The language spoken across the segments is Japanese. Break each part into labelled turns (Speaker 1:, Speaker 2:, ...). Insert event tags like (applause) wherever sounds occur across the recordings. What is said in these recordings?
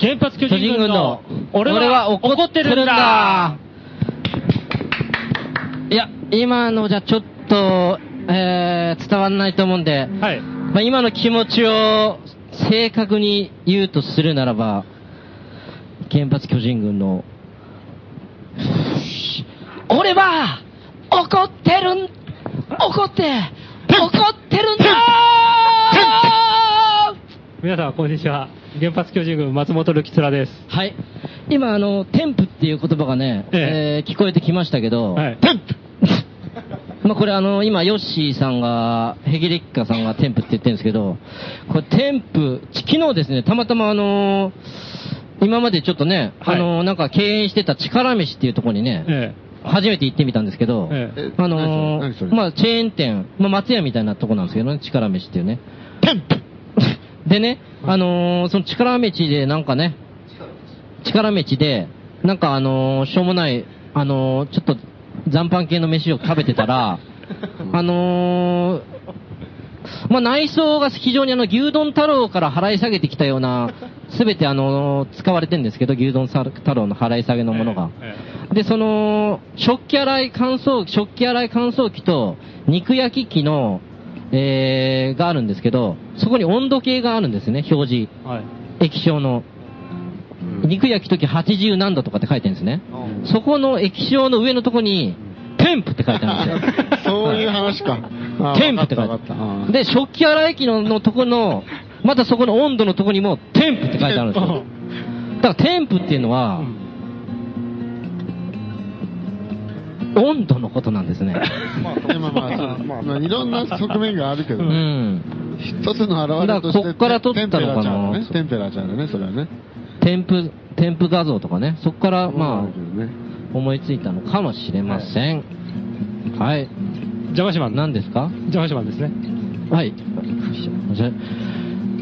Speaker 1: 原発巨人軍の
Speaker 2: 巨人軍の
Speaker 1: 俺
Speaker 2: 俺
Speaker 1: は
Speaker 2: は
Speaker 1: 怒
Speaker 2: 怒
Speaker 1: っ
Speaker 2: ってて
Speaker 1: る
Speaker 2: る
Speaker 1: ん
Speaker 2: ん
Speaker 1: だ
Speaker 2: だいや、今のじゃちょっと、えー、伝わんないと思うんで、
Speaker 1: はい。
Speaker 2: まあ、今の気持ちを正確に言うとするならば、原発巨人軍の、俺は怒ってるん、怒って、怒ってるんだ
Speaker 1: 皆さん、こんにちは。原発巨人軍松本るきつらです。
Speaker 2: はい。今、あの、添付っていう言葉がね、
Speaker 1: え
Speaker 2: えー聞こえてきましたけど、
Speaker 1: はい。
Speaker 2: (laughs) まあこれあの、今、ヨッシーさんが、ヘギレッカさんが添付って言ってるんですけど、これ添付、ち昨日ですね、たまたまあのー今までちょっとね、
Speaker 1: はい
Speaker 2: あのーなんか経営してた力飯っていうところにね、
Speaker 1: え
Speaker 2: 初めて行ってみたんですけど、
Speaker 1: ええ
Speaker 2: あの
Speaker 3: 何それ何そ
Speaker 2: ー
Speaker 3: れ
Speaker 2: まあチェーン店、まあ松屋みたいなとこなんですけどね、力飯っていうね。 (laughs) でね、あのーその力飯でなんかね、力飯で、なんかあのーしょうもない、あのーちょっと残飯系の飯を食べて
Speaker 3: (laughs)
Speaker 2: たら、あのーまあ、内装が非常にあの、牛丼太郎から払い下げてきたような、すべてあのー使われてるんですけど、牛丼太郎の払い下げ
Speaker 1: え
Speaker 2: のものが。
Speaker 1: ええ
Speaker 2: で、その、食器洗い乾燥機、食器洗い乾燥機と、肉焼き機の、えー、があるんですけど、そこに温度計があるんですね、表示。
Speaker 1: はい。
Speaker 2: 液晶の。肉焼き時80何度とかって書いてるんですね。そこの液晶の上のとこに、添付って書いてあるんですよ。
Speaker 3: (laughs) そういう話か。
Speaker 2: 添付って書い
Speaker 3: わ
Speaker 2: て
Speaker 3: かったわか
Speaker 2: あ
Speaker 3: っ
Speaker 2: る。
Speaker 3: た
Speaker 2: で、食器洗い機ののとこの、またそこの温度のとこにも、添付って書いてあるんですよ。だから添付っていうのは、温度のことなんですね。
Speaker 3: まあまあまあそうまあまあ、いろんな側面があるけど
Speaker 2: う
Speaker 3: ね。
Speaker 2: ん。
Speaker 3: 一つの表れとして、
Speaker 2: だからこっから撮ったのかな
Speaker 3: テンペラちゃんだね、テンペラちゃんだね、それはね。
Speaker 2: 添付、添付画像とかね、そこから、ま
Speaker 3: そうなんだけどね
Speaker 2: あ、思いついたのかもしれません。はい。
Speaker 1: 邪魔しまん。
Speaker 2: 何ですか
Speaker 1: 邪魔しまんですね。
Speaker 2: はい。おしゃ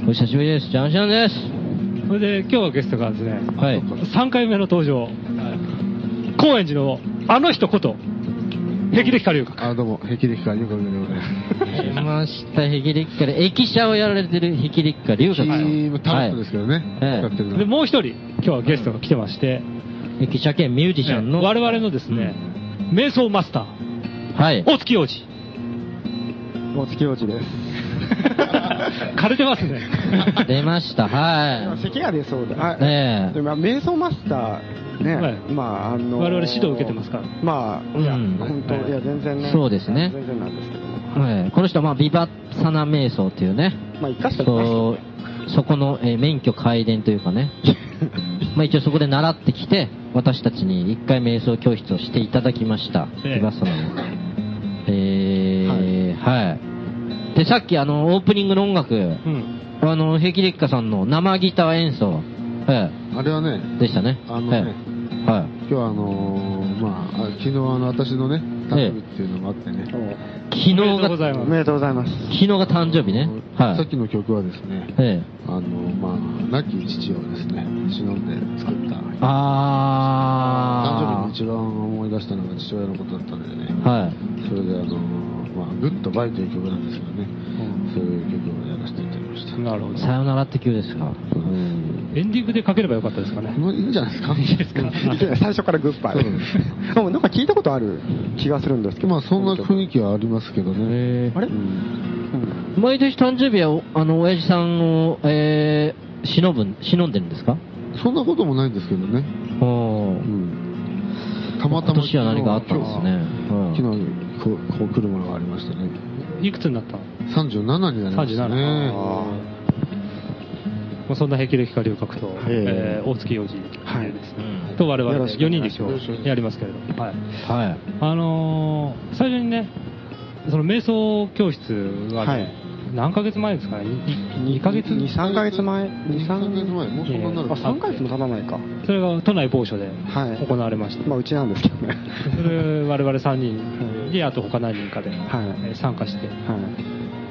Speaker 2: お久しぶりです。ジャンシャンです。
Speaker 1: それで、今日はゲストがですね、
Speaker 2: はい。
Speaker 1: 3回目の登場。高円寺のあの人こと、霹靂下流閣。
Speaker 3: あ、どうも、霹靂か、よくお願いします。
Speaker 2: 来ました、ヘキリッカで、駅舎をやられてるヘキリッカ、リュウ
Speaker 3: チ
Speaker 2: カさ
Speaker 3: ー
Speaker 2: ん。
Speaker 3: ムタレントですけどね、
Speaker 2: はい
Speaker 3: 使ってるの
Speaker 1: で、もう一人、今日はゲストが来てまして、
Speaker 2: はい駅舎兼ミュージシャンの。
Speaker 1: 我々のですね、瞑想マスター、
Speaker 2: はい。
Speaker 1: 大月洋二。
Speaker 4: (laughs)
Speaker 3: もう月落ちです。
Speaker 1: 枯れて
Speaker 4: (laughs)
Speaker 1: ますね。
Speaker 2: 出ました、は。
Speaker 4: 咳が出そうだ。はい
Speaker 2: え
Speaker 4: でまあ、瞑想マスターね、
Speaker 1: はい
Speaker 4: まあ、あの
Speaker 1: 我々指導受けてますから
Speaker 4: まあ、
Speaker 2: うん
Speaker 4: いや、本当、いや、全然ね。
Speaker 2: そうですね
Speaker 4: 全然なんですけども。
Speaker 2: えはい。この人は、まあ、ビバッサナ瞑想っていうね、
Speaker 4: まあ、生かしてきました
Speaker 2: そう、そこの、えー免許改伝というか (laughs) ね、まあ一応そこで習ってきて、私たちに一回瞑想教室をしていただきました。
Speaker 1: ええ
Speaker 2: リバッサナの。えー、はい。で、さっきあの、オープニングの音楽、
Speaker 1: うん。
Speaker 2: あの、ヘキレッカさんの生ギター演奏、え
Speaker 3: あれはね、
Speaker 2: えでしたね。
Speaker 3: あのね
Speaker 2: ええはい。
Speaker 3: 今日はあのー、まあ、あ昨日あの、私のね、誕生日っていうのもあってね。
Speaker 2: 昨
Speaker 1: お
Speaker 2: 日
Speaker 1: めでとう
Speaker 2: が、
Speaker 1: ございま
Speaker 4: お
Speaker 1: す。
Speaker 4: めでとうございます。
Speaker 2: 昨日が誕生日ね。は
Speaker 3: さっ
Speaker 2: い。
Speaker 3: きの曲はですね、
Speaker 2: ええ
Speaker 3: あの、まあ、亡き父をですね、忍んで作った。誕
Speaker 2: あ
Speaker 3: 生日に一番思い出したのが父親のことだったんでね、
Speaker 2: ー。はい。
Speaker 3: それであの、まあ、グッドバイという曲なんですけどね、そういう曲をやらせていただきました。
Speaker 1: なるほど。
Speaker 2: さよならって急ですか。
Speaker 3: うん。
Speaker 1: エンディングでかければよかったですかね。
Speaker 3: もういいんじゃないですかいいですか
Speaker 4: (laughs) 最初からグッバイ。でもなんか聞いたことある気がするんですけど。
Speaker 3: (laughs) まあ、そんな雰囲気はありますけど (laughs) ね。
Speaker 2: え
Speaker 4: あれ、
Speaker 2: 毎年誕生日はお、あの、親父さんを、えー、忍ぶん、忍んでるんですか
Speaker 3: そんなこともないんですけどね。
Speaker 2: お
Speaker 3: うん。たまた
Speaker 2: 今
Speaker 3: ま
Speaker 2: 年は何かあったんですね
Speaker 3: 昨日は昨日こう、こう来るものがありましてね。
Speaker 1: いくつになったの
Speaker 3: 37になりましたね。
Speaker 4: あ
Speaker 1: まあそんな霹靂か龍角と、え
Speaker 3: ええ
Speaker 1: ー大月洋二
Speaker 4: はい
Speaker 1: です
Speaker 2: うん
Speaker 1: ね。と我
Speaker 4: よ
Speaker 1: 々
Speaker 4: ろ
Speaker 1: ね
Speaker 4: しく
Speaker 1: 4人で今
Speaker 3: よろしくお願いします
Speaker 1: 日やりますけれども。はい。
Speaker 2: はい。
Speaker 1: あのー、最初にね、その瞑想教室が
Speaker 4: はい
Speaker 1: ね、何ヶ月前ですかね
Speaker 4: 二
Speaker 1: ?2 ヶ月
Speaker 4: 二三ヶ月前
Speaker 3: 2、3ヶ月前、もうそんなになる
Speaker 4: あ、3ヶ月も経たないか。
Speaker 1: それが都内某所で
Speaker 4: はい
Speaker 1: 行われました。
Speaker 4: まあ、うちなんですけどね。
Speaker 1: それ我々3人で、あと他何人かで、
Speaker 4: はい
Speaker 1: えー参加して
Speaker 4: は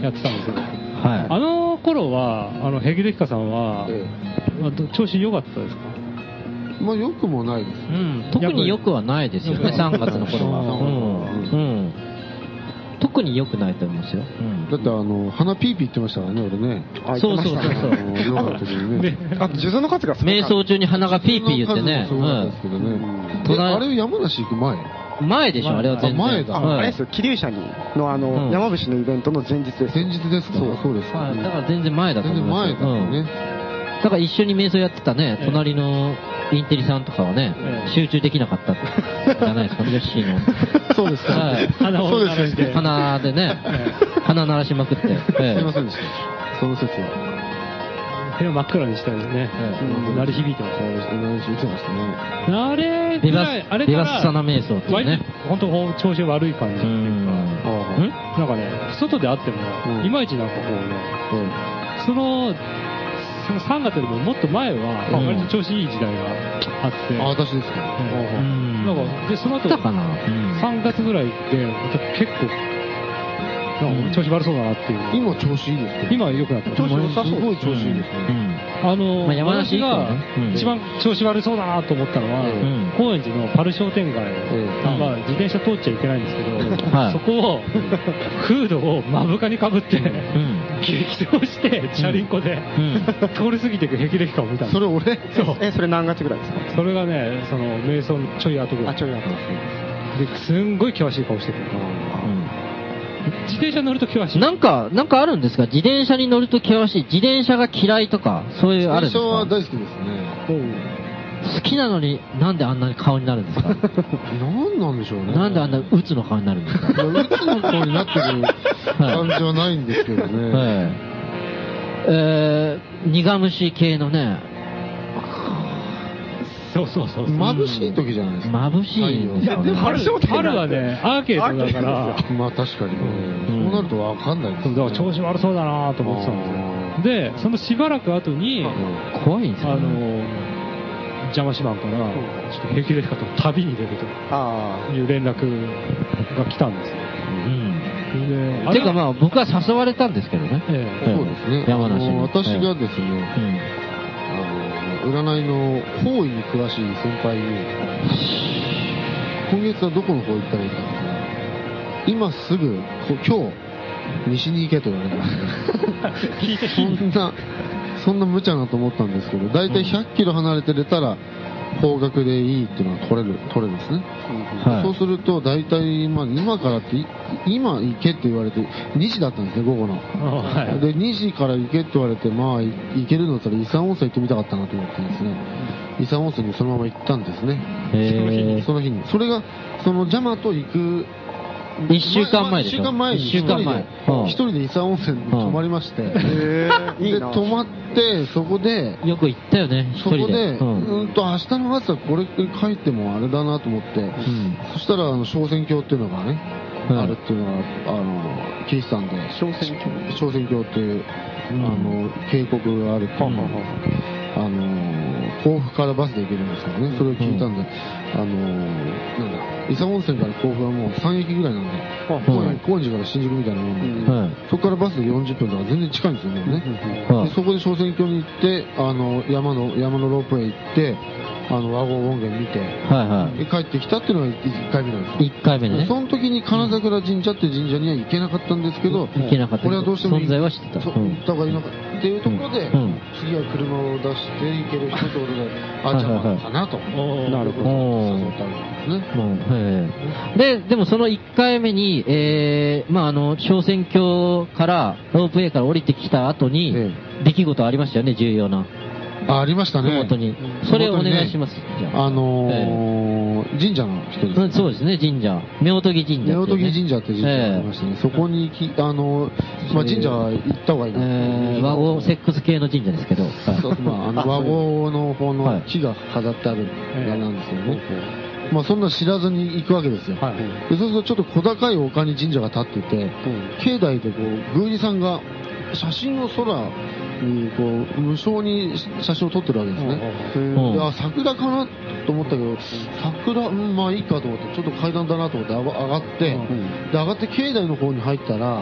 Speaker 1: やってたんですけど、あ
Speaker 2: は
Speaker 1: の頃は、あの、ヘギレキカさんは、まあど調子良かったですか
Speaker 3: まあ、良くもないです
Speaker 2: い。。うん。特に良くはないですよね、
Speaker 1: よくは
Speaker 2: 3月の頃は。
Speaker 1: そう
Speaker 2: うん。うん。特特に良くないと思いますよ。うん
Speaker 3: だってあの、鼻ピーピー言ってましたからね、俺ね。
Speaker 4: あ
Speaker 2: そうそうそうそう
Speaker 3: あのヨガの時にね。
Speaker 4: あと、数珠の数が少ない
Speaker 2: 瞑想中に鼻がピーピー言ってね。
Speaker 3: そうなんですけどね。
Speaker 2: うん
Speaker 3: えあれ山梨行く前
Speaker 2: うん前でしょ、あれは全然。
Speaker 3: あ前だ
Speaker 2: うん
Speaker 4: あれですよ、桐生社にのあ
Speaker 2: うん
Speaker 4: の、山伏のイベントの前日です。
Speaker 3: 前日ですかそうそうです
Speaker 2: はい、だか
Speaker 3: ね。
Speaker 2: ら全然前だと
Speaker 3: 全
Speaker 2: 思い
Speaker 3: 然
Speaker 2: ます
Speaker 3: 前
Speaker 2: よ
Speaker 3: だよ
Speaker 2: うん
Speaker 3: ね。
Speaker 2: だから一緒に瞑想やってたね
Speaker 1: え、え
Speaker 2: 隣のインテリさんとかはね
Speaker 1: え、え
Speaker 2: 集中できなかったじゃない
Speaker 3: (laughs)
Speaker 2: ですか、ヨッシーの。
Speaker 3: そうですか
Speaker 2: はい
Speaker 1: 鼻を鳴らして
Speaker 2: 鼻でね、鼻鳴らしまくって。え
Speaker 3: す
Speaker 2: え
Speaker 3: いませんでした。その説は。
Speaker 1: 部屋真っ暗にしたいですね
Speaker 2: ええ。
Speaker 1: うん鳴り響いてます。
Speaker 3: そうですね。見てましたね。
Speaker 1: あれ
Speaker 2: ビ
Speaker 1: ぐ
Speaker 2: バ
Speaker 1: らい、あ
Speaker 2: ス、
Speaker 1: れ
Speaker 2: ビ
Speaker 1: か
Speaker 2: バスサナ
Speaker 1: ら、
Speaker 2: 瞑想っていうね。
Speaker 1: 本当こう調子悪い感じ
Speaker 2: う
Speaker 1: っ
Speaker 2: ー
Speaker 1: ていうか。
Speaker 2: ん。ん
Speaker 1: なんかね、外であっても、
Speaker 3: うん
Speaker 1: いまいちなんかこうね、
Speaker 3: うん
Speaker 1: その、その3月よりももっと前は、
Speaker 2: うん
Speaker 1: 割と調子いい時代があって、
Speaker 3: あ、私ですか。
Speaker 1: う
Speaker 2: うん
Speaker 1: なんか、で、その
Speaker 2: あっ
Speaker 1: 後、
Speaker 2: たかなうん
Speaker 1: 3月ぐらいで、また結構、なんか調子悪そうだなっていう。
Speaker 3: 今調子いいですけど。
Speaker 1: 今良くなってます。
Speaker 4: 調子良さそう
Speaker 3: すごい調子いいです
Speaker 2: う
Speaker 3: ね。
Speaker 2: ん
Speaker 1: あの、
Speaker 2: まあ山
Speaker 1: 私
Speaker 2: 梨以降ね
Speaker 1: が
Speaker 2: うん
Speaker 1: 一番調子悪そうだなと思ったのは、
Speaker 2: ん
Speaker 1: 高円寺のパル商店街、
Speaker 3: ん
Speaker 1: まあ自転車通っちゃいけないんですけど、
Speaker 2: はい
Speaker 1: そこを、フードを目深にかぶって、
Speaker 2: うん
Speaker 1: 激走して、チャリンコで、
Speaker 2: ん
Speaker 1: 通り過ぎていく霹靂感を見たんです
Speaker 3: それ俺
Speaker 1: そう
Speaker 4: え、それ何月ぐらいですか
Speaker 1: それがね、その瞑想のちょい後ぐらい。
Speaker 4: あ、ちょい後。
Speaker 1: ですんごい険しい顔してる。自転車乗ると険しい。
Speaker 2: なんか、なんかあるんですか自転車に乗ると険しい。自転車が嫌いとか、そういうある
Speaker 3: 最
Speaker 2: んです
Speaker 3: 初は
Speaker 2: か
Speaker 3: 大好きですね。
Speaker 2: 好きなのになんであんな顔になるんです
Speaker 3: (laughs)
Speaker 2: か
Speaker 3: なんなんでしょうね。
Speaker 2: なんであんな鬱の顔になるんですか
Speaker 3: い (laughs) やうつの顔になってる感じはないんですけどね。
Speaker 2: はいえー、苦虫系のね、
Speaker 1: そうそうそう。
Speaker 3: 眩しい時じゃないですか。
Speaker 2: 眩しいんですよ
Speaker 4: いやでも
Speaker 2: ね。
Speaker 4: あれ商店街
Speaker 1: 春はね、アーケードだから、
Speaker 3: まあ確かにね。
Speaker 2: うん
Speaker 3: そうなるとわかんないです
Speaker 1: そ
Speaker 3: ね
Speaker 1: うだから調子悪そうだなと思ってたんですよ。で、そのしばらく後に、
Speaker 2: 怖いんです
Speaker 1: あ
Speaker 2: よ、
Speaker 1: の
Speaker 2: ね。
Speaker 1: ー、邪魔しまんから、ちょっと平気ですかと旅に出る
Speaker 4: あ
Speaker 1: という連絡が来たんですよ。
Speaker 2: うん。
Speaker 1: で、
Speaker 2: てかま
Speaker 1: あ
Speaker 2: あ、僕は誘われたんですけどね。
Speaker 1: れ、え
Speaker 3: そうですね。
Speaker 2: 山梨
Speaker 3: あ
Speaker 2: に
Speaker 3: の私がです
Speaker 2: う
Speaker 3: ね、
Speaker 2: ん
Speaker 3: あの、占いの方位に詳しい先輩に、今月はどこの方行ったらいいかって今すぐ、こ今日、西に行けと言われてま
Speaker 2: (laughs)
Speaker 3: した。そんな、そんな無茶なと思ったんですけど、だいたい100キロ離れてれたら、方角でいいっていうのは取れる、取れるんですね。
Speaker 2: はい
Speaker 3: そうすると、大体、まあ、今からってい、今行けって言われて、2時だったんですね、午後の。
Speaker 1: えはい
Speaker 3: で、2時から行けって言われて、まあ、い行けるのだったら、伊佐温泉行ってみたかったなと思ってですね、伊佐温泉にそのまま行ったんですね。
Speaker 2: へー
Speaker 3: その日に。それが、そのジャマと行く、
Speaker 2: 一週間前でしょ
Speaker 3: 一週間前に
Speaker 2: 一週間前うん
Speaker 3: 一人で一人で伊佐温泉に泊まりまして、
Speaker 4: あ。
Speaker 3: (laughs) で、
Speaker 4: へえ、いいな。
Speaker 3: 泊まって、そこで、
Speaker 2: よく行ったよね、一
Speaker 3: そこ
Speaker 2: 人で。
Speaker 3: で、
Speaker 2: う
Speaker 3: うんんと、明日の朝これ書いてもあれだなと思って、
Speaker 2: うん
Speaker 3: そしたら、あの、小仙教っていうのがね、
Speaker 2: うん
Speaker 3: あるっていうのが、あの、キリシタンで、
Speaker 4: 小選挙
Speaker 3: 小仙教っていう、
Speaker 2: うん
Speaker 3: あの、渓谷があるっていう、
Speaker 2: うん
Speaker 3: あの、甲府からバスで行けるんですけどね、それを聞いたんで、あの、なんだ、伊佐温泉から甲府はもう3駅ぐらいなんで、
Speaker 4: ほう
Speaker 2: ほう
Speaker 3: 高円高円寺から新宿みたいなもんで、
Speaker 4: うん
Speaker 2: はい
Speaker 3: そこからバスで40分とか全然近いんですよね。
Speaker 2: うんうん
Speaker 3: でそこで小選挙に行って、あの、山の、山のロープウェイ行って、あの、和合音源見て、
Speaker 2: はいは
Speaker 3: で帰ってきたっていうのが1回目なんです
Speaker 2: い。
Speaker 3: よ。
Speaker 2: 一回目ね。
Speaker 3: その時に金桜神社って神社には行けなかったんですけど、
Speaker 2: 行けなかった
Speaker 3: こ
Speaker 2: けど
Speaker 3: れはどうしても
Speaker 2: 存在は知ってた
Speaker 3: そう
Speaker 2: うん
Speaker 3: 行った方がいいのかっていうところで、
Speaker 2: うんうん
Speaker 3: 次は車を出して行ける人と俺で、あ、じゃ
Speaker 2: はいはいは
Speaker 3: あ
Speaker 2: い
Speaker 3: かなと。
Speaker 1: おー
Speaker 4: なるほど
Speaker 2: おー
Speaker 3: 誘ったんですね。
Speaker 2: うんええで、でもその1回目に、ええまああの、小選挙から、ロープウェイから降りてきた後に、
Speaker 3: え
Speaker 2: 出来事ありましたよね、重要な。
Speaker 3: あ、ありましたね。
Speaker 2: 麓に。それをお願いします。じゃあ
Speaker 3: あのー神社の人です
Speaker 2: う。んそうですね、神社。妙時神社
Speaker 3: 八
Speaker 2: っ
Speaker 3: 百
Speaker 2: ていうね、
Speaker 3: 時神社って神社がありましてね、そこにき、あの、まあ、神社は行った方がいいなって
Speaker 2: ええ和合セックス系の神社ですけど。はい
Speaker 3: そうま (laughs) あ、あの和合の方
Speaker 2: は
Speaker 3: の
Speaker 2: い
Speaker 3: 木が飾ってある柄なんですよね。
Speaker 4: え
Speaker 3: まあ、そんな知らずに行くわけですよ。
Speaker 1: はい
Speaker 3: でそうするとちょっと小高い丘に神社が立ってて、境内でこう、宮司さんが写真を空にこう、無償に写真を撮ってるわけですね。
Speaker 2: うん
Speaker 3: いや桜かなと思ったけど、桜、うん、まあいいかと思って、ちょっと階段だなと思って上が上がって、
Speaker 4: うん
Speaker 3: で上がって境内の方に入ったら、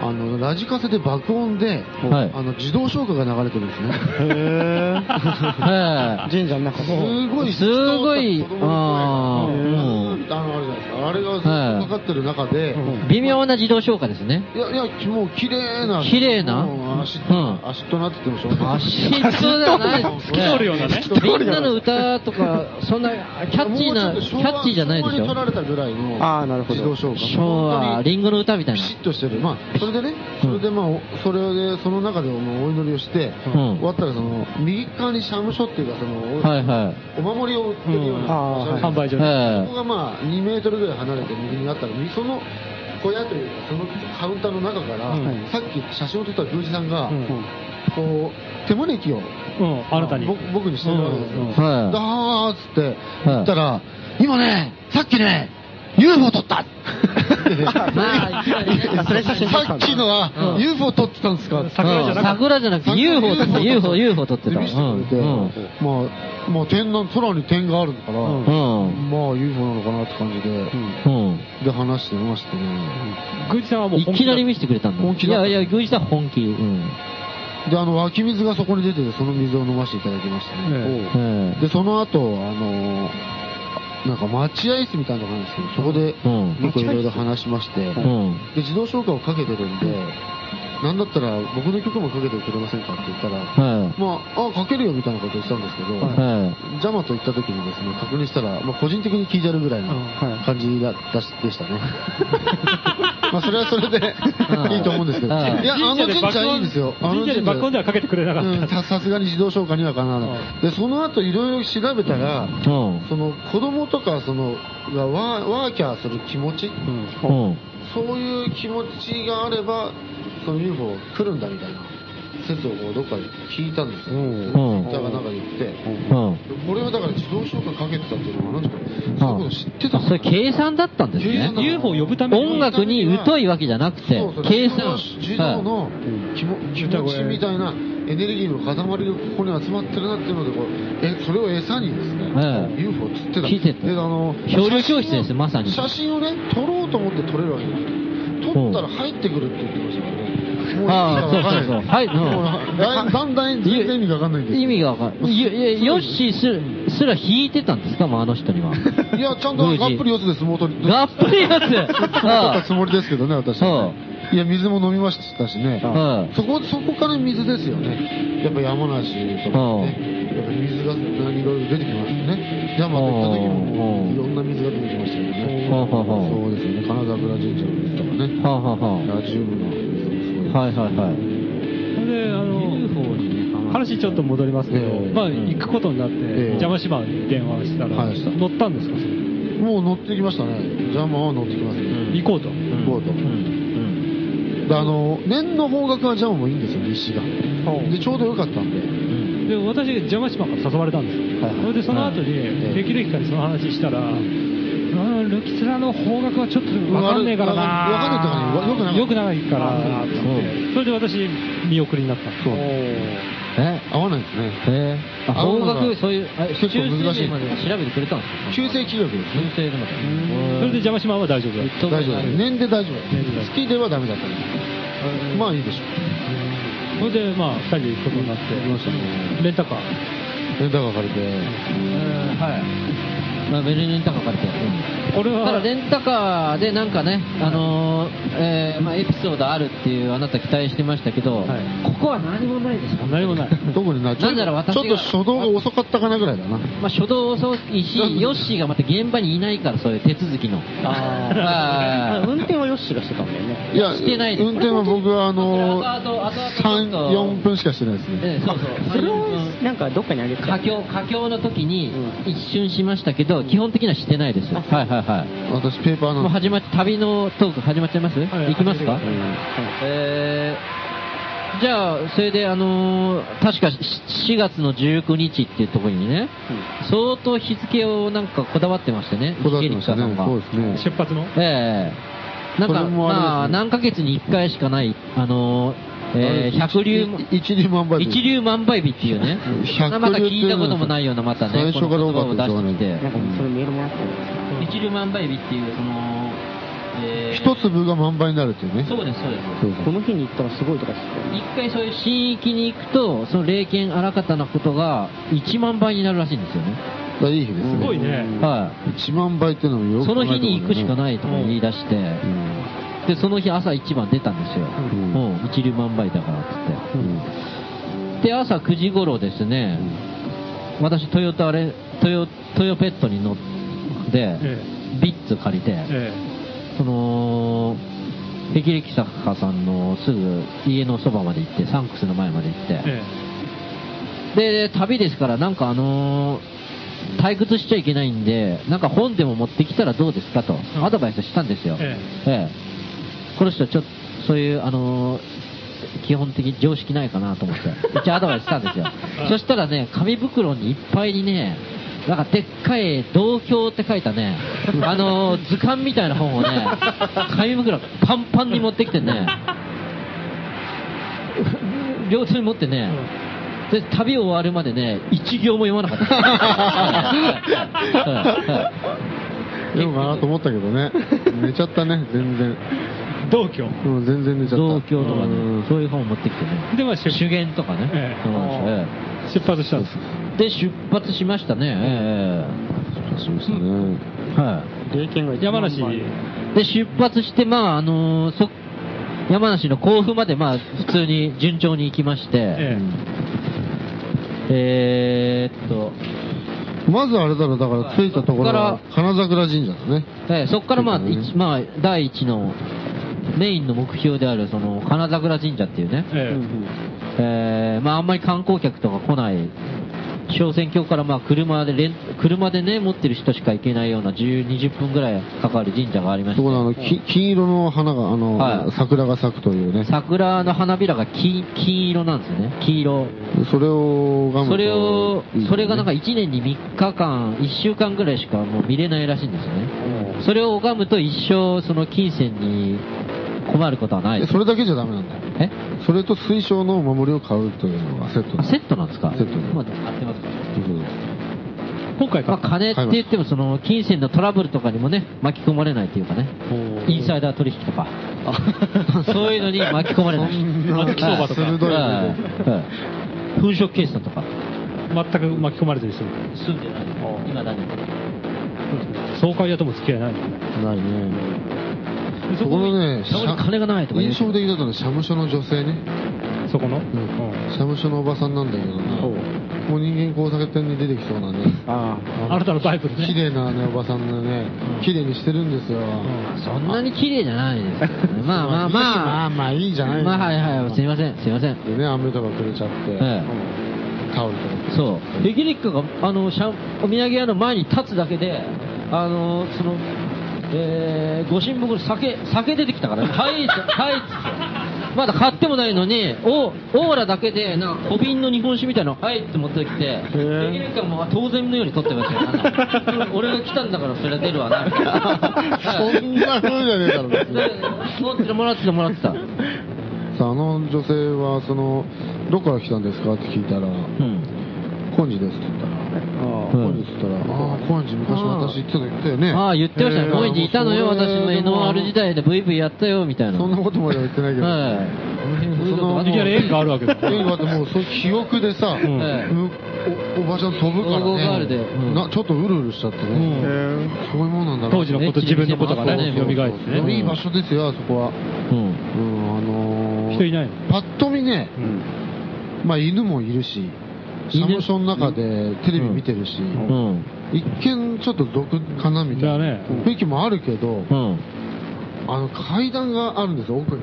Speaker 3: あのラジカセで爆音で、
Speaker 2: はい
Speaker 3: あの自動消火が流れてるんですね。
Speaker 2: ええ
Speaker 4: 神社の中
Speaker 2: (laughs)
Speaker 3: すごい、
Speaker 2: すごい
Speaker 3: 人と子供の声が
Speaker 2: あー
Speaker 3: うん
Speaker 2: うん
Speaker 3: あの、あれじゃないですか。あれがずっ
Speaker 2: は
Speaker 3: と
Speaker 2: い
Speaker 3: かかってる中で、
Speaker 2: 微妙な自動消化ですね。
Speaker 3: いや、いや、もう綺麗な。
Speaker 2: 綺麗な
Speaker 3: もう足、
Speaker 2: うん
Speaker 3: 足となっててもしょう
Speaker 2: (laughs)
Speaker 3: がない。
Speaker 2: 足とで (laughs) はないで
Speaker 1: 透
Speaker 2: すね。
Speaker 1: き通るようなね
Speaker 2: みんなの歌とか、そんなキャッチーな、
Speaker 3: もう
Speaker 2: キ
Speaker 3: ちょっと昭
Speaker 2: ャ
Speaker 3: 和
Speaker 2: ッチーじゃないでし
Speaker 3: 昭和
Speaker 2: ょ
Speaker 3: に。取られたぐらいの。
Speaker 4: あーなるほど
Speaker 3: 自動消化。
Speaker 2: 昭和、リンゴの歌みたい
Speaker 3: ピ
Speaker 2: な。
Speaker 3: シッとしてる、まあ、それでね、それで、まあ、おそれで、その中でもうお祈りをして、
Speaker 2: ん
Speaker 3: 終わったら、その、右側に社務所っていうか、その、
Speaker 2: はいは
Speaker 3: お守りを売ってるような
Speaker 4: うんあーはい
Speaker 1: 販売
Speaker 2: い。
Speaker 1: 所ね
Speaker 2: は
Speaker 3: そこがまあ2メートルぐらい離れて右にあったら、みその小屋というか、そのカウンターの中から、
Speaker 4: うん
Speaker 3: さっき写真を撮った宮司さんが、
Speaker 1: うん
Speaker 3: こう、手招きを
Speaker 1: うん、あなたに。
Speaker 3: 僕僕にしてるわけですよ。
Speaker 1: うんうん
Speaker 2: い。は
Speaker 3: あーっつって言ったら、今ね、さっきね、UFO 撮
Speaker 1: (laughs)
Speaker 3: った
Speaker 2: い。まあ、いきなりね
Speaker 4: それ写真
Speaker 3: (laughs)
Speaker 4: 撮
Speaker 3: さ
Speaker 4: た
Speaker 3: っ
Speaker 4: んだ
Speaker 3: きのは、
Speaker 2: うん
Speaker 3: UFO 撮ってたんですか
Speaker 1: 桜じゃなかった
Speaker 2: 桜じゃなくて UFO 撮ってた UFO UFO 撮ってた
Speaker 3: 見せくれて
Speaker 2: うん
Speaker 3: まあ、まあ点なん、空に点があるから、
Speaker 4: うん
Speaker 2: うん。
Speaker 3: まあ UFO なのかなって感じで、
Speaker 2: うん。
Speaker 3: で話してましたね。
Speaker 1: 宮司さんはもう
Speaker 2: い
Speaker 1: 本気
Speaker 2: き
Speaker 1: だ
Speaker 2: なり見せてくれたんだ。
Speaker 3: 本気
Speaker 2: い
Speaker 3: だっ
Speaker 2: や
Speaker 3: た
Speaker 2: いや、宮司さん本気。うん。
Speaker 3: で、あの、湧き水がそこに出てて、その水を飲ませていただきました
Speaker 1: え
Speaker 3: ね。
Speaker 2: うん
Speaker 3: で、その後、あのー、なんか待合室みたいなのがあるんですけど、そこで
Speaker 2: うん、
Speaker 3: 結構いろいろ話しまして、
Speaker 2: う
Speaker 3: で、
Speaker 2: ん。
Speaker 3: 自動消化をかけてるんで、なんだったら僕の曲もかけてくれませんかって言ったら、
Speaker 2: は
Speaker 3: まあ、あ、かけるよみたいなこと言ってたんですけど、
Speaker 2: い。は
Speaker 3: ジャマと行った時にですね、確認したら、まあ、個人的に聞いてあるぐらいの
Speaker 4: はい
Speaker 3: 感じだだしでした
Speaker 1: (laughs)
Speaker 3: ね。まあ、それはそれで
Speaker 2: うん
Speaker 3: いいと思うんですけど。
Speaker 2: うん
Speaker 3: いや、あの
Speaker 1: 神社で
Speaker 3: 神
Speaker 1: 爆
Speaker 3: 社
Speaker 1: 音
Speaker 3: いいですよ。あの
Speaker 1: 神社で爆音ではかけてくれなか
Speaker 3: うん
Speaker 1: った。
Speaker 3: ささすがに自動消化にはかなわない。で、その後いろいろ調べたら、
Speaker 2: い。うん。
Speaker 3: その子供とかそのがワーワーキャーする気持ち、
Speaker 2: うん。
Speaker 3: そういう気持ちがあれば、その UFO 来るんだみたいな説をこうどっかで聞いたんですよ。
Speaker 2: ん
Speaker 3: だからなんか言って。
Speaker 2: うん。
Speaker 3: これはだから自動消化かけてたっていうのは、なんか、そういうこと知ってた
Speaker 2: あそれ計算だったんです
Speaker 3: 計
Speaker 2: ね
Speaker 3: 算だ。
Speaker 1: UFO を呼ぶために。
Speaker 2: 音楽に疎いわけじゃなくて
Speaker 3: そうそう、
Speaker 2: 計算。
Speaker 3: 自動の気も気
Speaker 1: 歌
Speaker 3: 持ち
Speaker 1: 声
Speaker 3: みたいなエネルギーの塊がここに集まってるなっていうのでこうえ、それを餌にですね、
Speaker 2: はい
Speaker 3: UFO を釣ってた。
Speaker 2: 聞いてた
Speaker 3: であの
Speaker 2: 漂流教室で
Speaker 3: 写真
Speaker 2: す
Speaker 3: を
Speaker 2: まさに
Speaker 3: 写真をね、撮ろうと思って撮れるわけじゃなくて、撮ったら入ってくるって言ってましたからね。もう意味がわかんない。
Speaker 2: ああそうそうそうはいうん (laughs)
Speaker 3: もうだだんだん全然意味がわかんないんですけど
Speaker 2: 意味がわかんない。いやいやヨッシーすすら弾いてたんですかもうあの人
Speaker 3: (laughs)
Speaker 2: には。
Speaker 3: いや、ちゃんと
Speaker 2: 宮司
Speaker 3: がっぷり四つで相撲取り。
Speaker 2: がっぷりやつ
Speaker 3: だったつ
Speaker 2: う
Speaker 3: もりですけどね、私はね、いや、水も飲みましたしね。
Speaker 2: ん
Speaker 3: そこ、そこから水ですよね。やっぱ山梨とかね。やっぱ水がいろいろ出てきましたね。山行った時
Speaker 2: うんう
Speaker 3: も
Speaker 2: ん
Speaker 3: いろんな水が出てきましたよね。
Speaker 2: ほうほうほう
Speaker 3: そうですよね。金沢村神社の水とかね。
Speaker 2: はあはあは
Speaker 3: ラジウムの水もすごい。
Speaker 2: あはいはいはい。
Speaker 1: それで、あの、話ちょっと戻りますけど、
Speaker 3: ええ
Speaker 1: まあ、行くことになって、
Speaker 3: ええ
Speaker 1: 邪魔しまう電話したら、
Speaker 3: はい
Speaker 1: 乗ったんですか、それ
Speaker 3: もう乗ってきましたね。ジャマは乗ってきますね。
Speaker 1: 行こうと。
Speaker 2: うん
Speaker 3: 行こうと
Speaker 2: うんうん
Speaker 3: であの、年の方角はジャマもいいんですよ、西が。で、ちょうど良かったんで。
Speaker 2: うん
Speaker 1: で、私、邪魔しまうから誘われたんですよ。
Speaker 3: はいはい
Speaker 1: それで、その後に、
Speaker 3: ええ
Speaker 1: できる日からその話したら、うん、ルキツラの方角はちょっと分かんねえからな
Speaker 3: わかんねえとかねわよくない
Speaker 1: よくないからなって言ってそれで私、見送りになったんです
Speaker 3: そう
Speaker 2: え
Speaker 3: 合わないですね。
Speaker 2: えー、あ
Speaker 3: 合う
Speaker 2: 方
Speaker 3: のが
Speaker 2: 角、そういう、あ
Speaker 3: 結構難しい
Speaker 2: 中世まで調べてくれたんです
Speaker 3: 旧正気学です
Speaker 2: か
Speaker 3: ね。
Speaker 2: 中世
Speaker 1: そ
Speaker 2: まで。
Speaker 1: れで邪魔しまうは大丈夫だった
Speaker 3: 大丈夫です。年で大丈夫
Speaker 1: 年で大丈夫
Speaker 3: 好きではダメだったんですまあいいでしょ
Speaker 1: それで、まあ、2人で行くことになって、
Speaker 3: 行きましたね
Speaker 1: レンタカー。
Speaker 3: う。レンタカー借りて。
Speaker 2: はい。まあ、ベルレンタカー借りて。
Speaker 1: これ
Speaker 2: た
Speaker 1: は、
Speaker 2: だレンタカーでなんかね、あのーえーまあ、エピソードあるっていうあなた期待してましたけど、
Speaker 1: はい
Speaker 2: ここは何もないですか
Speaker 1: 何もない。
Speaker 3: 特にな、ちょ
Speaker 2: なんなら
Speaker 3: っと
Speaker 2: 私
Speaker 3: ちょ
Speaker 2: が
Speaker 3: っと初動が遅かったかなぐらいだな。
Speaker 2: まあ、初動遅いし、ヨッシーがまた現場にいないから、そういう手続きの。
Speaker 4: あ
Speaker 2: あ
Speaker 4: ー
Speaker 2: ー
Speaker 4: 運転はヨッシーがしてたんだよね。
Speaker 3: いや、
Speaker 2: してないです
Speaker 3: 運転は僕はあの
Speaker 2: あとあとあと、
Speaker 3: 3、4分しかしてないですね。
Speaker 2: ええそうそう。
Speaker 4: それをなんかどっかにあげてた
Speaker 2: 佳境、佳境の時に
Speaker 4: う
Speaker 2: 一瞬しましたけど、基本的にはしてないです。はいはいはい。
Speaker 3: 私ペーパー
Speaker 2: も
Speaker 3: なん
Speaker 2: う
Speaker 3: で。
Speaker 2: 始まっ、旅のトーク始まっちゃいます、
Speaker 1: はい
Speaker 2: 行きますか
Speaker 1: 始めてくだ
Speaker 2: えー、じゃあ、それであのー確かし4月の19日っていうところにね、相当日付をなんかこだわってましてね、
Speaker 3: こだわってました
Speaker 2: 西家
Speaker 3: ね。
Speaker 2: 立花さんが
Speaker 3: そうですね。
Speaker 1: 出発の
Speaker 2: ええなん
Speaker 3: そ
Speaker 2: か、
Speaker 3: れもあれですね
Speaker 2: まあ、何ヶ月に1回しかない、あのーえー百竜、
Speaker 3: い一流万倍日。
Speaker 2: 一流万倍日っていうね
Speaker 3: うん、百竜
Speaker 2: まだ聞いたこともないような、またね、
Speaker 3: 最初から
Speaker 2: こ
Speaker 3: 多か
Speaker 2: の
Speaker 3: っ
Speaker 2: 言
Speaker 3: た
Speaker 2: 葉
Speaker 3: ですよ
Speaker 2: を出して
Speaker 4: なんかそれメールもらったんです
Speaker 2: きて、一流万倍日っていう、その、えー
Speaker 3: 一粒が万倍になるっていうね。
Speaker 2: そうです、そうです。
Speaker 3: そう
Speaker 4: けど
Speaker 3: そ
Speaker 4: こ
Speaker 3: う
Speaker 4: の日に行ったらすごいとか知って
Speaker 2: 一回そういう神域に行くと、その霊剣あらかたなことが1万倍になるらしいんですよね。
Speaker 3: あいい日です
Speaker 1: す
Speaker 3: ね。
Speaker 1: ごいね。
Speaker 2: は
Speaker 3: 1万倍っていうのも
Speaker 2: い。
Speaker 3: よく
Speaker 2: そ
Speaker 3: 考
Speaker 2: の
Speaker 3: えて
Speaker 2: 日
Speaker 3: もね
Speaker 2: に行くしかないとか言い出して、
Speaker 3: うん
Speaker 2: で、その日朝一番出たんですよ。
Speaker 3: ん
Speaker 2: もう一粒万倍だからっつって。で、朝9時頃ですね、私、トヨタあれ、トヨ、トヨペットに乗って
Speaker 1: え、
Speaker 2: ビッツ借りて、
Speaker 1: え
Speaker 2: その、霹靂作家さんのすぐ家のそばまで行って、サンクスの前まで行って、
Speaker 1: ええ
Speaker 2: で、旅ですから、なんかあのー退屈しちゃいけないんで、なんか本でも持ってきたらどうですかと、
Speaker 1: ん
Speaker 2: アドバイスしたんですよ。
Speaker 1: え
Speaker 2: ええこの人はちょっと、そういう、あのー基本的常識ないかなと思って、一応アドバイスしたんですよ
Speaker 1: (laughs) うん。
Speaker 2: そしたらね、紙袋にいっぱいにね、なんかでっかい同郷って書いたね、あのー図鑑みたいな本をね、紙袋パンパンに持ってき
Speaker 1: (laughs)
Speaker 2: てね、両手に持ってね、で旅を終わるまでね、一行も読まなかった。
Speaker 3: でもかなと思ったけど
Speaker 2: (laughs)
Speaker 3: ね。寝ちゃったね、全然。
Speaker 1: 同居。
Speaker 3: うん、全然寝ちゃった。
Speaker 2: 同郷とか
Speaker 3: うん
Speaker 2: ね、そういう本を持ってきてね。
Speaker 1: で、まあ、出
Speaker 2: 主言とかね。
Speaker 1: ええ
Speaker 2: そうなんですよ
Speaker 1: 出発したんです。
Speaker 2: で、出発しましたね。え
Speaker 3: そうですね。
Speaker 2: えは
Speaker 4: 霊験が一
Speaker 1: 山
Speaker 4: 番
Speaker 1: 梨。
Speaker 2: い。で、出発して、まあ、あのーそ、山梨の甲府まで、まあ、普通に順調に行きまして、
Speaker 1: え
Speaker 2: えーっと、
Speaker 3: まずあれだろ、だから着いたところは
Speaker 2: ここ
Speaker 3: 花桜神社だね。
Speaker 2: ええそこからまあ、
Speaker 3: そうです
Speaker 2: 一
Speaker 3: ね
Speaker 2: まあ、第一のメインの目標である、その、金桜神社っていうね、
Speaker 1: ええ
Speaker 2: ええまあ、あんまり観光客とか来ない、小仙峡からまあ、車でレン、車でね、持ってる人しか行けないような10、20分ぐらいかかる神社がありまし
Speaker 3: そこのあ
Speaker 2: て、
Speaker 3: の、き金色の花が、あ
Speaker 2: はい
Speaker 3: の、桜が咲くというね。
Speaker 2: 桜の花びらが金、金色なんですよね、黄色。
Speaker 3: それをがむと
Speaker 2: それを
Speaker 3: いいよね、
Speaker 2: それがなんか1年に3日間、1週間ぐらいしかもう見れないらしいんですよね。それを拝むと一生、その金銭に困ることはない
Speaker 3: え。それだけじゃダメなんだよ。
Speaker 2: え
Speaker 3: それと水晶のお守りを買うというのがセット
Speaker 2: あ
Speaker 3: だ
Speaker 2: セットなんですか
Speaker 3: セットです
Speaker 2: まあ、買ってますか
Speaker 3: ということで
Speaker 1: 今回買
Speaker 2: まあ、
Speaker 1: った。
Speaker 2: 金って言っても、その、金銭のトラブルとかにもね、巻き込まれないというかね、インサイダー取引とか、そういうのに巻き込まれない。
Speaker 1: な巻き相場とか
Speaker 2: はい
Speaker 3: 鋭いね
Speaker 2: はい粉飾決算とか、
Speaker 1: 全く巻き込まれてる人。
Speaker 2: 住んでない。今だね。
Speaker 1: 爽快屋とも付き合いないもんね。
Speaker 3: ないね。
Speaker 1: で
Speaker 3: そこのね、
Speaker 2: そこに金がないとか言う
Speaker 3: 印象的だったのは、社務所の女性ね。
Speaker 1: そこの、
Speaker 3: 社務所のおばさんなんだけど
Speaker 4: ほう
Speaker 3: ね。もう人間交差点に出てきそうなね。
Speaker 4: あ
Speaker 1: あなたのバイブルね
Speaker 3: 綺麗なね、おばさんがね、綺麗にしてるんですよ。
Speaker 2: そんなに綺麗じゃないですけどね。まあまあまあ。
Speaker 3: まあまあいいじゃない
Speaker 2: まあはいはい、すいません、すいません。
Speaker 3: でね、雨とかくれちゃっ
Speaker 2: え
Speaker 3: て、タオルとか。
Speaker 2: え、そう。ヘキリックが、あの、シャンお土産屋の前に立つだけで、あの、その、えー、ご神木の酒、酒出てきたから、はい、はいっつって、まだ買ってもないのに、オーオーラだけで、なんか小瓶の日本酒みたいなの、はいって持ってきて、ヘキリックはもう当然のように取ってましたよ。俺が来たんだからそれは出るわな、みたいな (laughs)
Speaker 3: そんな風じゃねえだろ別に
Speaker 2: で持ってもらってたもらってた。
Speaker 3: さあ、あの女性は、その、どこから来たんですかって聞いたら、
Speaker 2: うん。
Speaker 3: コンジですって言ったら、
Speaker 4: あ
Speaker 3: コンジって言ったら、ああ、コンジ昔私言ってた言ったよね。
Speaker 2: ああ、言ってましたね。高円寺いたのよ、私の NR 時。代で VV やったよ、みたいな。
Speaker 3: そんなことまでは言ってないけど。
Speaker 2: はい。
Speaker 3: その
Speaker 1: いきなり縁があるわけだ。
Speaker 3: 映画ってもうそう記憶でさ、お
Speaker 2: ん
Speaker 3: おばちゃん飛ぶから
Speaker 2: 黄金ガー
Speaker 3: ね
Speaker 2: ルでうん
Speaker 3: なちょっとうるうるしちゃってね、
Speaker 2: ん
Speaker 3: そういうもんなんだな
Speaker 1: 当時のこと、自分のことがね、
Speaker 2: そうそうそう
Speaker 1: 蘇っ
Speaker 3: そう
Speaker 1: て
Speaker 3: そういい
Speaker 1: ね。
Speaker 3: 場所ですよあそこは、
Speaker 2: うん。
Speaker 3: うんあのー
Speaker 1: 人いないの
Speaker 3: パッと見ね、
Speaker 4: うん。
Speaker 3: まあ、犬もいるし社
Speaker 2: 犬
Speaker 3: 務所の中でテレビ見てるし、
Speaker 2: うん。
Speaker 3: 一見ちょっと毒かなみたいな、
Speaker 1: だね
Speaker 3: 雰囲気もあるけど、
Speaker 2: うん。
Speaker 3: あの階段があるんですよ奥に、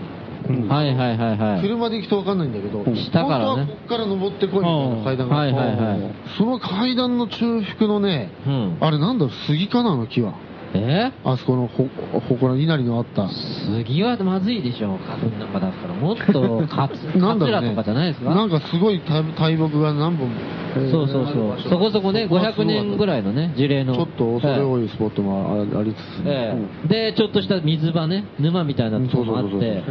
Speaker 1: うん
Speaker 2: はいはいはいはい。
Speaker 3: 車で行くと分かんないんだけど、
Speaker 2: 下からね
Speaker 3: 本当はこっから登ってこいみたいな階段があ
Speaker 2: は
Speaker 3: っ
Speaker 2: い
Speaker 3: て、
Speaker 2: はいはい。
Speaker 3: その階段の中腹のね、
Speaker 2: うん。
Speaker 3: あれなんだろう、杉かな、あの木は。
Speaker 2: え
Speaker 3: あそこのほ、ほこら、稲荷のあった。
Speaker 2: 杉はまずいでしょ、花粉なんかだから。もっと、カツ、
Speaker 3: なんだ
Speaker 2: カツ
Speaker 3: ろう
Speaker 2: ラ
Speaker 3: ね。
Speaker 2: とかじゃないですか
Speaker 3: なんかすごい大大木が何本も。
Speaker 2: そうそうそう。そこそこね、500年ぐ
Speaker 3: い
Speaker 2: らいのね、樹齢の。
Speaker 3: ちょっと恐れ多いスポットもあありつつ。
Speaker 2: ええで、ちょっとした水場ね、沼みたいなとこもあっ
Speaker 3: そうそうそう
Speaker 2: て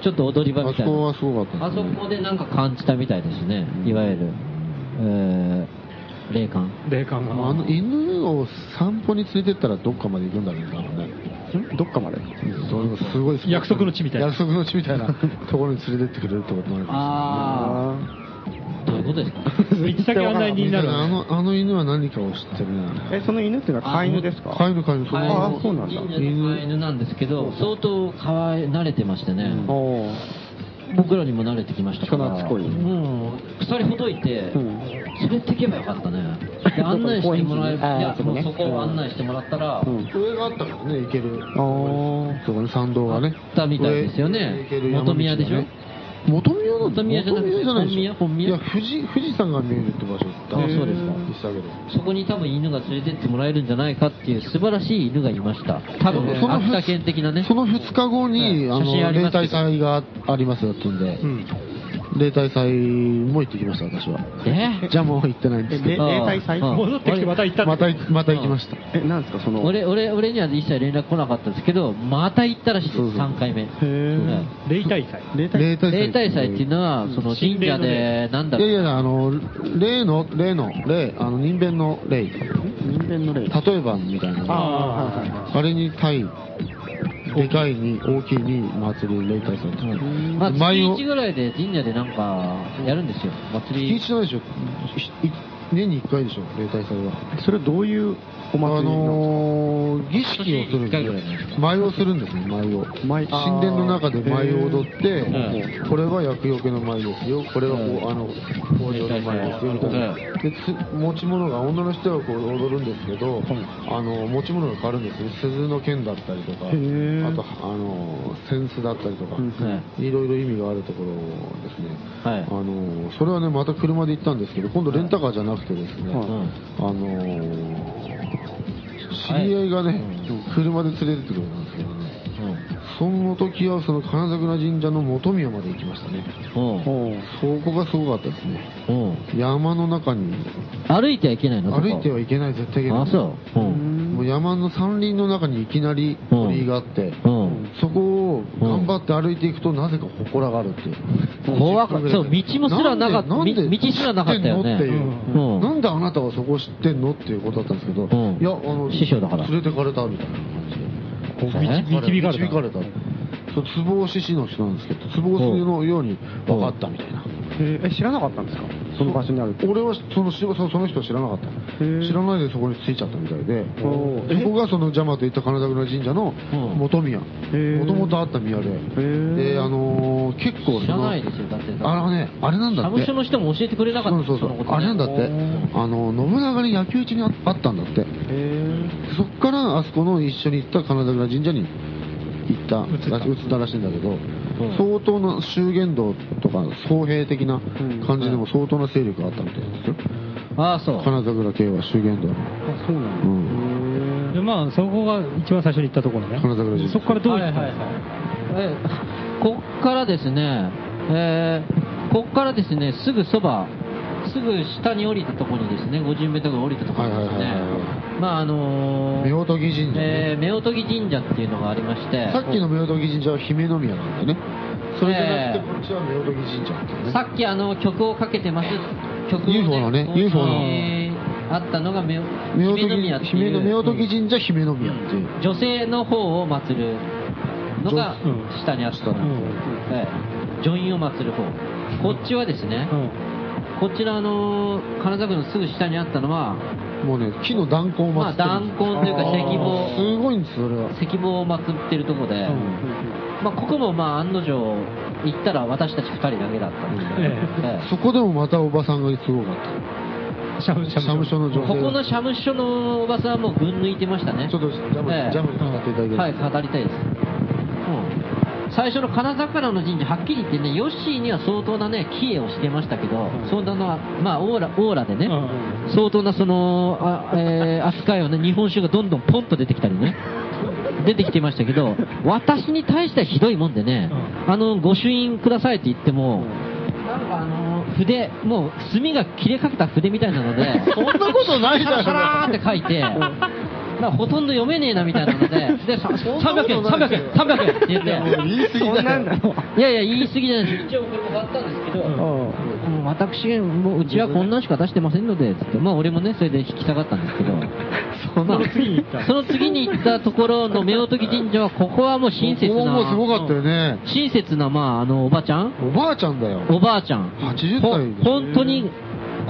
Speaker 3: そ、
Speaker 2: ちょっと踊り場
Speaker 3: あ
Speaker 2: み
Speaker 3: そ
Speaker 2: たいな。
Speaker 3: こはすごかった
Speaker 2: あ
Speaker 3: です
Speaker 2: そ
Speaker 3: ね
Speaker 2: こでなんか感じたみたいですね、いわゆる、えー、霊感。
Speaker 1: 霊感
Speaker 3: あ
Speaker 1: が。
Speaker 3: の犬を散歩に連れてったらどっかまで行くんだろうね。
Speaker 4: どっかまで。
Speaker 3: そういうすごいスポット
Speaker 1: 約束の地みたいな
Speaker 3: 約束の地みたいなところに連れてってくれるってことになるかもしれない。
Speaker 2: あ
Speaker 4: あ
Speaker 2: どういうことですか
Speaker 1: 行き先案内人になる
Speaker 3: あの、あの犬は何かを知ってるな。
Speaker 4: え、その犬っていうのは飼い犬ですか
Speaker 3: 飼い犬飼い犬、そ
Speaker 4: あ
Speaker 3: の
Speaker 4: そうなんだ
Speaker 2: 犬犬なんですけど、相当可愛い慣れてましてね、
Speaker 4: おー
Speaker 2: 僕らにも慣れてきましたから、
Speaker 4: 人懐っこい
Speaker 2: もう鎖ほどいて、
Speaker 4: うん
Speaker 2: 連れてけばよかった
Speaker 4: (laughs)
Speaker 2: ね。で案内してもらえ、い
Speaker 4: あー
Speaker 2: や、
Speaker 4: そ
Speaker 2: も
Speaker 4: こ
Speaker 2: う
Speaker 4: ね
Speaker 2: そこを案内してもらったら、
Speaker 4: うん
Speaker 3: 上があったからね、行ける。
Speaker 4: おー
Speaker 3: そこね、参道がね。行
Speaker 2: ったみたいですよね元宮でしょ
Speaker 3: 元宮なの
Speaker 2: 元宮じゃなくて
Speaker 3: 元
Speaker 2: 本宮
Speaker 3: いや、富士、富士山が見えるって場所だ
Speaker 2: あそうです
Speaker 3: 言っ
Speaker 2: か
Speaker 3: てたけど。
Speaker 2: そこに多分犬が連れてってもらえるんじゃないかっていう素晴らしい犬がいました。多分、
Speaker 3: その
Speaker 2: 秋田県的なね。
Speaker 3: その2日後に、
Speaker 2: はい
Speaker 3: あ
Speaker 2: 写真あ
Speaker 3: の、
Speaker 2: り
Speaker 3: 例
Speaker 2: ますけど
Speaker 3: 大祭がありますよってんで、
Speaker 4: うん。
Speaker 3: 例大祭も行ってきました、私は。
Speaker 2: え
Speaker 3: じゃあもう行ってないんです
Speaker 4: え、
Speaker 3: け
Speaker 4: れ
Speaker 3: ど、
Speaker 4: 霊体祭
Speaker 2: ああ
Speaker 1: 戻ってきてまた行ったん
Speaker 3: ま
Speaker 1: だ
Speaker 3: た行、また行きました。
Speaker 4: え、なんですか、その。
Speaker 2: 俺、俺、俺には一切連絡来なかったんですけど、また行ったらしいです、
Speaker 3: そうそう
Speaker 2: 3回目。
Speaker 4: ー
Speaker 1: 霊体祭
Speaker 4: 霊体
Speaker 3: 例大祭。
Speaker 2: 例大祭っていうのは、その神社で、なんだ
Speaker 3: い
Speaker 2: ろ
Speaker 3: や
Speaker 2: う
Speaker 3: いや、あの、例の、例の、例、あの、人弁の例、
Speaker 4: 人間の霊。
Speaker 3: 例えばみたい
Speaker 4: あ
Speaker 3: な。
Speaker 4: あ、はいはいはい。
Speaker 3: あれに対、でかいに、大きいに祭る例大祭っていうの。
Speaker 2: まあ、月
Speaker 3: 舞を
Speaker 2: 1ぐらいで神社でなんか、やるんですよ。祭
Speaker 3: 月
Speaker 2: り。
Speaker 3: 一じゃないでしょ。ひひ年に1回でしょ、例大祭は。
Speaker 4: それどういうお祭
Speaker 3: あ
Speaker 4: りの
Speaker 3: のー、儀式をするん
Speaker 2: 一
Speaker 3: ですよ
Speaker 2: 回ぐらいじゃないです。
Speaker 3: 舞をするんですね、舞を。
Speaker 4: 舞
Speaker 3: 神殿の中で舞を踊って、
Speaker 2: え
Speaker 3: これは厄除けの舞ですよ、これはこう、
Speaker 2: ええ
Speaker 3: あの、法要の舞ですよ、みたいな。
Speaker 2: え
Speaker 3: で、つ持ち物が、女の人はこう踊るんですけど、あの、持ち物が変わるんですね。鈴の剣だったりとか、あ
Speaker 4: え
Speaker 3: と、あの、扇子だったりとか、
Speaker 4: うん
Speaker 2: はい
Speaker 3: いろいろ意味があるところですね。
Speaker 2: はい
Speaker 3: あの、それはね、また車で行ったんですけど、今度レンタカーじゃなくてですね、
Speaker 4: はい
Speaker 2: うん
Speaker 3: あの知り合いがね、車で連れてってくれたんですけどね、その時はその金桜神社の元宮まで行きましたね。
Speaker 2: うん。うん
Speaker 4: おう
Speaker 3: そこがすごかったですね。
Speaker 2: うん。
Speaker 3: 山の中に、
Speaker 2: 歩いてはいけないのそこ
Speaker 3: 歩いてはいけない、絶対いけない。
Speaker 2: あ、そう。うん。
Speaker 3: もう山の山林の中にいきなり鳥居があって、
Speaker 2: うん。
Speaker 3: そこを頑張って歩いていくとなぜか祠があるっていう。
Speaker 2: 怖かった。そう、道もすらなかった。
Speaker 3: なん
Speaker 2: み
Speaker 3: でなんで
Speaker 2: 道すらなかったよ
Speaker 3: 知
Speaker 2: ね。
Speaker 3: ってんのっていう
Speaker 2: うん。
Speaker 3: なんであなたはそこ知ってんのっていうことだったんですけど、
Speaker 2: うん
Speaker 3: いや、あの、
Speaker 2: 師匠だから
Speaker 3: 連れてかれたみたいな感じで。こ
Speaker 2: え
Speaker 3: う導かれた。
Speaker 1: 導
Speaker 3: 導か
Speaker 1: かれ
Speaker 3: れ
Speaker 1: た
Speaker 3: た。そう、壺を獅子の人なんですけど、壺をするのように分かったみたいな。
Speaker 4: へえ、知らなかったんですかその場所にあるって。
Speaker 3: 俺はそのそのその人は知らなかった
Speaker 4: へえ
Speaker 3: 知らないでそこについちゃったみたいで
Speaker 4: おう
Speaker 3: そこがそのジャマといった金沢の神社の
Speaker 2: うん
Speaker 3: 元宮も
Speaker 4: え
Speaker 3: ともとあった宮で
Speaker 4: え
Speaker 3: であのー結構その
Speaker 2: 知らないですよ、だって。
Speaker 3: あのねあれなんだ
Speaker 2: 社
Speaker 3: っ
Speaker 2: 務
Speaker 3: て
Speaker 2: 所の人も教えてくれなかった。
Speaker 3: そうそう
Speaker 2: の
Speaker 3: そ
Speaker 2: こ
Speaker 3: う
Speaker 2: とね
Speaker 3: あれなんだって
Speaker 2: うん
Speaker 3: あの信長に焼き討ちにああったんだって
Speaker 4: え
Speaker 3: そっからあそこの一緒に行った金沢神社に行った
Speaker 1: 移った
Speaker 3: 移ったらしいんだけど、相当な修験道とか僧兵的な感じでも相当な勢力があったみたいですよ、
Speaker 2: ああ、そう。
Speaker 3: 金桜系は修験道の、
Speaker 4: あ、そうな
Speaker 3: う
Speaker 4: んだ。
Speaker 3: ん、
Speaker 1: でまあそこが一番最初に行ったところね
Speaker 3: 金桜神社
Speaker 1: そこからどう
Speaker 2: はい
Speaker 1: 行
Speaker 2: は
Speaker 1: っ
Speaker 2: い
Speaker 1: た
Speaker 2: は
Speaker 1: の
Speaker 2: い。えこっからですね、えー、こっからですね、すぐそば、すぐ下に降りたところにですね、50メートルぐらい降りたところにです
Speaker 3: はいはい
Speaker 2: ね
Speaker 3: はいは、
Speaker 2: まああのー、
Speaker 3: 夫婦神社ね、
Speaker 2: えー、夫婦神社っていうのがありまして、
Speaker 3: さっきの夫婦神社は姫宮なんだよねそれじゃなくて
Speaker 2: ええ
Speaker 3: こっちは夫婦神社っていうね
Speaker 2: さっきあの曲をかけてます曲を
Speaker 3: UFO のね
Speaker 2: ここに
Speaker 3: UFO の
Speaker 2: あったのがめ
Speaker 3: 夫
Speaker 2: 姫
Speaker 3: 婦
Speaker 2: の宮って
Speaker 3: 姫
Speaker 2: いう
Speaker 3: の夫婦神社姫宮っていう
Speaker 2: 女性の方を祀るのが
Speaker 1: うん
Speaker 2: 下にあったの、
Speaker 1: うん
Speaker 2: ええ女院を祀る方こっちはですね、こちらの金沢区のすぐ下にあったのは
Speaker 3: もうね木の断根を
Speaker 2: ま
Speaker 3: 祀
Speaker 2: あ
Speaker 3: ってる
Speaker 2: 弾痕というか
Speaker 1: あー
Speaker 2: 石棒
Speaker 3: すごいんですそれは
Speaker 2: 石棒を祀ってるとこで、
Speaker 1: うん
Speaker 2: まあ、ここもまあ案の定行ったら私たち二人だけだったんですけど、
Speaker 1: え
Speaker 2: ええ
Speaker 3: そこでもまたおばさんがすごかっ
Speaker 1: シャム
Speaker 3: た
Speaker 1: シャ
Speaker 3: 社務
Speaker 1: ム
Speaker 3: 所の女性
Speaker 2: ここの
Speaker 3: が
Speaker 2: 社務所のおばさんはもう群抜いてましたね
Speaker 3: ちょっとジャム、
Speaker 2: ええ
Speaker 3: ジャムに語っていただける、
Speaker 2: はい、語りたいです。うん、最初の金桜の神社、はっきり言ってね、ヨッシーには相当なね、帰依をしてましたけど、
Speaker 1: ん
Speaker 2: 相当な、まあ、オーラ、オーラでね、
Speaker 1: う
Speaker 2: 相当なその、あえー扱いをね、日本酒がどんどんポンと出てきたりね、出てきてましたけど、私に対してはひどいもんでね、あの、御朱印くださいって言っても、なんかあの、筆、もう墨が切れかけた筆みたいなので、
Speaker 3: そんなことないだ
Speaker 2: カラカラー
Speaker 3: ろ (laughs)
Speaker 2: って書いて、なんらほとんど読めねえなみたいなので、で、さ300円、300円、300円って言って。
Speaker 3: 言い過ぎだよ
Speaker 4: そんなんなの
Speaker 2: いやいや、言い過ぎじゃないです。一応これも買ったんですけど、もう私、もううちはこんなんしか出してませんので、つって、まあ俺もね、それで引き下がったんですけど、そ
Speaker 1: の次に行った
Speaker 2: その次に行ったところの夫婦神社は、ここはもう親切な、
Speaker 3: ここもすごかったよね
Speaker 2: 親切な、まあ、あの、おばちゃん
Speaker 3: おばあちゃんだよ。
Speaker 2: おばあちゃん。
Speaker 3: 80歳
Speaker 2: ほ
Speaker 3: ですね
Speaker 2: 本当に、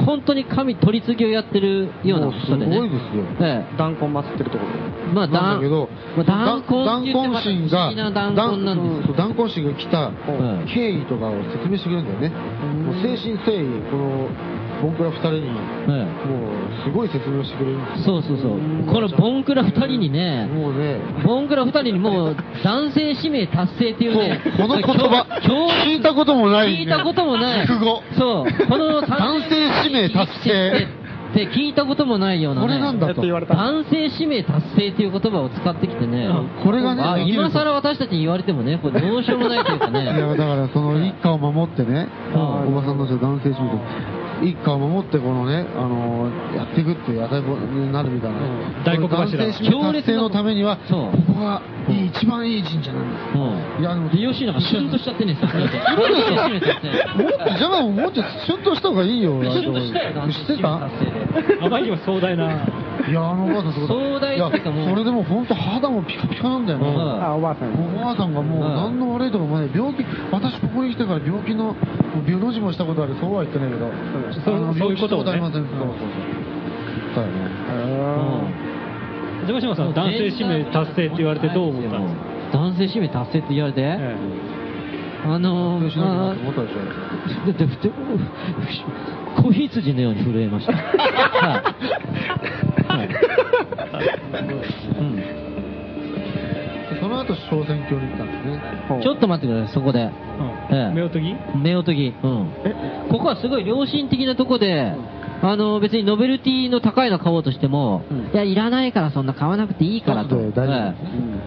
Speaker 2: 本当に神取り次ぎをやってるような
Speaker 3: もうす
Speaker 2: 人でね。
Speaker 3: ごいですよ
Speaker 2: ええ
Speaker 4: 弾痕祭ってるところ。
Speaker 2: まあ、
Speaker 3: なんだけど、だ
Speaker 2: 断魂って言って
Speaker 3: 断
Speaker 2: また不
Speaker 3: 神
Speaker 2: 思
Speaker 3: が
Speaker 2: 議な、断根なんです
Speaker 3: そう断根神が来た
Speaker 2: うん
Speaker 3: 経緯とかを説明してくれるんだよね。もう精神誠意、この、僕ら二人に、
Speaker 2: よ。ええ
Speaker 3: もう、すごい説明をしてくれるんですよ
Speaker 2: そうそうそう。このボンクラ二人にね、
Speaker 3: もうね、
Speaker 2: ボンクラ二人にもう男性使命達成っていうね、
Speaker 3: そうこの言葉
Speaker 2: 強強
Speaker 3: 聞いたこともないね
Speaker 2: 聞いたこともない。
Speaker 3: 熟語
Speaker 2: そう。この
Speaker 3: 男性使命達成
Speaker 2: って聞いたこともないようなね。
Speaker 3: これなんだ
Speaker 4: やっと
Speaker 3: と。
Speaker 4: 言われた。
Speaker 2: 男性使命達成っていう言葉を使ってきてね、
Speaker 3: これがね
Speaker 2: あ
Speaker 3: できる
Speaker 2: 今更私たちに言われてもね、これどうしようもないというか
Speaker 3: いや、だ
Speaker 2: ね、
Speaker 3: からその一家を守ってね、
Speaker 2: うん
Speaker 3: おばさんたちは男性主義で、一家を守ってこのね、あのーやっていくっていう野菜になるみたいなね
Speaker 1: うん、大黒柱
Speaker 3: 男性主義達成のためには、
Speaker 2: そう
Speaker 3: ここがいい一番いい神社なんです。
Speaker 2: うん
Speaker 3: いや、でも、
Speaker 2: で、吉野がシュンとしちゃってね、
Speaker 3: (laughs)
Speaker 2: さすがに男性使命達成
Speaker 3: もっと、じゃあもうちょっとシュッとした方がいいよ。
Speaker 2: シュンとしたよ、男性
Speaker 3: して
Speaker 2: 使命
Speaker 3: た
Speaker 2: 達成で。
Speaker 1: あまりにも壮大な。
Speaker 3: いや、あのおばあさんすごかった
Speaker 2: 壮大っていうかもう
Speaker 3: いやそれでも本当肌もピカピカなんだよね。
Speaker 2: うん
Speaker 4: あ、おばあさん。
Speaker 3: おばあさんがもう
Speaker 2: うん
Speaker 3: 何の悪いとこもない、病気、私ここに来てから病気の、病の字もしたことある、そうは言ってないけど、
Speaker 1: そう
Speaker 3: あの
Speaker 1: そういうことをね
Speaker 3: 病気したありません、そうそうそう。だよね。
Speaker 1: 高島さん、男性使命達成って言われてどう思ったんですか
Speaker 2: 男性使命達成って言われて、
Speaker 1: え
Speaker 2: あ
Speaker 3: 病
Speaker 2: のー、
Speaker 3: 気しなきゃな
Speaker 2: ま
Speaker 3: って思ったでしょ。
Speaker 2: あだってふて、小羊のように震えました。はいはいうん
Speaker 3: その後、小選挙に行ったんですね。
Speaker 2: ちょっと待ってください、そこで。え
Speaker 1: え
Speaker 2: え
Speaker 1: 夫婦ぎ
Speaker 2: 夫婦ぎ、うん、ここはすごい良心的なとこで、あの別にノベルティの高いの買おうとしても、いや、いらないからそんな買わなくていいからと。
Speaker 3: そうそう大丈夫
Speaker 2: ええ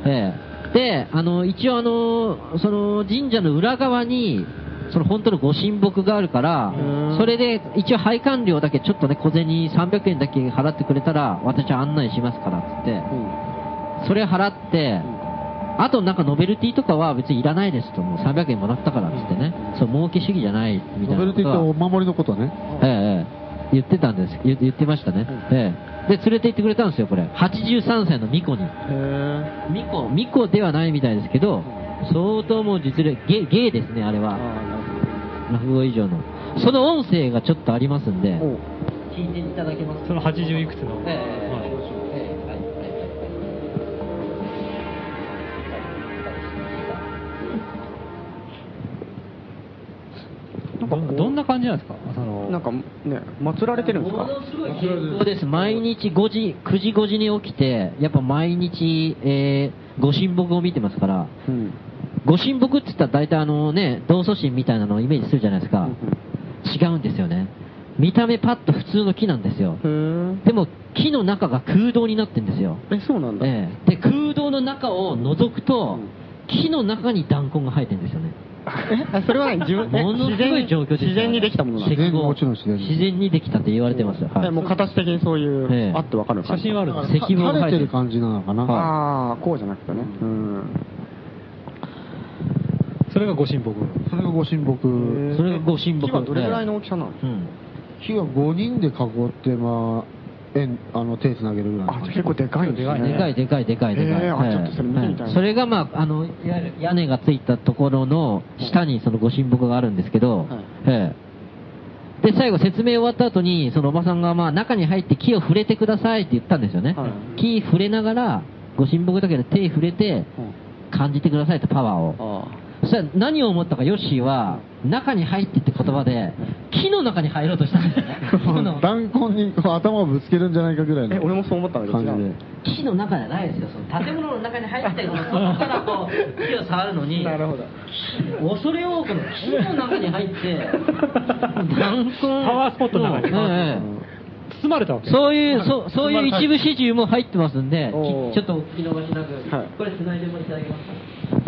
Speaker 2: ええで、あの、一応あの、その神社の裏側に、その本当のご神木があるから、それで一応配管料だけちょっとね、小銭300円だけ払ってくれたら、私は案内しますから、つって。それ払って、あとなんかノベルティとかは別にいらないですと、もう300円もらったからっつってね、そう儲け主義じゃないみたい
Speaker 3: ノベ
Speaker 2: な
Speaker 3: ル
Speaker 2: こ
Speaker 3: ティ
Speaker 2: と
Speaker 3: とお
Speaker 2: は、
Speaker 3: 守りのことね。
Speaker 2: ええええ言ってたんです、言言ってましたね、ええで、連れて行ってくれたんですよ、これ、83歳のミコに、ミコミコではないみたいですけど、相当もう実力、ゲゲイですね、あれは、落語以上の、その音声がちょっとありますんで、聞いていただけますか
Speaker 1: その80いくつの。
Speaker 2: ええ
Speaker 1: はい
Speaker 2: ええはいはいはいはい
Speaker 1: どどんな感じなんですかその
Speaker 4: なんかね、祀られてるんですか
Speaker 2: そうです。毎日5時、9時5時に起きて、やっぱ毎日、えー、ご神木を見てますから、
Speaker 4: うん。
Speaker 2: ご神木って言ったら大体あのね、同祖神みたいなのをイメージするじゃないですか。違うんですよね。見た目パッと普通の木なんですよ。
Speaker 4: うん
Speaker 2: でも、木の中が空洞になってんですよ。
Speaker 4: へえ、そうなんだ。
Speaker 2: ええで、空洞の中を覗くと
Speaker 4: うん、
Speaker 2: 木の中に弾痕が生えてるんですよね。
Speaker 4: え、それは自分、え
Speaker 2: ものすごい状況ですよ
Speaker 4: 自然にできたものなん
Speaker 2: 石
Speaker 4: だ。
Speaker 2: 膏
Speaker 3: もちろん自然に
Speaker 2: 自然にできたって言われてます。はい
Speaker 4: えもう形的にそうい
Speaker 2: ええ
Speaker 4: う、あってわかるのかな
Speaker 1: 写真はあるんです
Speaker 2: 石棒が生
Speaker 3: 垂
Speaker 2: えてる
Speaker 3: れてる感じなのかな。
Speaker 4: ああ、こうじゃなくてね。うん。
Speaker 1: それがご神木。
Speaker 3: それがご神木。
Speaker 2: それがご神木
Speaker 4: 木はどれぐらいの大きさなの
Speaker 2: うん。
Speaker 3: 木は5人で囲って、まあ、円あの手つなげるぐらいの
Speaker 4: あ、
Speaker 3: 感じ
Speaker 4: 結構でかいんですね。
Speaker 2: でかいでかいでかいでかい。
Speaker 4: えーあ
Speaker 2: はい
Speaker 4: ちょっとそれ見てみたいな
Speaker 2: はそれがまあ、あの、いわゆる屋根がついたところの下にそのご神木があるんですけど、ええで、最後説明終わった後に、そのおばさんがまあ中に入って木を触れてくださいって言ったんですよね。
Speaker 4: はい
Speaker 2: 木触れながら、ご神木だけど手触れて
Speaker 4: うん
Speaker 2: 感じてくださいってパワーを。
Speaker 4: あ
Speaker 2: そしたら何を思ったかヨッシーは、中に入ってって言葉で、木の中に入ろうとしたんですよ
Speaker 4: (laughs)
Speaker 2: ね。この
Speaker 3: 弾痕にこう頭をぶつけるんじゃないかぐらい
Speaker 4: ーえ、俺
Speaker 3: の
Speaker 4: もそう思ったんだけど、
Speaker 3: 感じ
Speaker 4: 違う
Speaker 3: で
Speaker 4: の。
Speaker 2: 木の中じゃないですよ、その建物の中に入ってるの、そこからこう、木を触るのに、
Speaker 4: なるほど。
Speaker 2: 恐れ多くの木の中に入って、弾痕。パ
Speaker 1: パワースポットの中に包まれたわけ
Speaker 2: そういう、そう、そういう一部始終も入ってますんで、
Speaker 4: おー
Speaker 2: きちょっとお聞き逃しなく、
Speaker 4: はい
Speaker 2: これ繋いでもいただけますか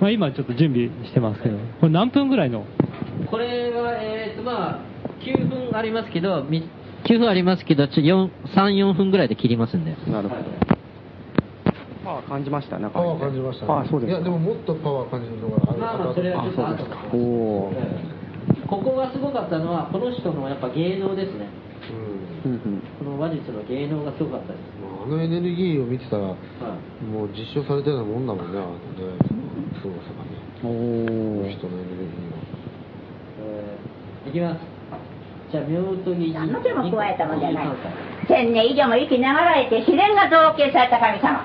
Speaker 1: まあ、今ちょっと準備してますけど、これ何分ぐらいの
Speaker 2: これは、えーと、まあ、9分ありますけど、み9分ありますけど、ちょ4 3、4分ぐらいで切りますんで。
Speaker 4: なるほど。パワー感じました、中
Speaker 3: パワー感じましたね。
Speaker 4: あ、そうです
Speaker 3: いや、でももっとパワー感じるのがある
Speaker 2: まあまあ、それはちょっと後か
Speaker 4: おおー。
Speaker 2: ここがすごかったのは、この人のやっぱ芸能ですね。
Speaker 3: うん
Speaker 4: うんうん
Speaker 2: この話術の芸能がすごかったです。
Speaker 3: まああのエネルギーを見てたら、も
Speaker 2: は
Speaker 3: う実証されてるようなもんだもんね、あのね、すごさがね。人
Speaker 4: おー
Speaker 3: のエネルギーが。
Speaker 2: いえーいきます。じゃあ、妙とぎに。
Speaker 5: 何の手も加えたもんじゃない。千年以上も生き流れて自然が造形された神様。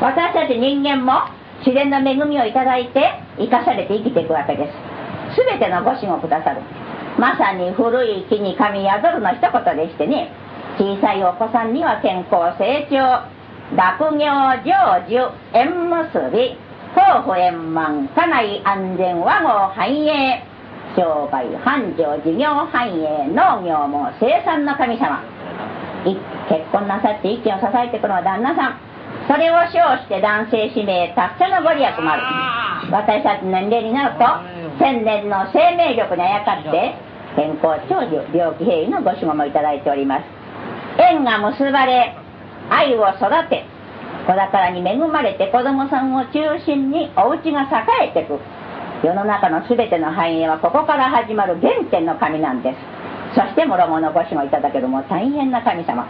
Speaker 5: 私たち人間も自然の恵みをいただいて生かされて生きていくわけです。すべてのご神をくださる。まさに古い木に神宿るの一言でしてね、小さいお子さんには健康成長、学業成就、縁結び、夫婦円満、家内安全、和合繁栄、商売繁盛、事業繁栄、農業も生産の神様。い結婚なさって一家を支えていくのは旦那さん。それを称して男性使命達成のご利益もある。私たちの年齢になると、千年の生命力にあやかって、健康長寿、病気平癒のご守護もいただいております。縁が結ばれ、愛を育て、子宝に恵まれて子供さんを中心にお家が栄えていく。世の中の全ての繁栄はここから始まる原点の神なんです。そして諸々ご守護いただけるもう大変な神様。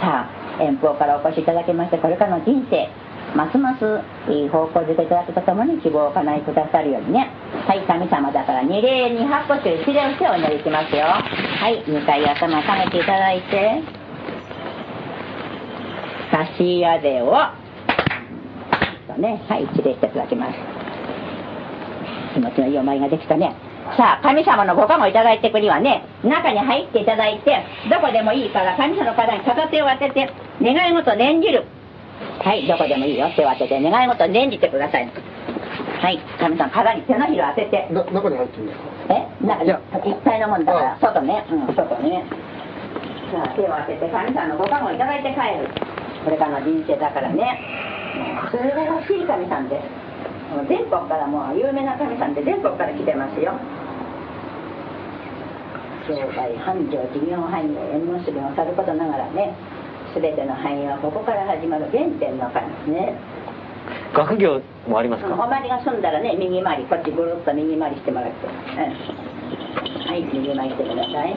Speaker 5: さあ、遠方からお越しいただきまして、これからの人生、ますますいい方向づけいただくとともに希望を叶えくださるようにね。はい、神様だから二礼二拍手一礼をしてお祈りしますよ。はい、二回頭を下げていただいて、差し上げを、とね、はい、一礼していただきます。気持ちのいいお参りができたね。さあ、神様のご加護いただいていくにはね、中に入っていただいて、どこでもいいから神様の体に片手を当てて、願い事を念じる。はい、どこでもいいよ、手を当てて、願い事を念じてください。はい、神様、体に手のひらを当てて。
Speaker 3: な中に入ってるんですか
Speaker 5: えなんか
Speaker 3: いや
Speaker 5: 一体のもんだから
Speaker 3: あ
Speaker 5: 外ねうん外ねじゃあ手を当てて神さんのご加護をいただいて帰るこれからの人生だからねもうそれが欲しい神さんですもう全国からもう有名な神さんって全国から来てますよ商売繁盛事業繁栄縁結びをさることながらね全ての繁栄はここから始まる原点の神ですね
Speaker 6: 学業もあります
Speaker 5: うんお
Speaker 6: か
Speaker 5: 参りが済んだらね、右回り、こっちぐるっと右回りしてもらって。うんはい、右回りしてください。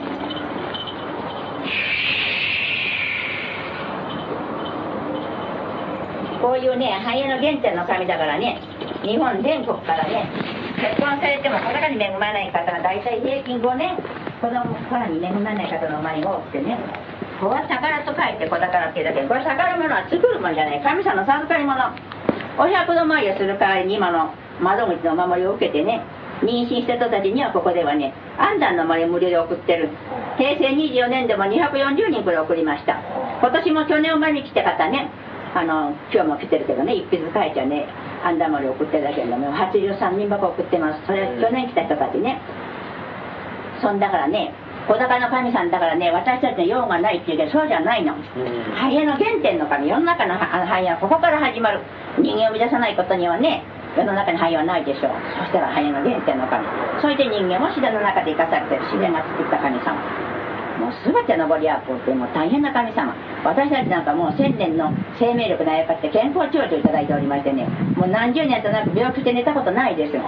Speaker 5: こういうね、繁栄の原点の神だからね、日本全国からね、結婚されてもこの中に恵まれない方が大体平均5年、子供からに恵まれない方の周りが多くてね、子は宝と書いて子宝って言うだけど、これ宝物は作るもんじゃない、神様の授かり物。お百度参りをする代わりに今の窓口のお守りを受けてね、妊娠した人たちにはここではね、安産の守りを無料で送ってる。平成24年でも240人くらい送りました。今年も去年生まれに来た方ね、あの、今日も来てるけどね、一筆書いちゃね、安産守りを送ってるだけども、83人箱送ってます。それは去年来た人たちね。そんだからね、小高の神さんだからね、私たちの用がないっていうけど、そうじゃないの。繁栄の原点の神、世の中のあの繁栄はここから始まる。人間を生み出さないことにはね、世の中に繁栄はないでしょう。そしたら繁栄の原点の神。そして人間も自然の中で生かされてる。自然が作った神様。もう全てのご利益をってもう大変な神様私たちなんかもう千年の生命力のあやかって健康長寿をいただいておりましてねもう何十年となく病気で寝たことないですよ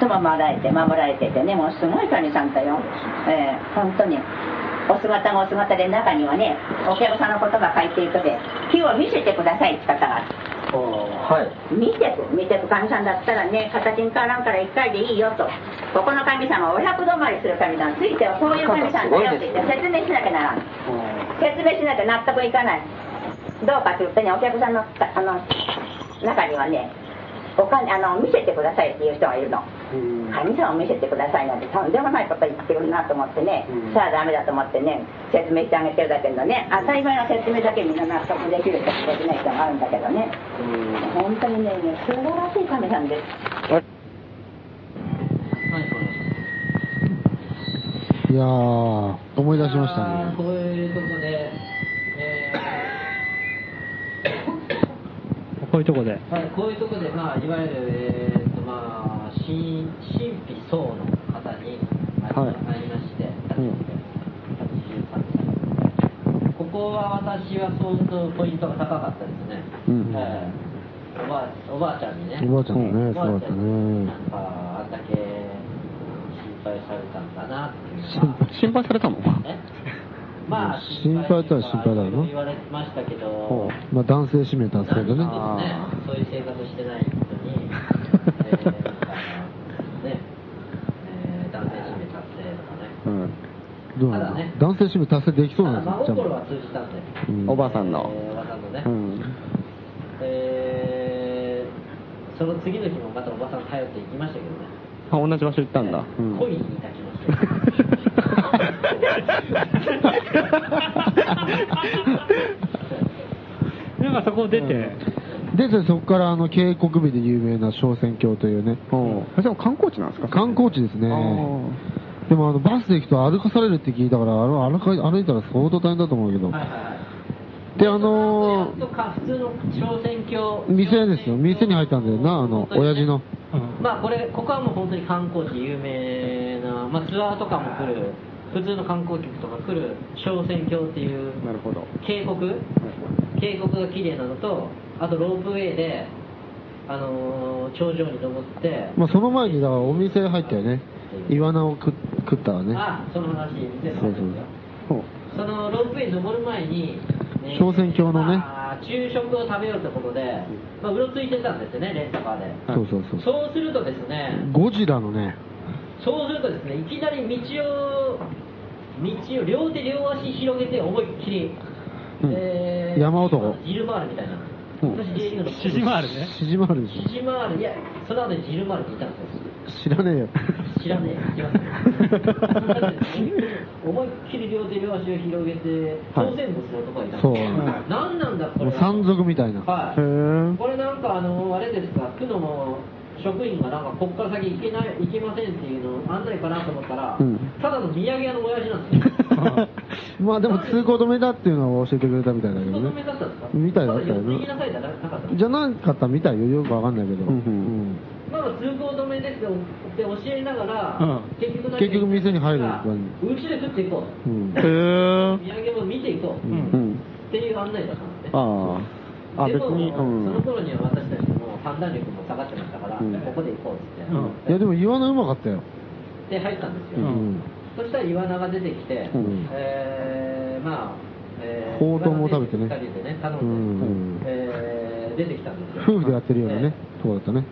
Speaker 5: ずっと守られて守られててねもうすごい神さんだよええ本当にお姿がお姿で中にはねお客さんの言葉書いていくで木を見せてくださいって方がある
Speaker 6: はい。
Speaker 5: 見てく見てく神さんだったらね形に変わらんから一回でいいよとここの神様はお百度回りする神さんついてはこういう神さんだよって言って説明しなきゃならん説明しなきゃ納得いかないどうかというとねお客さんのあの中にはねお金あの見せてくださいっていう人がいるの神様を見せてくださいなんてとんでもないこと言ってるなと思ってね、さあダメだと思ってね説明してあげてるだけどね当たり前の説明だけみんな納得できるとできない人もあるんだけどね本当にね素晴らしい神さんです
Speaker 3: いやー、思い出しました
Speaker 2: あーこ
Speaker 3: ね。
Speaker 2: ういうとこで、え
Speaker 1: こういうとこで。
Speaker 2: ーはい、こういうとこで、まあ、いわゆる、え神神秘層の方に
Speaker 4: はい
Speaker 2: 会いまして、
Speaker 4: うん
Speaker 2: 83歳ここは私は相当ポイントが高かったですね、
Speaker 4: うん
Speaker 2: ええおばあおばあちゃんにね
Speaker 3: おばあちゃんだね
Speaker 2: おばあちゃんに
Speaker 3: そうだったね
Speaker 2: なんかあんだけ心配されたんだなっていう
Speaker 4: 心配心配されたの
Speaker 2: えまあ
Speaker 3: 心配とは心配だよな
Speaker 2: 言われてましたけど、
Speaker 4: ほ
Speaker 3: まあ男性指名
Speaker 2: な
Speaker 3: 達成で
Speaker 2: ん
Speaker 3: ね。
Speaker 2: かね
Speaker 4: あ
Speaker 2: そういう生活してない人
Speaker 3: (laughs)
Speaker 2: に、えーなんかね、えー男性指名達成とかね、
Speaker 4: うん
Speaker 3: どうな
Speaker 2: ただ
Speaker 3: んだ
Speaker 2: ね
Speaker 3: 男性指名達成でき
Speaker 2: た
Speaker 3: そうな
Speaker 2: だ
Speaker 3: ん
Speaker 2: 真
Speaker 3: です
Speaker 2: 心は通じたんで、
Speaker 3: うん
Speaker 4: おばさん
Speaker 2: え
Speaker 4: の
Speaker 2: ーおばさんのね、
Speaker 4: うん
Speaker 2: えーその次の日もまたおばさん頼って行きましたけどね、
Speaker 4: あ同じ場所行ったんだ、うん
Speaker 2: 恋に抱きま
Speaker 3: (laughs)
Speaker 2: (laughs) したよ。
Speaker 1: なんかそこ出て、
Speaker 3: で、でそこからあの渓谷美で有名な昇仙峡というね、
Speaker 4: おうあじゃあ観光地なんですか
Speaker 3: 観光地ですね
Speaker 4: あ。
Speaker 3: でもあのバスで行くと歩かされるって聞いたから、あの歩か歩いたら相当大変だと思うけど。
Speaker 2: はいはいはい
Speaker 3: で、あの
Speaker 2: やっとか普通の商船橋
Speaker 3: 店ですよ店に入ったんだよなあの
Speaker 2: 本当にね
Speaker 3: 親父の
Speaker 1: うん
Speaker 2: まあこれここはもう本当に観光地有名な、まあ、ツアーとかも来る普通の観光客とか来る商船橋っていう
Speaker 4: なるほど
Speaker 2: 渓谷渓谷が綺麗なのとあとロープウェイであのー頂上に登って、
Speaker 3: まあ、その前にだからお店入ったよねイワナを食食ったわね
Speaker 2: あその話全部
Speaker 3: そう
Speaker 2: あるんですよ
Speaker 4: ほう
Speaker 2: そのロープウェイ登る前に、ね
Speaker 3: 昇仙峡のね
Speaker 2: まあ昼食を食べようってことで、まあ、うろついてたんですよね、レンタカーで。
Speaker 3: そうそうそう
Speaker 2: そうするとですね、
Speaker 3: ゴジラのね
Speaker 2: そうするとですね、いきなり道を、道を両手両足広げて思いっきり、
Speaker 3: うん山男
Speaker 2: ジルマールみたいな。
Speaker 3: うん
Speaker 2: 私 J リーグの
Speaker 1: 縮まるね。
Speaker 3: シジマルでし
Speaker 2: シジマール、いや、その後にジルマールにいたんですよ。
Speaker 3: ょ知らねえよ
Speaker 2: 知らね
Speaker 3: (laughs)
Speaker 2: えよ、思いっきり両手両足を広げて、
Speaker 3: はい
Speaker 2: 当然物のとこにいた
Speaker 3: そう
Speaker 2: 何なんだ
Speaker 3: も
Speaker 2: これ
Speaker 3: う
Speaker 2: は
Speaker 3: 山賊みたいな
Speaker 2: (laughs) はい
Speaker 4: へえ
Speaker 2: これなんかあのあれですか区の職員がなんかここから先行けない行けませんっていうの案内かなと思ったら、
Speaker 4: うん
Speaker 2: ただの土産屋の親父なんですよ
Speaker 3: まあでも通行止めだっていうのは教えてくれたみたいだけ
Speaker 2: 仕
Speaker 3: ど
Speaker 2: 事目
Speaker 3: ね
Speaker 2: だったんですか
Speaker 3: みたいだったよね
Speaker 2: ただ行きなさいじゃなかったんですか
Speaker 3: じゃなかったみたいよよくわかんないけど、
Speaker 4: うんう
Speaker 2: まだ通行止めですよって教えながら、
Speaker 1: うん
Speaker 2: 結局何
Speaker 3: 結局店に入る
Speaker 2: うちで食っていこう
Speaker 3: うんうん
Speaker 4: へえ
Speaker 2: 土産も見ていこう、
Speaker 1: う。
Speaker 4: うんん
Speaker 2: っていう案内だったんですね
Speaker 4: あああ
Speaker 2: で
Speaker 4: 別
Speaker 2: も
Speaker 4: にう
Speaker 2: その
Speaker 4: ん
Speaker 2: 頃には私たちも判断力も下がってましたから、
Speaker 4: うん
Speaker 2: ここで行こうっつって、
Speaker 1: うん
Speaker 3: いやでもイワナうまかったよ、
Speaker 2: で入ったんですよ、
Speaker 1: うん
Speaker 2: そしたらイワナが出てきて、
Speaker 3: うん
Speaker 2: えーまあ、えー
Speaker 3: ほうとうも食べてね
Speaker 2: イワナ出き二人でね、頼んで、
Speaker 3: うん
Speaker 2: えー出てきたんですよ。
Speaker 3: 夫婦でやってるようなね、とこだったね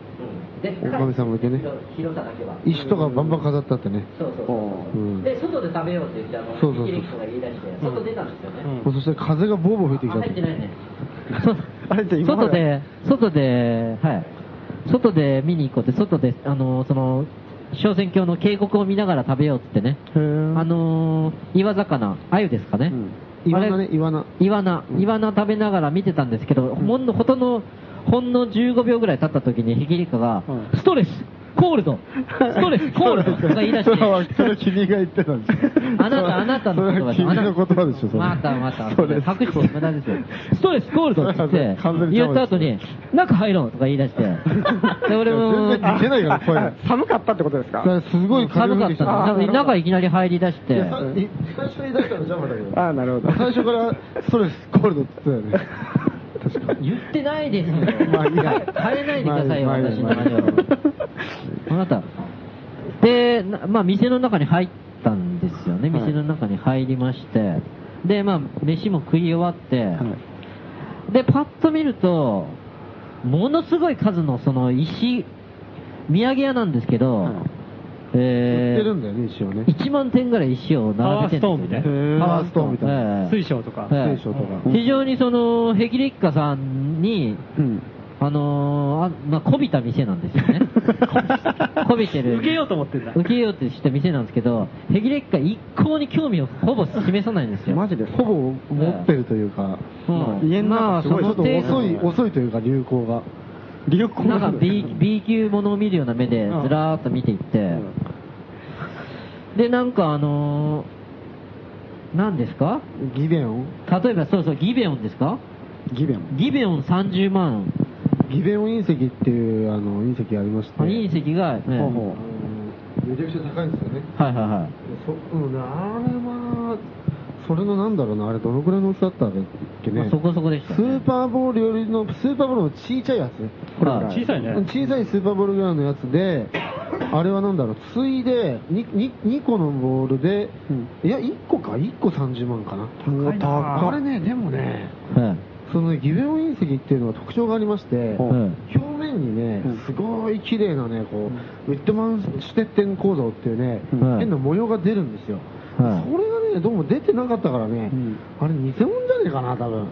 Speaker 2: でうん、で
Speaker 3: おかみさんもいてね
Speaker 2: 広広さだけは。
Speaker 3: 石とかバンバン飾ってあってね、
Speaker 2: そうそうそう、
Speaker 3: うん
Speaker 2: で、外で食べようって言って、あの、
Speaker 3: そうそうそう
Speaker 2: キリコが言い出して、外出たんですよね。
Speaker 1: う
Speaker 3: も
Speaker 1: ん
Speaker 3: うそして風がボーボー吹いてき
Speaker 2: あ
Speaker 3: た
Speaker 2: 入ってないね。
Speaker 4: あれじゃあ今ま
Speaker 7: 外で、外で、はい。外で見に行こうって、外で、あの、その、昇仙峡の渓谷を見ながら食べようっつってね。あ
Speaker 3: へー
Speaker 7: のー、岩魚、鮎ですかね。
Speaker 3: イワナ
Speaker 7: あ
Speaker 3: ね
Speaker 7: れ
Speaker 3: イワナ
Speaker 7: イワナ、イワナ食べながら見てたんですけど、ほんの、ほとんど、ほんの15秒ぐらい経った時に、ヒゲリカが、
Speaker 4: うん
Speaker 7: ストレス、コールド、ストレ
Speaker 3: (laughs)
Speaker 7: ス、コールドとか言い出し
Speaker 3: それは
Speaker 7: て、
Speaker 3: それは君が言ってたんですよ
Speaker 7: あなた、あなたの言葉
Speaker 3: それは君
Speaker 7: あな
Speaker 3: の言葉でしょ、それ
Speaker 7: また、また、
Speaker 3: それ
Speaker 7: 隠して無駄ですよ。ストレス、コールドって言
Speaker 3: (laughs)
Speaker 7: って
Speaker 3: 完全、に
Speaker 7: 言った後に、中入ろうとか言い
Speaker 3: (laughs)
Speaker 7: 出して、で、俺も
Speaker 3: 全、然出ないから、声が。
Speaker 4: あ寒かったってことです
Speaker 3: だ
Speaker 4: か
Speaker 3: からすごい風
Speaker 7: 寒
Speaker 3: 吹
Speaker 7: かっ
Speaker 3: い
Speaker 7: て
Speaker 3: きた
Speaker 7: たんで、中いきなり入り出して、
Speaker 3: いやさ最初に出したの邪魔だけど
Speaker 4: ああなるほど
Speaker 3: 最初からストレスコールドって言ってたよね。確かに。
Speaker 7: 言ってないですよ。
Speaker 3: まあいいや
Speaker 7: 変えないでくださいよ、
Speaker 3: まあいい
Speaker 7: 私の話
Speaker 3: まあいい
Speaker 7: を。あなた。で、なまあ、店の中に入ったんですよね。
Speaker 4: はい
Speaker 7: 店の中に入りまして。で、まあ、飯も食い終わって、で、パッと見ると、ものすごい数のその石、土産屋なんですけど、
Speaker 4: はい
Speaker 3: 売っ
Speaker 7: え
Speaker 3: てるんだよね、一応ね。
Speaker 7: 1万点ぐらい石を並べてるんですよね
Speaker 3: パワーストーンみたいな。
Speaker 7: ええ
Speaker 1: 水晶とか。
Speaker 7: ええ
Speaker 3: 聖書とか。
Speaker 7: 非常にその、ヘキレッカさんに、
Speaker 4: うん
Speaker 7: あのーあまあ、こびた店なんですよ
Speaker 1: (laughs)
Speaker 7: ね。こびてる。
Speaker 1: 受けようと思ってんだ。
Speaker 7: 受けようとした店なんですけど、ヘギレッカ一向に興味をほぼ示さないんですよ。
Speaker 4: マジですか
Speaker 3: ほぼ持ってるというか、
Speaker 7: うん
Speaker 4: 家の中
Speaker 7: まあ、
Speaker 4: す
Speaker 7: そ
Speaker 4: ごい
Speaker 3: ちょ
Speaker 7: の
Speaker 3: っと
Speaker 7: 程
Speaker 3: 遅
Speaker 7: 度
Speaker 3: い、遅いというか、流行が。
Speaker 4: 流行
Speaker 7: なんか
Speaker 4: の
Speaker 7: B, B 級ものを見るような目でずらーっと見ていって、で、なんかあのー、何ですか
Speaker 3: ギベオン
Speaker 7: 例えばそうそう、ギベオンですか
Speaker 4: ギベン
Speaker 7: ギベオン30万、
Speaker 3: ギベオン隕石っていうあの隕石ありまして、
Speaker 2: 隕石が、ええ
Speaker 3: ほうほうめちゃくちゃ高いんですよね。
Speaker 2: はいはいはい。
Speaker 3: そうんねあれは、それのなんだろうな、あれどのくらいの大きさだったんだっけね。
Speaker 2: まあそこそこでした
Speaker 3: ス
Speaker 2: ね
Speaker 3: ーパーボールよりの、スーパーボールの小さいやつ。
Speaker 2: これぐらい
Speaker 1: 小さいね。
Speaker 3: 小さいスーパーボールぐらいのやつで、あれはなんだろう、ついで、にに 2, 個のボールで、いや、1個か、1個30万かな。あれね、でもね、
Speaker 2: え
Speaker 3: そのねギベオン隕石っていうのは特徴がありまして、
Speaker 2: ん
Speaker 3: 表面にね、すごい綺麗なね、こう、ウィットマンシュテッテン構造っていうね、
Speaker 2: うん
Speaker 3: 変な模様が出るんですよ。
Speaker 2: はい
Speaker 3: それがね、どうも出てなかったからね、あれ偽物じゃねえかな、多分。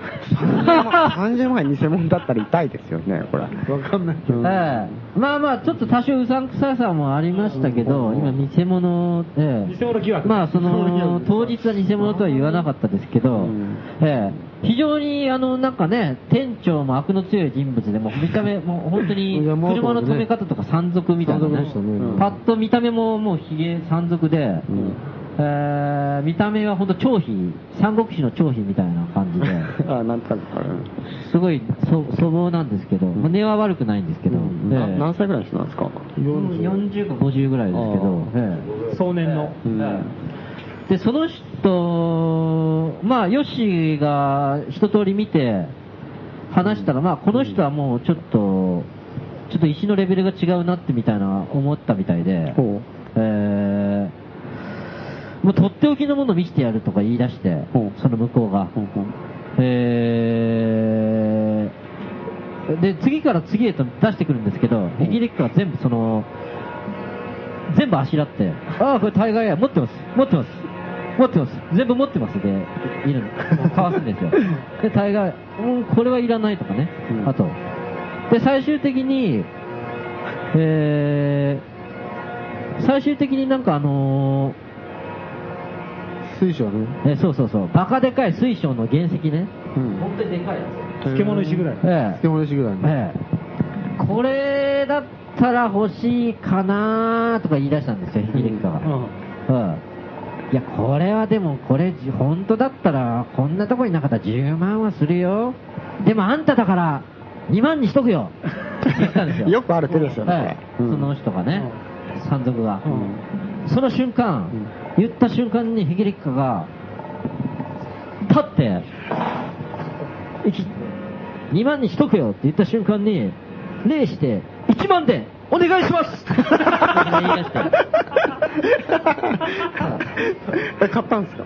Speaker 4: 30万円偽物だったら痛いですよね、これ。
Speaker 3: わかんないけど。
Speaker 2: ええまあまあ、ちょっと多少うさんくささもありましたけど、今、偽物、ええ
Speaker 1: 偽物疑惑
Speaker 2: まあ、その、当日は偽物とは言わなかったですけど、ええ非常に、あの、なんかね、店長も悪の強い人物で、もう見た目、もう本当に、
Speaker 3: いやもう
Speaker 2: 車の止め方とか山賊みたいな、
Speaker 3: 山賊でしたねうん
Speaker 2: パッと見た目ももうひげ山賊で、ええ見た目は本当張飛、三国志の張飛みたいな感じで、
Speaker 4: あ、なんかあれ。
Speaker 2: すごいそ粗暴なんですけど、まあ根は悪くないんですけど、ええ
Speaker 4: 何歳ぐらいの人なんですか
Speaker 2: 40か50ぐらいですけど、え
Speaker 1: 少年の。
Speaker 2: えで、その人、まあ、ヨッシーが一通り見て、話したら、まあ、この人はもうちょっと、ちょっと石のレベルが違うなってみたいな、思ったみたいで、えーもうとっておきのもの見せてやるとか言い出して、その向こうが。えーで、次から次へと出してくるんですけど、ヘキレックは全部その、全部あしらって、ああ、これ大概や、持ってます、持ってます、持ってます、全部持ってますで、いるの、かわすん
Speaker 8: (laughs)
Speaker 2: ですよ。で、大概、うん、これはいらないとかね、あと。で、最終的に、えー、最終的になんかあの
Speaker 3: 水晶ね。
Speaker 2: ーえそうそうそう、バカでかい水晶の原石ね、
Speaker 3: うん。
Speaker 8: 本当にでかいやつ。
Speaker 1: 漬物石ぐらい。
Speaker 2: ええ
Speaker 3: 漬物石ぐらいの。
Speaker 2: ええこれだったら欲しいかなーとか言い出したんですよ、ヒキリンカが。
Speaker 1: うん。
Speaker 2: うんいや、これはでも、これ、本当だったら、こんなとこになかったら10万はするよ。でもあんただから、2万にしとくよ。って言ったんですよ。
Speaker 4: (laughs) よくある手ですよね
Speaker 2: はいその人がね、山賊が。
Speaker 1: う
Speaker 2: その瞬間、言った瞬間にヘゲリッカが、立って、いき2万にしとくよって言った瞬間に、礼して、1万でお願いしますって言い出して
Speaker 4: え、買ったんですか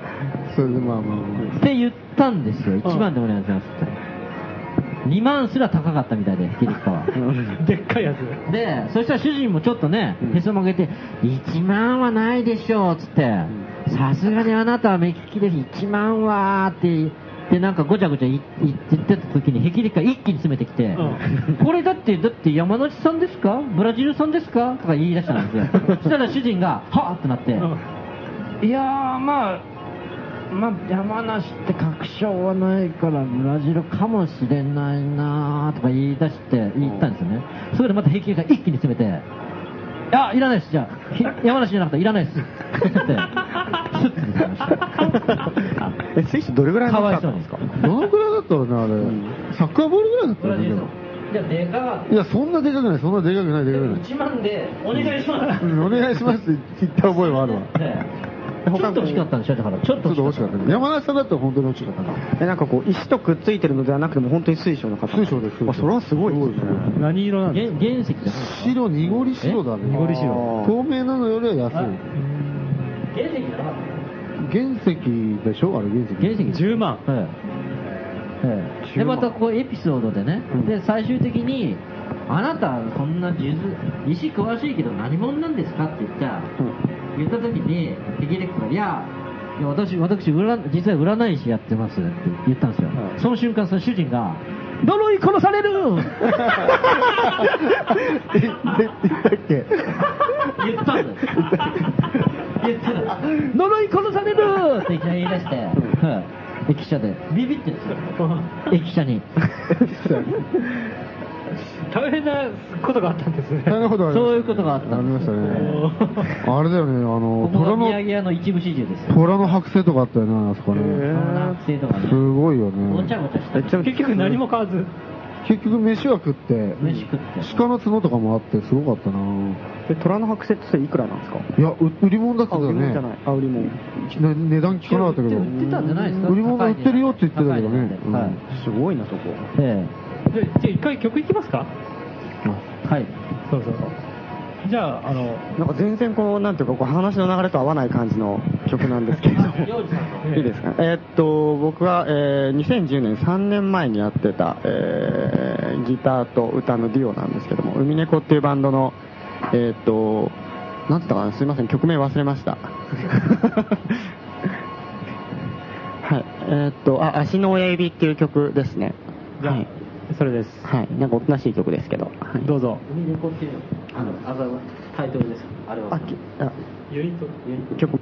Speaker 3: それでまあまあまあ。
Speaker 2: って言ったんですよ。1万でお願いしますって。2万すら高かったみたいで、ヒキリッカは。
Speaker 1: でっかいやつ。
Speaker 2: で、そしたら主人もちょっとね、へそ曲げて、1万はないでしょう、つって。さすがにあなたは目利きで1万はーって言って、なんかごちゃごちゃ言言ってた時に、ヘキリッカ一気に詰めてきて、これだって、だって山梨さんですかブラジルさんですかとか言い出したんですよ。そしたら主人が、はぁってなって、いやー、まあ、まあ、山梨って確証はないから、ブラジルかもしれないなーとか言い出して、言ったんですよね。それでまた平均が一気に詰めて、いや、いらないです、じゃあ、ひ山梨じゃなくて、いらないです。って言って、 (laughs) スッて出てきました。
Speaker 4: え、水晶どれぐらい
Speaker 2: か
Speaker 4: の
Speaker 2: わ
Speaker 4: 大
Speaker 2: い
Speaker 4: き
Speaker 2: そ
Speaker 4: さ
Speaker 2: うに。
Speaker 3: どのくらいだったろうね、あれ。サッカーボールぐらいだった
Speaker 8: ブ
Speaker 3: よ
Speaker 8: ラジ
Speaker 3: ね、
Speaker 8: ル
Speaker 3: で
Speaker 8: さ
Speaker 3: も
Speaker 8: ん。じゃあ、でかかっ
Speaker 3: いや、そんなでかくない、そんなでかくない、で
Speaker 8: た。
Speaker 3: かくない。
Speaker 8: 1万でお願いします。
Speaker 3: うんお願いしますって言った覚えはあるわ。
Speaker 2: ちょっと欲しかったんでしょ、だから。ちょっ
Speaker 3: ち
Speaker 2: と
Speaker 3: ょっと
Speaker 2: 欲
Speaker 3: 惜
Speaker 2: し
Speaker 3: し
Speaker 2: か
Speaker 3: か
Speaker 2: っ
Speaker 3: ったね。山梨さんだったら本当に惜しかったな。
Speaker 4: え、なんかこう、石とくっついてるのではなくても、本当に水晶の方
Speaker 3: 水晶です水晶
Speaker 4: あ、それはすごいですね。
Speaker 1: 何色な
Speaker 2: た。
Speaker 1: んで
Speaker 2: 原
Speaker 1: すか
Speaker 2: 原石じゃない
Speaker 3: 白、濁り白だね。
Speaker 1: 濁り
Speaker 4: 白
Speaker 3: 透明なのよりは安い。
Speaker 8: 原石じゃなかっ
Speaker 3: 原石でしょあれ原石。
Speaker 2: 原石です
Speaker 1: ?10 万。
Speaker 2: はいええでまたこうエピソードでね、で最終的に、あなた、そんな数珠石詳しいけど、何者なんですかって言った、言った時に、ヘキレックが、いや、いや私、私占、実は占い師やってますって言ったんですよ、その瞬間、その主人が、呪い殺される (laughs) 言ったんだよ。言ったら呪い殺されるっていきなり言い出して、はい駅舎で。ビビってるんですよ。駅舎に。
Speaker 1: 大変なことがあったんですね。
Speaker 3: 大変なことがありました
Speaker 2: そういうことがあった
Speaker 3: あり
Speaker 2: ん
Speaker 3: ま
Speaker 2: で
Speaker 3: し
Speaker 2: す
Speaker 3: た
Speaker 2: よ
Speaker 3: ね。
Speaker 1: おー
Speaker 3: あれだよね、あ
Speaker 2: こ
Speaker 3: の、
Speaker 2: こが
Speaker 3: 虎
Speaker 2: 土産
Speaker 3: の、
Speaker 2: 屋の一部始終ですよ。
Speaker 3: 虎の剥製とかあったよね、あそこね。
Speaker 2: 学生とかね。
Speaker 3: すごいよね。
Speaker 2: ごちゃごちゃして
Speaker 4: えちなみに
Speaker 1: 結局何も買わず。
Speaker 3: 結局飯は食って、
Speaker 9: 飯食って
Speaker 3: 鹿の角とかもあってすごかったな
Speaker 4: で虎の白節っていくらなんですか
Speaker 3: いや、う売り物だった
Speaker 4: あ、
Speaker 3: んだ
Speaker 4: 売り
Speaker 3: よね
Speaker 4: 物じゃない。あ、売り物。
Speaker 3: ね値段聞かなかったけど。
Speaker 9: 売ってたんじゃないですか
Speaker 3: 売り物売ってるよって言ってたけどね。
Speaker 9: 高い値段ではい
Speaker 4: すごいな、そこ。
Speaker 2: え
Speaker 1: じゃあ一回曲いきますか
Speaker 2: え。はい。
Speaker 1: そうそうそう。じゃあ、あの、
Speaker 4: なんか全然こう、なんていうか、こう話の流れと合わない感じの曲なんですけれども。
Speaker 9: 幼児さんの
Speaker 4: いいですかね。えーっと、僕は、えー2010年3年前にやってた、えーギターと歌のデュオなんですけども、海猫っていうバンドの、えーっと、なんて言ったかな、すいません、曲名忘れました。 (laughs) はい。えーっと、あ、足の親指っていう曲ですね。はい。
Speaker 1: それです。
Speaker 4: はい。なんかおとなしい曲ですけど。はい
Speaker 1: どうぞ。
Speaker 9: 海猫っていうのあの、あざわタイトルです。あれは。
Speaker 4: あ、きあ
Speaker 1: ユニット。
Speaker 4: 曲。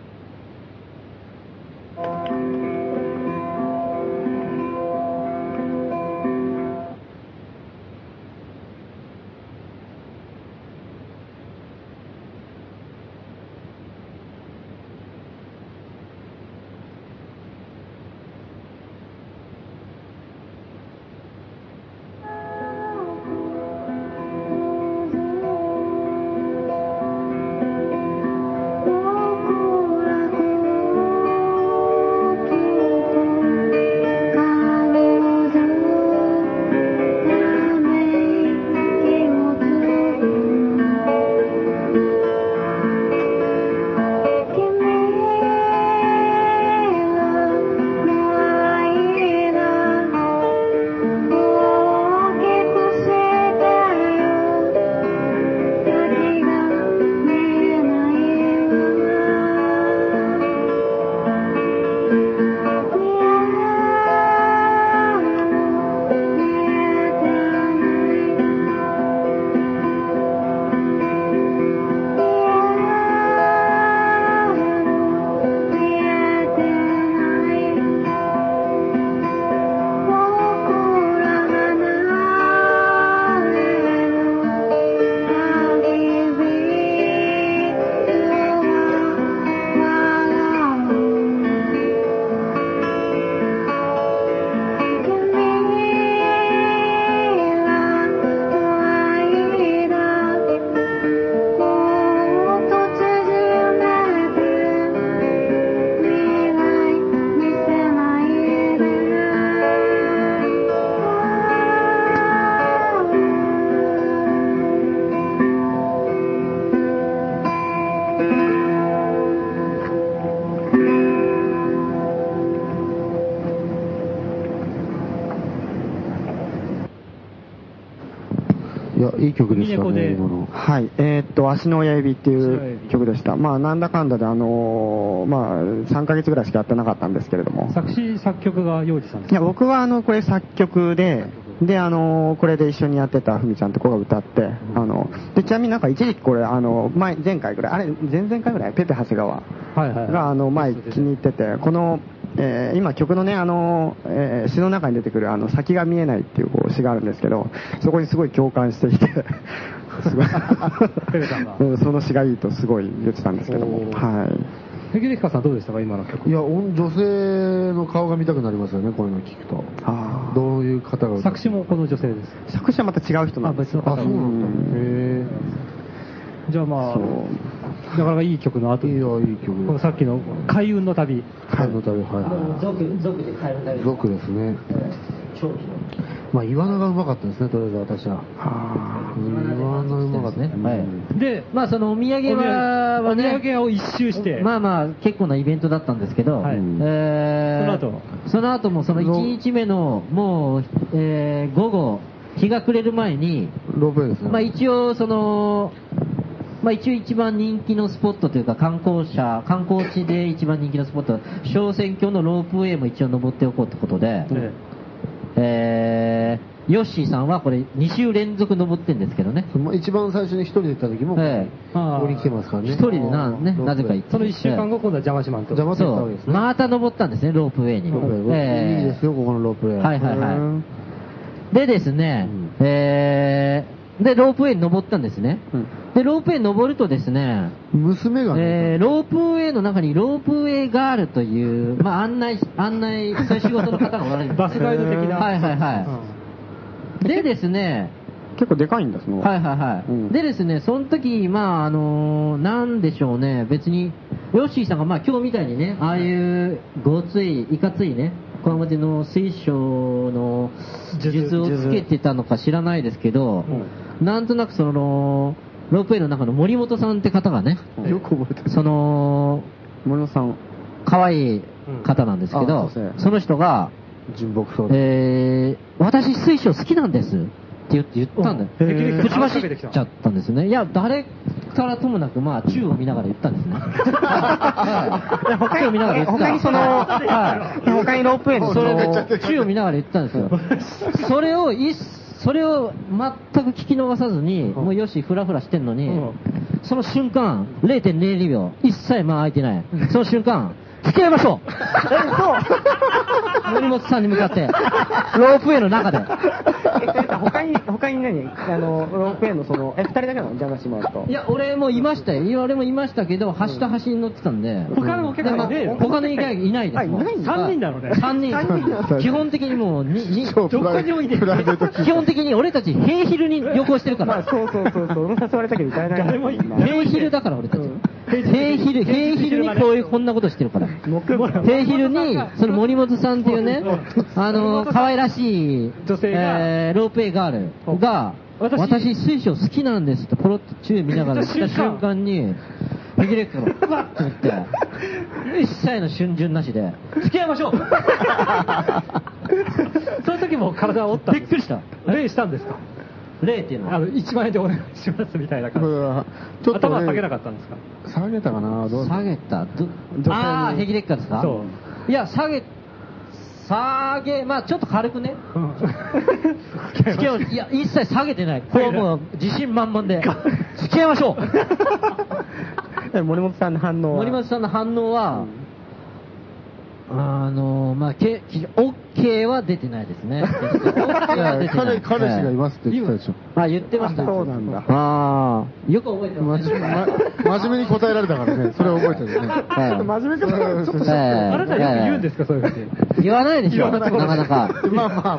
Speaker 10: いや、いい曲でした
Speaker 1: 海猫で
Speaker 10: ね、今の。
Speaker 4: はい、えーっと、足の親指って
Speaker 1: 足の親
Speaker 4: い
Speaker 1: 指
Speaker 4: う曲でした。まあ、なんだかんだで、あのーまあ、3ヶ月ぐらいしかやってなかったんですけれども。
Speaker 1: 作詞、作曲が洋二さんで
Speaker 4: い
Speaker 1: す。
Speaker 4: や、僕は、あの、これ作曲で、で、あのーこれで一緒にやってたふみちゃんと子が歌って、あの、で、ちなみになんか一時期これ、あの、前、前回ぐらい、あれ、前々回ぐらい、ペペ長谷川。
Speaker 1: はいはいはい。
Speaker 4: があの前気に入ってて、この、えー今曲のね、あの、えー詩の中に出てくるあの先が見えないっていうこう詩があるんですけど、そこにすごい共感していて、すごい
Speaker 1: ペペさんが
Speaker 4: (laughs) うんその詩がいいとすごい言ってたんですけども、はい。
Speaker 1: 関根ひかさんどうでしたか今の曲
Speaker 10: い。や、おん女性の顔が見たくなりますよね、こういうの聞くと。
Speaker 4: あ
Speaker 10: どういう方が歌う
Speaker 1: 作詞もこの女性です。
Speaker 4: ー作詞はまた違う人なんですよ。
Speaker 10: あ、そうな
Speaker 4: うん
Speaker 1: じゃあまあ、なかなかいい曲の後
Speaker 10: だ。へえ。い
Speaker 1: に
Speaker 10: い
Speaker 1: こ
Speaker 10: よ、いい曲。
Speaker 1: のさっきの開運の旅。
Speaker 10: はい、の旅、はい
Speaker 9: もう
Speaker 10: は
Speaker 9: 族、族で帰るため
Speaker 10: い。
Speaker 9: に。
Speaker 10: 族ですね。
Speaker 9: 長期の。
Speaker 10: まあ、イワナがうまかったですね、とりあえず私は。
Speaker 4: あ
Speaker 10: イワナうまかった
Speaker 2: ですねはい
Speaker 10: うん
Speaker 1: で、
Speaker 2: まあ、そのお土産は、
Speaker 1: お土
Speaker 2: ね
Speaker 1: 産を一周して、
Speaker 2: まあまあ、結構なイベントだったんですけど、
Speaker 1: はい
Speaker 2: えー
Speaker 1: その後
Speaker 2: その後もその1日目の、もう、えー午後、日が暮れる前に、
Speaker 10: ロープウェイですね。
Speaker 2: まあ一応、その、まあ一応一番人気のスポットというか観光者、観光地で一番人気のスポット、小選挙のロープウェイも一応登っておこうってことで、
Speaker 1: え
Speaker 2: えーヨッシーさんはこれ2週連続登ってんですけどね。
Speaker 10: まあ一番最初に一人で行った時も、
Speaker 2: え
Speaker 1: え
Speaker 10: ここに来てますからね。
Speaker 2: 一人でな、ね、なぜか行っ
Speaker 1: え
Speaker 2: て。
Speaker 1: その一週間後、今度は邪魔しまんと。
Speaker 10: 邪魔さ
Speaker 2: そ
Speaker 10: れたわけ
Speaker 2: う
Speaker 10: ですね。
Speaker 2: また登ったんですね、ロープウェイに。
Speaker 10: ロープウェイ
Speaker 2: えー
Speaker 10: いいですよ、ここのロープウェイ。
Speaker 2: はいはいはい。でですね、えーで、ロープウェイに登ったんですね。
Speaker 4: うん
Speaker 2: で、ロープウェイに登るとですね、
Speaker 10: 娘がね、
Speaker 2: えーロープウェイの中にロープウェイガールという、まあ、案内、案内、そういう仕事の方がおられるんですね、
Speaker 1: バスガイド的な
Speaker 2: はいはいはい。でですね、
Speaker 11: 結構でかいんだ、その。
Speaker 2: はいはいはい。
Speaker 11: うん
Speaker 2: でですね、その時、まあ、あのーなんでしょうね、別に、ヨッシーさんが、まあ、今日みたいにね、ああいう、ごつい、いかついね、こわもての水晶の術をつけてたのか知らないですけど、なんとなくその、ロープウェイの中の森本さんって方がね、
Speaker 11: よく覚えてる。
Speaker 2: その、
Speaker 11: 森本さん、
Speaker 2: 可愛い方なんですけ
Speaker 11: うん
Speaker 2: ど、
Speaker 11: あそうですね
Speaker 2: その人が、
Speaker 11: 純木
Speaker 2: (laughs)
Speaker 11: そう
Speaker 2: えー、私水晶好きなんですって言って言ったんだよ。
Speaker 1: うんへー
Speaker 2: 口走っちゃったんですね。いや、誰からともなく、まあ、宙を見ながら言った
Speaker 11: (laughs)
Speaker 2: んですね。はいはい宙を見ながら言った。
Speaker 11: 他にその
Speaker 2: はい
Speaker 11: 他にロープウェイの
Speaker 2: それ
Speaker 11: その
Speaker 2: を、宙を見ながら言ったんですよ。それを、いっそれを全く聞き逃さずに、もうよし、ふらふらしてんのに、
Speaker 1: うん
Speaker 2: その瞬間、0.02秒、一切間空いてない。その瞬間、付き合いましょう森本さんに向かって、ロープウェイの中で。
Speaker 11: 他に、他に何あの、ロープウェイのその、え、二人だけなのジャガシマと
Speaker 2: い。や、俺もいましたよ。いや俺もいましたけど、端と端に乗ってたんで。
Speaker 1: 他のお客さんいねえよ
Speaker 2: でまあ他の以外いないですも
Speaker 11: あいないんだ
Speaker 1: 三人なのね
Speaker 2: 3
Speaker 3: なんだ
Speaker 2: 人。基本的にもう、に、に、
Speaker 3: そう
Speaker 1: どっかに置いてる
Speaker 3: プライベート
Speaker 2: (laughs)
Speaker 1: (laughs)
Speaker 2: 基本的に俺たち平昼に旅行してるから。
Speaker 11: そうそうそう、そう俺も誘われたけど歌えない。
Speaker 1: 誰もいな
Speaker 2: 平昼だから俺たち。平昼、平昼にこういう、こんなことしてるから。平昼に、その森本さんっていうね、あの、可愛らしい、
Speaker 1: 女性が
Speaker 2: えーロープウェイガールが、
Speaker 1: 私
Speaker 2: 私、水晶好きなんですって、ポロッと注意見ながら言った瞬間に、右レックの、っ
Speaker 11: (laughs)
Speaker 2: て言って、一切の逡巡なしで、
Speaker 1: 付き合いましょ
Speaker 2: (laughs)
Speaker 1: うその時も体を折ったんです
Speaker 2: びっくりした
Speaker 1: 礼したんですか
Speaker 2: 霊っていうの
Speaker 1: あ
Speaker 2: は、
Speaker 1: の1万円でお願いしますみたいな
Speaker 3: これ
Speaker 1: 感
Speaker 3: はち
Speaker 1: じ
Speaker 3: ょっと、
Speaker 1: 頭は
Speaker 3: ね、
Speaker 1: 下げなかったんですか
Speaker 3: 下げたかなどう
Speaker 2: 下げた、ど
Speaker 3: に
Speaker 2: ああ、壁レッカーですか
Speaker 1: そ
Speaker 2: いや、下げ、下げ、まあちょっと軽くね、
Speaker 1: うん付き合い
Speaker 2: 付き合
Speaker 1: まし
Speaker 2: う
Speaker 1: ょう
Speaker 2: いや、一切下げてない。これはもう自信満々で、付き合いましょ
Speaker 11: 森本さんの反
Speaker 2: う
Speaker 11: 応は
Speaker 2: (laughs) 森松さんの反応は、あの、まあ、け、き OK は出てないです (laughs) ね。OK
Speaker 3: い
Speaker 2: は
Speaker 3: や
Speaker 2: 出てない
Speaker 3: 彼彼氏がいますって言ってたでしょ、
Speaker 2: あ、言ってました。
Speaker 11: そうなんだ。
Speaker 2: ああ、よく覚えてま
Speaker 3: 真
Speaker 2: す
Speaker 3: 面
Speaker 2: ね。
Speaker 3: 目ま真面目に答えられたからねそれは覚えてるね
Speaker 2: はい
Speaker 11: ちょっと真面目かな、ちょっとショック
Speaker 2: ええ
Speaker 1: (laughs) あなたよく言うんですかそういうふうに
Speaker 2: 言わないでしょ、
Speaker 1: 言わ
Speaker 2: な
Speaker 1: ない
Speaker 2: かなか。
Speaker 3: まあまあ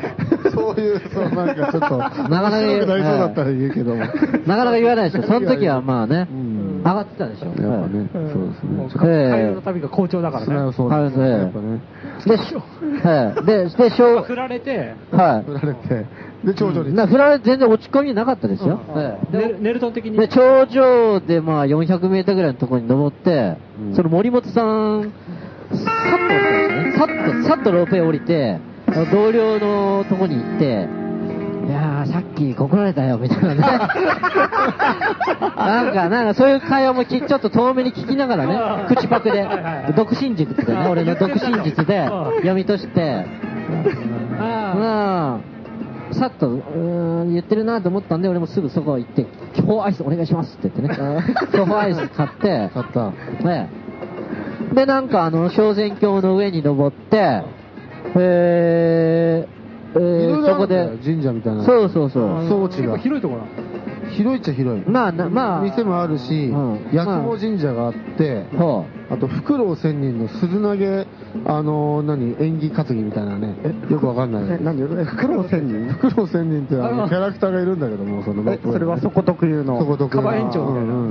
Speaker 3: そういうそうなんかちょっとな
Speaker 2: かなか言う
Speaker 3: くなりそうだったら言うけどもやっ
Speaker 2: なかなか言わないでしょ。その時はまあね、
Speaker 3: うん
Speaker 2: 上がってたでしょ。
Speaker 3: ぱねそうですねちょっと
Speaker 2: ええ
Speaker 1: 会話の旅が好調だか
Speaker 3: それ
Speaker 1: ら
Speaker 3: は
Speaker 1: ね
Speaker 3: そうですね
Speaker 2: はい
Speaker 3: やっぱね
Speaker 2: で、しょ、はい。で、で、し
Speaker 1: (laughs)
Speaker 2: ょ、
Speaker 1: 振られて
Speaker 2: はい
Speaker 3: 振。られてで長女に
Speaker 2: な振られて全然落ち込みなかったですよ。ええ
Speaker 1: ネルネルトン的に
Speaker 2: で、頂上でまあ400メーターぐらいのところに登って、
Speaker 3: うん
Speaker 2: その森本さん、さっと降りたんですね。さっと、さっとロープウェイ降りて、同僚のとこに行って、いやー、さっき告られたよ、みたい
Speaker 1: (laughs)
Speaker 2: なね。なんか、なんかそういう会話もきちょっと遠目に聞きながらね、口パクで
Speaker 1: はいはいはい、
Speaker 2: 独身術でね、俺の独身術で
Speaker 1: うん
Speaker 2: 読み解して、
Speaker 1: あ
Speaker 2: まあ、さっと、うーん、言ってるなと思ったんで、俺もすぐそこ行って、巨峰アイスお願いしますって言ってね、巨峰アイス買って、
Speaker 3: 買った
Speaker 2: ねで、なんかあの、昇仙峡の上に登って、
Speaker 3: いろい
Speaker 2: えー、えー、
Speaker 3: ろ
Speaker 2: そ
Speaker 3: ある
Speaker 2: こ
Speaker 3: んだよ
Speaker 2: で、
Speaker 3: 神社みたいな
Speaker 2: そうそうそう。
Speaker 3: 装
Speaker 1: あ
Speaker 3: 置
Speaker 1: 結構
Speaker 3: が
Speaker 1: 広いところなんだ
Speaker 3: 広いっちゃ広い
Speaker 2: まあなまあ
Speaker 3: 店もあるし
Speaker 2: うん
Speaker 3: 八雲神社があって
Speaker 2: ほ
Speaker 3: あと、フクロウ仙人の鈴投げ、あのー、何、演技担ぎみたいなね、よくわかんな
Speaker 11: え、
Speaker 3: い。
Speaker 11: 何え、フクロウ仙人
Speaker 3: フクロウ仙人ってあ
Speaker 1: あ
Speaker 3: の
Speaker 1: の
Speaker 3: キャラクターがいるんだけども、その
Speaker 4: (laughs)
Speaker 11: え、それはそこ特有の。
Speaker 3: そこどこ
Speaker 1: カバ園長みたいな
Speaker 2: う。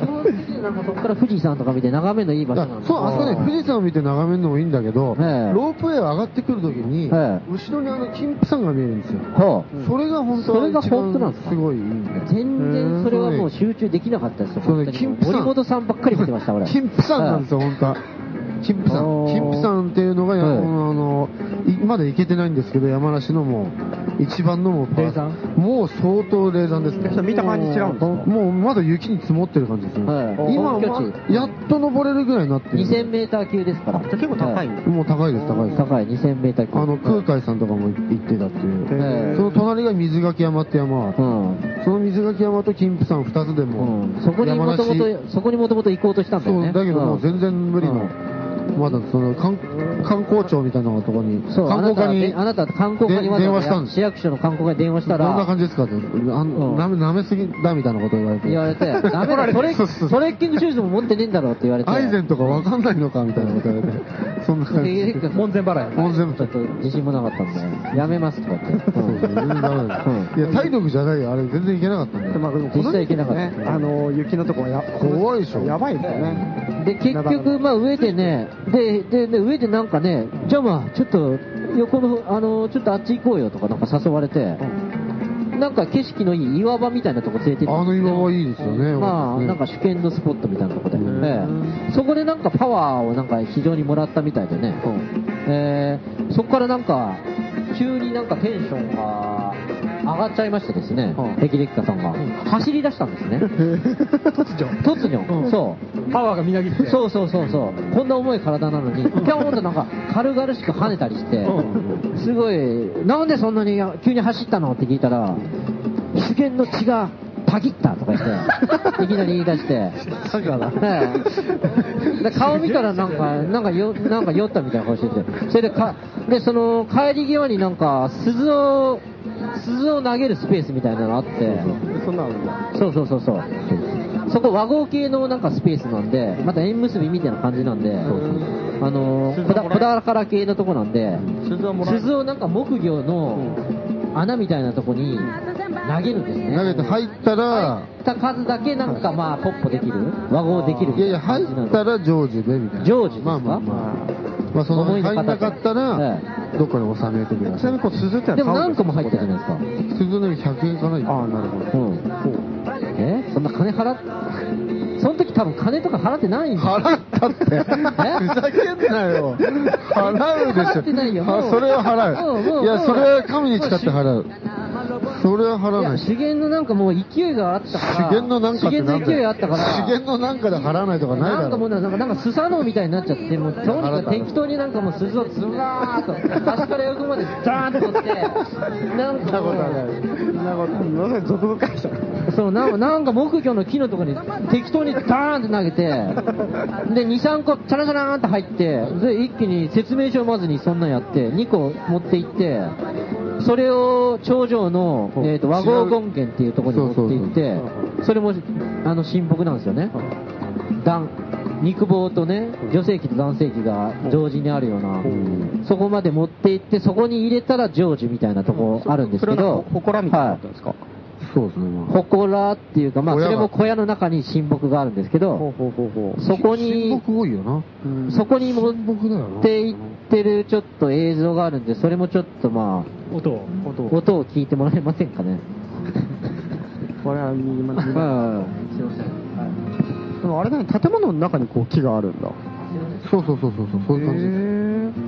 Speaker 2: 基本的になんかそこから富士山とか見て眺めのいい場所なんです
Speaker 3: そう、あそこね、富士山を見て眺めるのもいいんだけど、
Speaker 2: ええ
Speaker 3: ロープウェイを上がってくるときに、
Speaker 2: ええ
Speaker 3: 後ろにあの金峰山が見えるんですよ。
Speaker 2: ほう。
Speaker 3: それが本当
Speaker 2: そ
Speaker 3: は
Speaker 2: れが
Speaker 3: 一
Speaker 2: 本当なん
Speaker 3: 番
Speaker 2: ですか
Speaker 3: すごいいいんだよ。
Speaker 2: 全然それはもう
Speaker 3: へえ
Speaker 2: 集中できなかったですよ、
Speaker 3: そうね
Speaker 2: 本当に
Speaker 3: 金峰山
Speaker 2: 森本さんばっかり見てました、俺。
Speaker 3: (laughs) 金峰山なんですよ、本当は。金峰山。
Speaker 2: おー
Speaker 3: 金峰山っていうのが、
Speaker 2: はい
Speaker 3: このあの、いまだ行けてないんですけど、山梨のもう、一番のもうパー
Speaker 2: 霊山
Speaker 3: もう相当霊山ですね。
Speaker 11: 見た感じ違うんですか
Speaker 3: もうまだ雪に積もってる感じですね。
Speaker 2: はい
Speaker 3: 今は
Speaker 2: 本拠地
Speaker 3: やっと登れるぐらいになってる。
Speaker 2: 2000メーター級ですから。
Speaker 11: 結構高いんだ。
Speaker 3: もう高いです、高いです。
Speaker 2: 高い、2000メーター級。
Speaker 3: あの、空海さんとかも行ってたっていう。
Speaker 2: ええ
Speaker 3: その隣が水垣山って山
Speaker 2: う
Speaker 3: は、
Speaker 2: ん。
Speaker 3: その水垣山と金峰山二つでも
Speaker 2: うん、そこにもともと、そこにもともと行こうとしたんだ
Speaker 3: そ
Speaker 2: よ
Speaker 3: う
Speaker 2: ね。
Speaker 3: だけどもう全然無理
Speaker 2: う
Speaker 3: の、まだその観観光庁みたいなところに、
Speaker 2: そう、あ
Speaker 3: 観
Speaker 2: な
Speaker 3: 光
Speaker 2: た
Speaker 3: 課
Speaker 2: は
Speaker 3: に
Speaker 2: ね、あなたは観光課に
Speaker 3: で
Speaker 2: わざ
Speaker 3: 電
Speaker 2: わ
Speaker 3: 話したん
Speaker 2: ざ
Speaker 3: です
Speaker 2: 市役所の観光課に電話した
Speaker 3: どんな
Speaker 2: ら、
Speaker 3: 感じですかって、あ
Speaker 2: うん
Speaker 3: んなめなめすぎだみたいなこと言われて、
Speaker 2: 言わ
Speaker 3: (laughs)
Speaker 2: れて、ダメだ、トレ
Speaker 3: そうそう
Speaker 2: トレッキングシューズも持ってねえんだろうって言われて、 (laughs)
Speaker 3: アイゼンとかわかんないのかみたいなこと言われて、そんな感じ。
Speaker 2: 門前払い。
Speaker 3: 門前払い
Speaker 2: ちょっと自信もなかった
Speaker 3: (laughs)
Speaker 2: んで、やめますとかって。
Speaker 3: そうそう全然ダメだよ
Speaker 2: うん
Speaker 3: いや、体力じゃないよ。あれ、全然いけなかったんだよ。
Speaker 2: まあでもこの時期ね実際行けなかったですね
Speaker 4: あの、雪のとこはや、
Speaker 3: 怖いでしょ。
Speaker 4: やばいですよね。
Speaker 2: で、結局、まあ、上でね、で、で、で、上でなんかね、じゃあまあ、ちょっと、横の、あの、ちょっとあっち行こうよとかなんか誘われて、なんか景色のいい岩場みたいなとこ連れてって
Speaker 3: あの岩はいいですよね。
Speaker 2: まあ、
Speaker 3: ね
Speaker 2: なんか主権のスポットみたいなとこで、ええそこでなんかパワーをなんか非常にもらったみたいでね、ええそこからなんか、急になんかテンションが上がっちゃいましてですね、ヘキレッカさんが、走り出したんですね。突如突如、そう。パワーがみなぎって。そうそうそうそう。こんな重い体なのに、ぴょんとなんか軽々しく跳ねたりして、すごい、なんでそんなに急に走ったのって聞いたら、主権の血がたぎったとか言って、いきなり言い出して、はいで顔見たらなんか、なんかよ、なんか酔ったみたいな顔してて、それでか、で、その、帰り際になんか、鈴を、鈴を投げるスペースみたいなのあって、
Speaker 4: そんなのあるんだ。
Speaker 2: そうそうそうそう。そこ和合系のなんかスペースなんで、また縁結びみたいな感じなんで、あのー、こだこだから系のとこなんで、
Speaker 4: 鈴はもらえる
Speaker 2: 鈴をなんか木魚の穴みたいなとこに投げるんですね。
Speaker 3: 投げて入ったら、
Speaker 2: た数だけなんかまあポッポできる和合できる
Speaker 3: いやいや、入ったら常時で、みたいな。
Speaker 2: 常時ですか
Speaker 3: まあまあまあ。まあ、その、
Speaker 2: 思
Speaker 3: 入
Speaker 2: いの
Speaker 3: ん
Speaker 2: 形
Speaker 3: なかった
Speaker 2: は
Speaker 3: ら
Speaker 2: い、
Speaker 3: どっかに収めてくだ
Speaker 4: ちな
Speaker 3: さ
Speaker 4: み
Speaker 3: い
Speaker 4: に、。こう、鈴ってのは
Speaker 2: でも何個も入ったじゃないですか。
Speaker 3: 鈴の100円いかない
Speaker 4: ああ、なるほど。
Speaker 2: うん。えそんな金払っ、その時多分金とか払ってないんですよ
Speaker 3: 払ったって。
Speaker 2: え
Speaker 3: ふざけんなよ。払うでしょ。
Speaker 2: 払ってないよ
Speaker 3: あそれは
Speaker 2: もうも
Speaker 3: 払
Speaker 2: う
Speaker 3: う。いや、それは神に誓って払う。それは払
Speaker 2: い
Speaker 3: わな
Speaker 2: や、
Speaker 3: い。
Speaker 2: 資源のなんかもう勢いがあったから。
Speaker 3: 資源のなんかって
Speaker 2: 資
Speaker 3: な
Speaker 2: 源
Speaker 3: ん
Speaker 2: の
Speaker 3: だ
Speaker 2: 勢いあ
Speaker 3: よ
Speaker 2: ったから。
Speaker 3: 資源のなんかで払わないとかないだろ
Speaker 2: なんかもうななんか、なんかスサノオみたいになっちゃって、もうとにかく適当になんかもう鈴をずらーっと、端から横までザーッと取って、なんかもう、
Speaker 4: そんなことない。まさに俗語会社。
Speaker 2: そう、なんかなんか木魚の木のところに適当にダーンって投げて、で、2、3個、チャラチャラーンって入って、で、一気に説明書をまずにそんなんやって、2個持って行って、それを頂上の、えー、と和合権現っていうところに持って行って、それもあの神木なんですよね。段肉棒とね、女性器と男性器が同時にあるような、そこまで持って行って、そこに入れたら常時みたいなとこあるんですけど、
Speaker 4: 祠みたいなのあったんですか
Speaker 3: そうですね、まあ。
Speaker 2: 祠っていうか、まあ、
Speaker 3: 小
Speaker 2: そ
Speaker 3: 屋が
Speaker 2: れも小屋の中に神木があるんですけ
Speaker 4: ほう
Speaker 2: ど、
Speaker 4: ほうほうほう。
Speaker 2: そこ
Speaker 3: 親
Speaker 2: に、
Speaker 3: 睦多いよな。
Speaker 2: そこに持
Speaker 3: 親睦だよな。
Speaker 2: って行ってるちょっと映像があるんで、それもちょっとま
Speaker 1: 音を。
Speaker 2: あ、音を聞いてもらえませんかね。
Speaker 4: これは右まで。
Speaker 2: まあ、
Speaker 4: でもあれだね、建物の中にこう木があるんだ。
Speaker 3: そうそうそうそうそう、そういう感じ。
Speaker 4: 感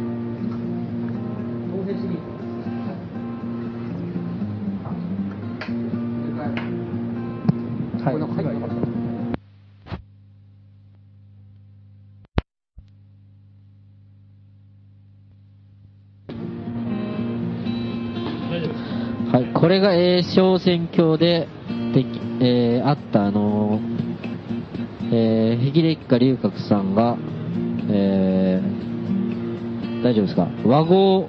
Speaker 12: はい、これが、えー、小選挙で、できえーあった、あのー、えー、ヘキレッカ龍角さんが、えー、大丈夫ですか和合、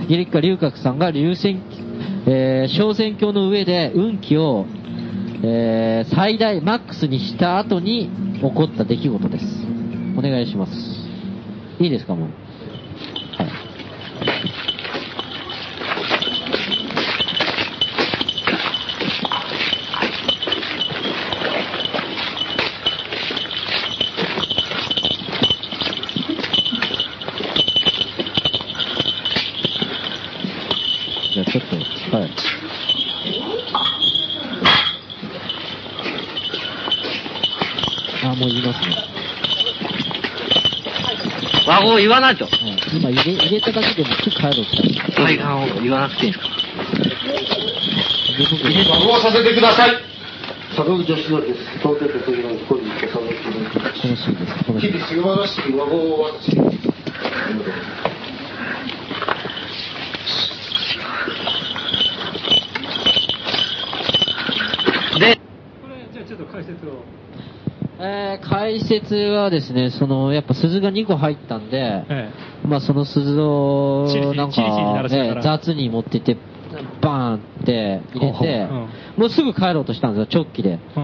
Speaker 12: ヘキレッカ龍角さんが流選、えー、小選挙の上で運気を、えー、最大、マックスにした後に起こった出来事です。お願いします。いいですか、もう。はい。じゃあちょっと、はい。あ、もう言いますね。
Speaker 13: 和合言わないと。
Speaker 12: うん今入れ入れただけでもすぐ帰ろうって言った
Speaker 13: 海岸を言わなくていいんですか
Speaker 14: 坂口義則です。東京都杉並区公認と坂口です。
Speaker 12: このシーンです。このシーン
Speaker 14: 日々素晴らしい和合を私に
Speaker 1: これ、じゃあちょっと解説を。
Speaker 12: えー解説はですね、その、やっぱ鈴が2個入ったんで、
Speaker 1: え
Speaker 12: まあその鈴
Speaker 1: チリチ
Speaker 12: を、
Speaker 1: リ
Speaker 12: なん
Speaker 1: チリチリ鳴
Speaker 12: か、
Speaker 1: らしなが
Speaker 12: ね
Speaker 1: ら
Speaker 12: 雑に持ってって、バーンって入れて
Speaker 1: ほうほう、
Speaker 12: もうすぐ帰ろうとしたんですよ、直帰で。
Speaker 1: え。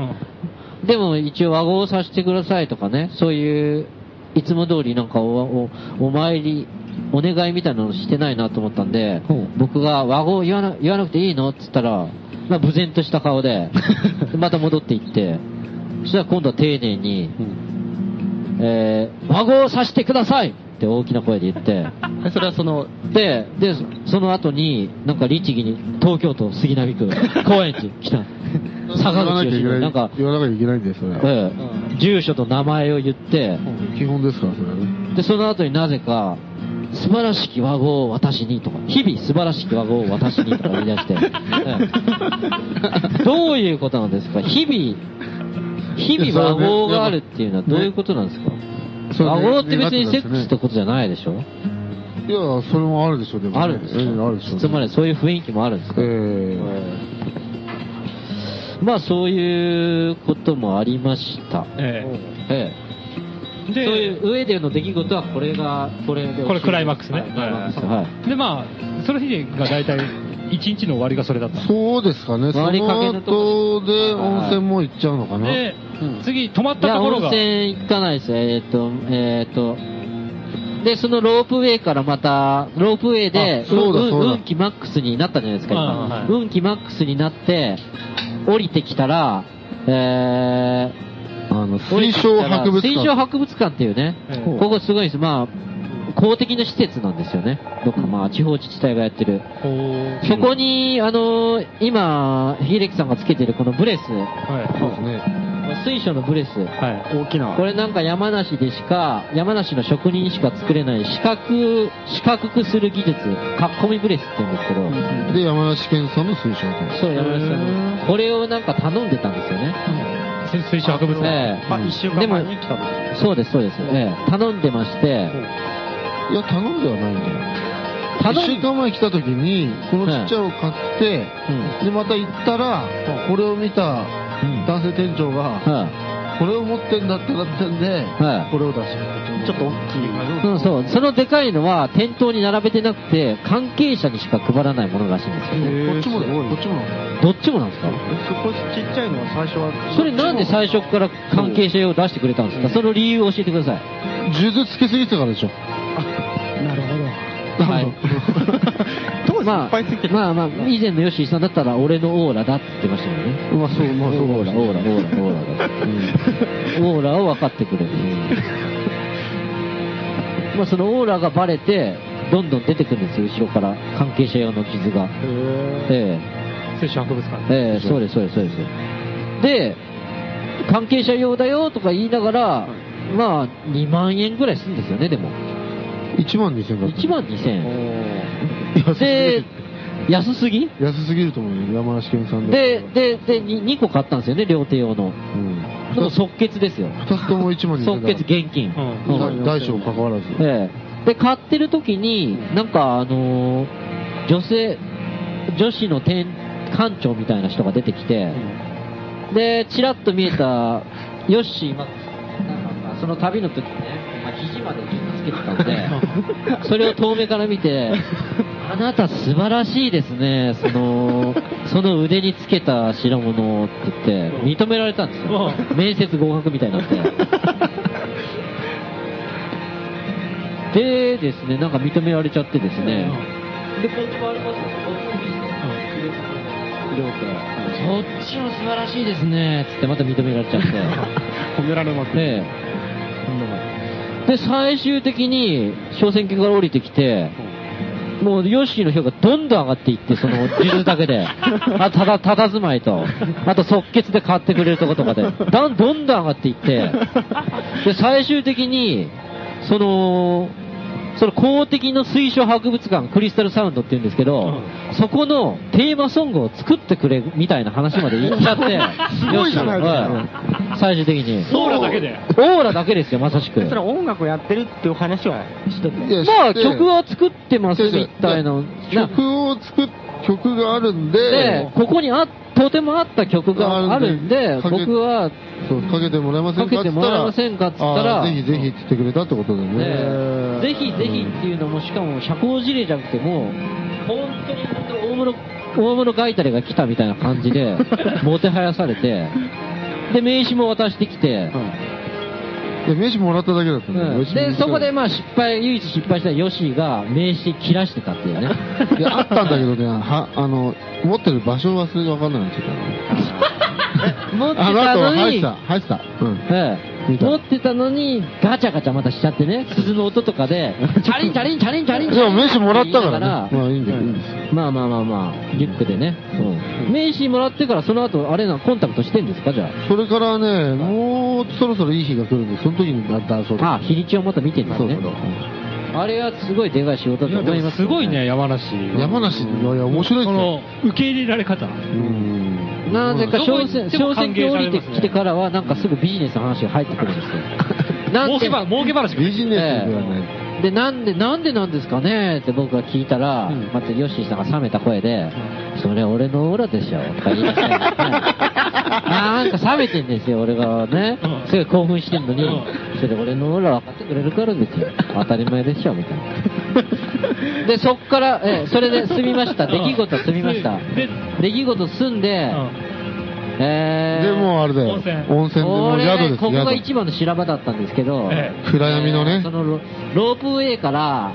Speaker 1: うん。
Speaker 2: でも一応和合させてくださいとかね、そういう、いつも通りなんかお、お、お参り、お願いみたいなのしてないなと思ったんで、僕が和合言わな言わなくていいのって言ったら、まあ、無然とした顔
Speaker 3: (laughs)
Speaker 2: で、また戻っていって、そしたら今度は丁寧に、えー、和合させてくださいって大きな声で言って、それはその、で、で、その後に、なんか律儀に東京都杉並区、高円寺
Speaker 3: (laughs)
Speaker 2: 来た。坂
Speaker 3: 言わな
Speaker 2: 口
Speaker 3: きゃい
Speaker 2: 義
Speaker 3: けない
Speaker 2: 郎、なんか、
Speaker 3: 言わなきゃいけないんだよ、それは。
Speaker 2: ええ住所と名前を言って、
Speaker 3: 基本ですから、それはね。
Speaker 2: で、その後になぜか、素晴らしき和合を私にとか、日々素晴らしき和合を私にとか言い出して、ええどういうことなんですか日々、日々和合があるっていうのはどういうことなんですか、
Speaker 3: それは
Speaker 2: 和
Speaker 3: ね
Speaker 2: 合って別にセックスってことじゃないでしょ、
Speaker 3: いや、それもあるでしょ、でも、ね。
Speaker 2: あるんですか、
Speaker 3: ええあるでしょ。
Speaker 2: つまりそういう雰囲気もあるんですか、まあそういうこともありました。
Speaker 1: え
Speaker 2: ええそういう上での出来事はこれが、これで。
Speaker 1: これクライマックスね
Speaker 2: はいクライマックス。はい。
Speaker 1: で、まあ、その日が大体、一日の終わりがそれだった。
Speaker 3: そうですかね、そ
Speaker 2: 周りかけ
Speaker 3: の
Speaker 2: のとこ
Speaker 3: 後で温泉も行っちゃうのかな。
Speaker 1: で、次、泊まっ
Speaker 2: い
Speaker 1: た
Speaker 2: や、
Speaker 1: ところ
Speaker 2: 温
Speaker 1: が、
Speaker 2: 泉行かないです。えーっと、えーっと、で、そのロープウェイからまた、ロープウェイで
Speaker 3: あ、そうだそうだ
Speaker 2: 運気マックスになったじゃないですか、
Speaker 1: うんは
Speaker 2: 今
Speaker 1: い。
Speaker 2: 運気マックスになって、降りてきたら、え
Speaker 3: あの、
Speaker 2: ー、降り
Speaker 3: 水
Speaker 2: てきた
Speaker 3: 晶
Speaker 2: ら
Speaker 3: 博物館。
Speaker 2: 水晶博物館っていうね、
Speaker 1: ええ
Speaker 2: ここすごいです。まあ、公的な施設なんですよね。どっか、まあ、地方自治体がやってる。
Speaker 1: こう
Speaker 2: そこに、あのー今、秀樹さんがつけてるこのブレス、
Speaker 1: はい。
Speaker 3: そうですね。
Speaker 2: 水晶のブレス、
Speaker 1: はい。
Speaker 11: 大きな
Speaker 2: これなんか山梨でしか、山梨の職人しか作れない四角、四角くする技術、かっこみブレスって言うんですけど、
Speaker 3: で、山梨県産の水晶博
Speaker 2: そう、山梨さん
Speaker 1: へ
Speaker 2: にこれをなんか頼んでたんですよね。
Speaker 1: 水水晶博物館。
Speaker 2: ええ
Speaker 15: あ、一週間前に来たの
Speaker 2: そうです、そうです。ええ頼んでまして、
Speaker 3: いや、頼んではないんだよ。
Speaker 2: 頼ん
Speaker 3: 一週間前来た時に、このちっちゃいを買って、で、また行ったら、これを見た男性店長が、
Speaker 2: は
Speaker 3: これを持ってんだったらってんで、
Speaker 2: い、はい、
Speaker 3: これを出す。
Speaker 11: ちょっと大きい。
Speaker 2: そうそう。そのでかいのは店頭に並べてなくて、関係者にしか配らないものらしいんですよね。
Speaker 3: こっちもだよ、こっちもだよ。
Speaker 2: どっちもなんですか
Speaker 11: こちっちゃいのは最初は。
Speaker 2: それなんで最初から関係者用を出してくれたんですかその理由を教えてください。
Speaker 3: 数珠つけすぎてからでしょ。
Speaker 16: なるほど。
Speaker 2: はい。
Speaker 11: 当時
Speaker 2: ま
Speaker 11: い
Speaker 2: あ
Speaker 11: っぱいついてる
Speaker 2: まあまあ、以前のヨッシーさんだったら俺のオーラだって言ってましたよね。
Speaker 3: まあそう、まあそう
Speaker 2: オーラ、オーラ、オーラ、オーラだ。うんオーラを分かってくれる。まあそのオーラがバレて、どんどん出てくるんですよ、後ろから。関係者用の傷が。え
Speaker 1: 水晶博物館。
Speaker 2: え、ええ、そうです、そうです、そうです。で、関係者用だよとか言いながら、まあ2万円ぐらいするんですよね、でも。
Speaker 3: 1万2000円だった。
Speaker 2: 1万2000円。
Speaker 3: 安すぎ
Speaker 2: で
Speaker 3: る、
Speaker 2: 安す
Speaker 3: 安
Speaker 2: ぎ
Speaker 3: すぎると思うよ、山梨県産
Speaker 2: で
Speaker 3: で。、
Speaker 2: で、で、2個買ったんですよね、料亭用
Speaker 3: う
Speaker 2: の。
Speaker 3: ん、
Speaker 2: ちょっと即決ですよ。
Speaker 3: 2つとも1万2000
Speaker 2: 即決現金。
Speaker 1: うん
Speaker 2: うん
Speaker 3: 金。大小関わらず。
Speaker 2: ええで、買ってる時に、なんかあのー女性、女子の店、館長みたいな人が出てきて、で、ちらっと見えた、ヨッシー、ま、なんかその旅の時ね、まあ、肘まで傷つけてたんで、 (laughs) それを遠目から見て、あなた素晴らしいですね、その、その腕につけた白物をって言って、認められたんですよ。面接合格みたいにな (laughs) って。でですね、なんか認められちゃってですね、
Speaker 15: で、こっちもありますよ。こっちもいいですよ
Speaker 2: そっちも素晴らしいですね、つってまた認められちゃって。
Speaker 11: (laughs) 褒められまく
Speaker 2: ええ。で、最終的に小選挙区から降りてきて、もうヨッシーの票がどんどん上がっていって、その数珠だ
Speaker 11: (laughs)
Speaker 2: けで。あただ、ただ住まいと。あと即決で買ってくれるとことかで。だんどんどん上がって
Speaker 11: (laughs)
Speaker 2: いって、で、最終的に、その、その公的の水晶博物館、クリスタルサウンドって言うんですけど、そこのテーマソングを作ってくれみたいな話まで言っちゃって、
Speaker 16: すごいじゃないですか
Speaker 2: ヨッシーのはい最終的に。
Speaker 1: オーラだけで。
Speaker 2: オーラだけですよ、まさしく。
Speaker 11: それは音楽をやってるっていう話はして
Speaker 3: いや
Speaker 2: まあ、
Speaker 3: で
Speaker 2: 曲は作ってます
Speaker 3: 先生
Speaker 2: みたいな。な
Speaker 3: 曲を作っ、曲があるん
Speaker 2: で
Speaker 3: で、、
Speaker 2: ここにあ、とてもあった曲があるんで、
Speaker 3: かけ
Speaker 2: 僕は、
Speaker 3: そうかけてもらえませんかっ
Speaker 2: かけ
Speaker 3: つ
Speaker 2: て
Speaker 3: っ
Speaker 2: も
Speaker 3: た
Speaker 2: らえ
Speaker 3: ら、
Speaker 2: ませんかっつったら
Speaker 3: あーぜひぜひって言ってくれたってことだよね。
Speaker 2: ね、ぜひぜひっていうのも、しかも社交辞令じゃなくても、本当に本当に大物、大物ガイタレが来たみたいな感じで、もてはやされて、で、名刺も渡してきて、
Speaker 3: で名刺もらっただけだったんだよ
Speaker 2: うん
Speaker 3: うちの
Speaker 2: で、そこで
Speaker 3: い
Speaker 2: まあ失敗、唯一失敗したヨシが名刺切らしてたっ
Speaker 3: (laughs)
Speaker 2: ていうね。
Speaker 3: やあったんだけどねはあの持ってる場所忘れて分かんなくなっちゃった
Speaker 2: 持って
Speaker 3: あの
Speaker 2: た
Speaker 3: 後
Speaker 2: の
Speaker 3: 入って
Speaker 2: に、
Speaker 3: た入ってたうん
Speaker 2: ええ持ってたのに、ガチャガチャまたしちゃってね、鈴の音と
Speaker 3: (laughs)
Speaker 2: かで、チャリンチャリンチャリンチャリンチャリ
Speaker 3: で
Speaker 2: ン。
Speaker 3: も名刺もらったからね
Speaker 2: 言いな
Speaker 3: ま
Speaker 2: が
Speaker 3: あいいんだよいいんで
Speaker 2: まあまあまあまあ、リュックでね。うん名刺もらってから、その後、あれな、コンタクトしてんですか、じゃ
Speaker 3: それからねもうそろそろいい日が来るんでその時にだったそう
Speaker 2: あ。あ、日にちをまた見てるんですね
Speaker 3: そうそう。
Speaker 2: あれはすごいでかい仕事だと思います。
Speaker 1: すごいね、山梨。
Speaker 3: 山梨のいや面白いっ
Speaker 1: こ
Speaker 3: すよ
Speaker 1: の、受け入れられ方。
Speaker 3: うん
Speaker 2: なぜか
Speaker 1: どこ
Speaker 2: 小
Speaker 1: 行
Speaker 2: 選
Speaker 1: って
Speaker 2: 小
Speaker 1: も
Speaker 2: 選
Speaker 1: 歓迎
Speaker 2: 挙降
Speaker 1: さ
Speaker 2: り
Speaker 1: れますね
Speaker 2: てきてからは、なんかすぐビジネスの話が入ってくるんですよ。なん
Speaker 1: 儲
Speaker 2: で
Speaker 1: け話、儲け話が。
Speaker 3: ビジネスでは
Speaker 2: え
Speaker 3: ね
Speaker 2: えで、なんで、なんでなんですかねって僕が聞いたら、またヨッシーさんが冷めた声で、それ俺のオーラでしょ、とか言い出したんですねなんか冷めてんですよ、俺がね。すごい興奮してんのに、それ俺のオーラ分かってくれるからですよ。当たり前でしょ、みたいな。で、そっから、ええそれで済みました。出来事済みました。出来事済んで、え
Speaker 3: で
Speaker 2: ー、
Speaker 3: もうあれだよ
Speaker 1: 温泉
Speaker 3: 温泉でもう
Speaker 2: 俺
Speaker 3: 宿
Speaker 2: ね
Speaker 3: です
Speaker 2: ここが
Speaker 3: 宿
Speaker 2: 一番の修羅場だったんですけど、
Speaker 1: え
Speaker 3: 暗闇のね
Speaker 2: そのロロープウェイから、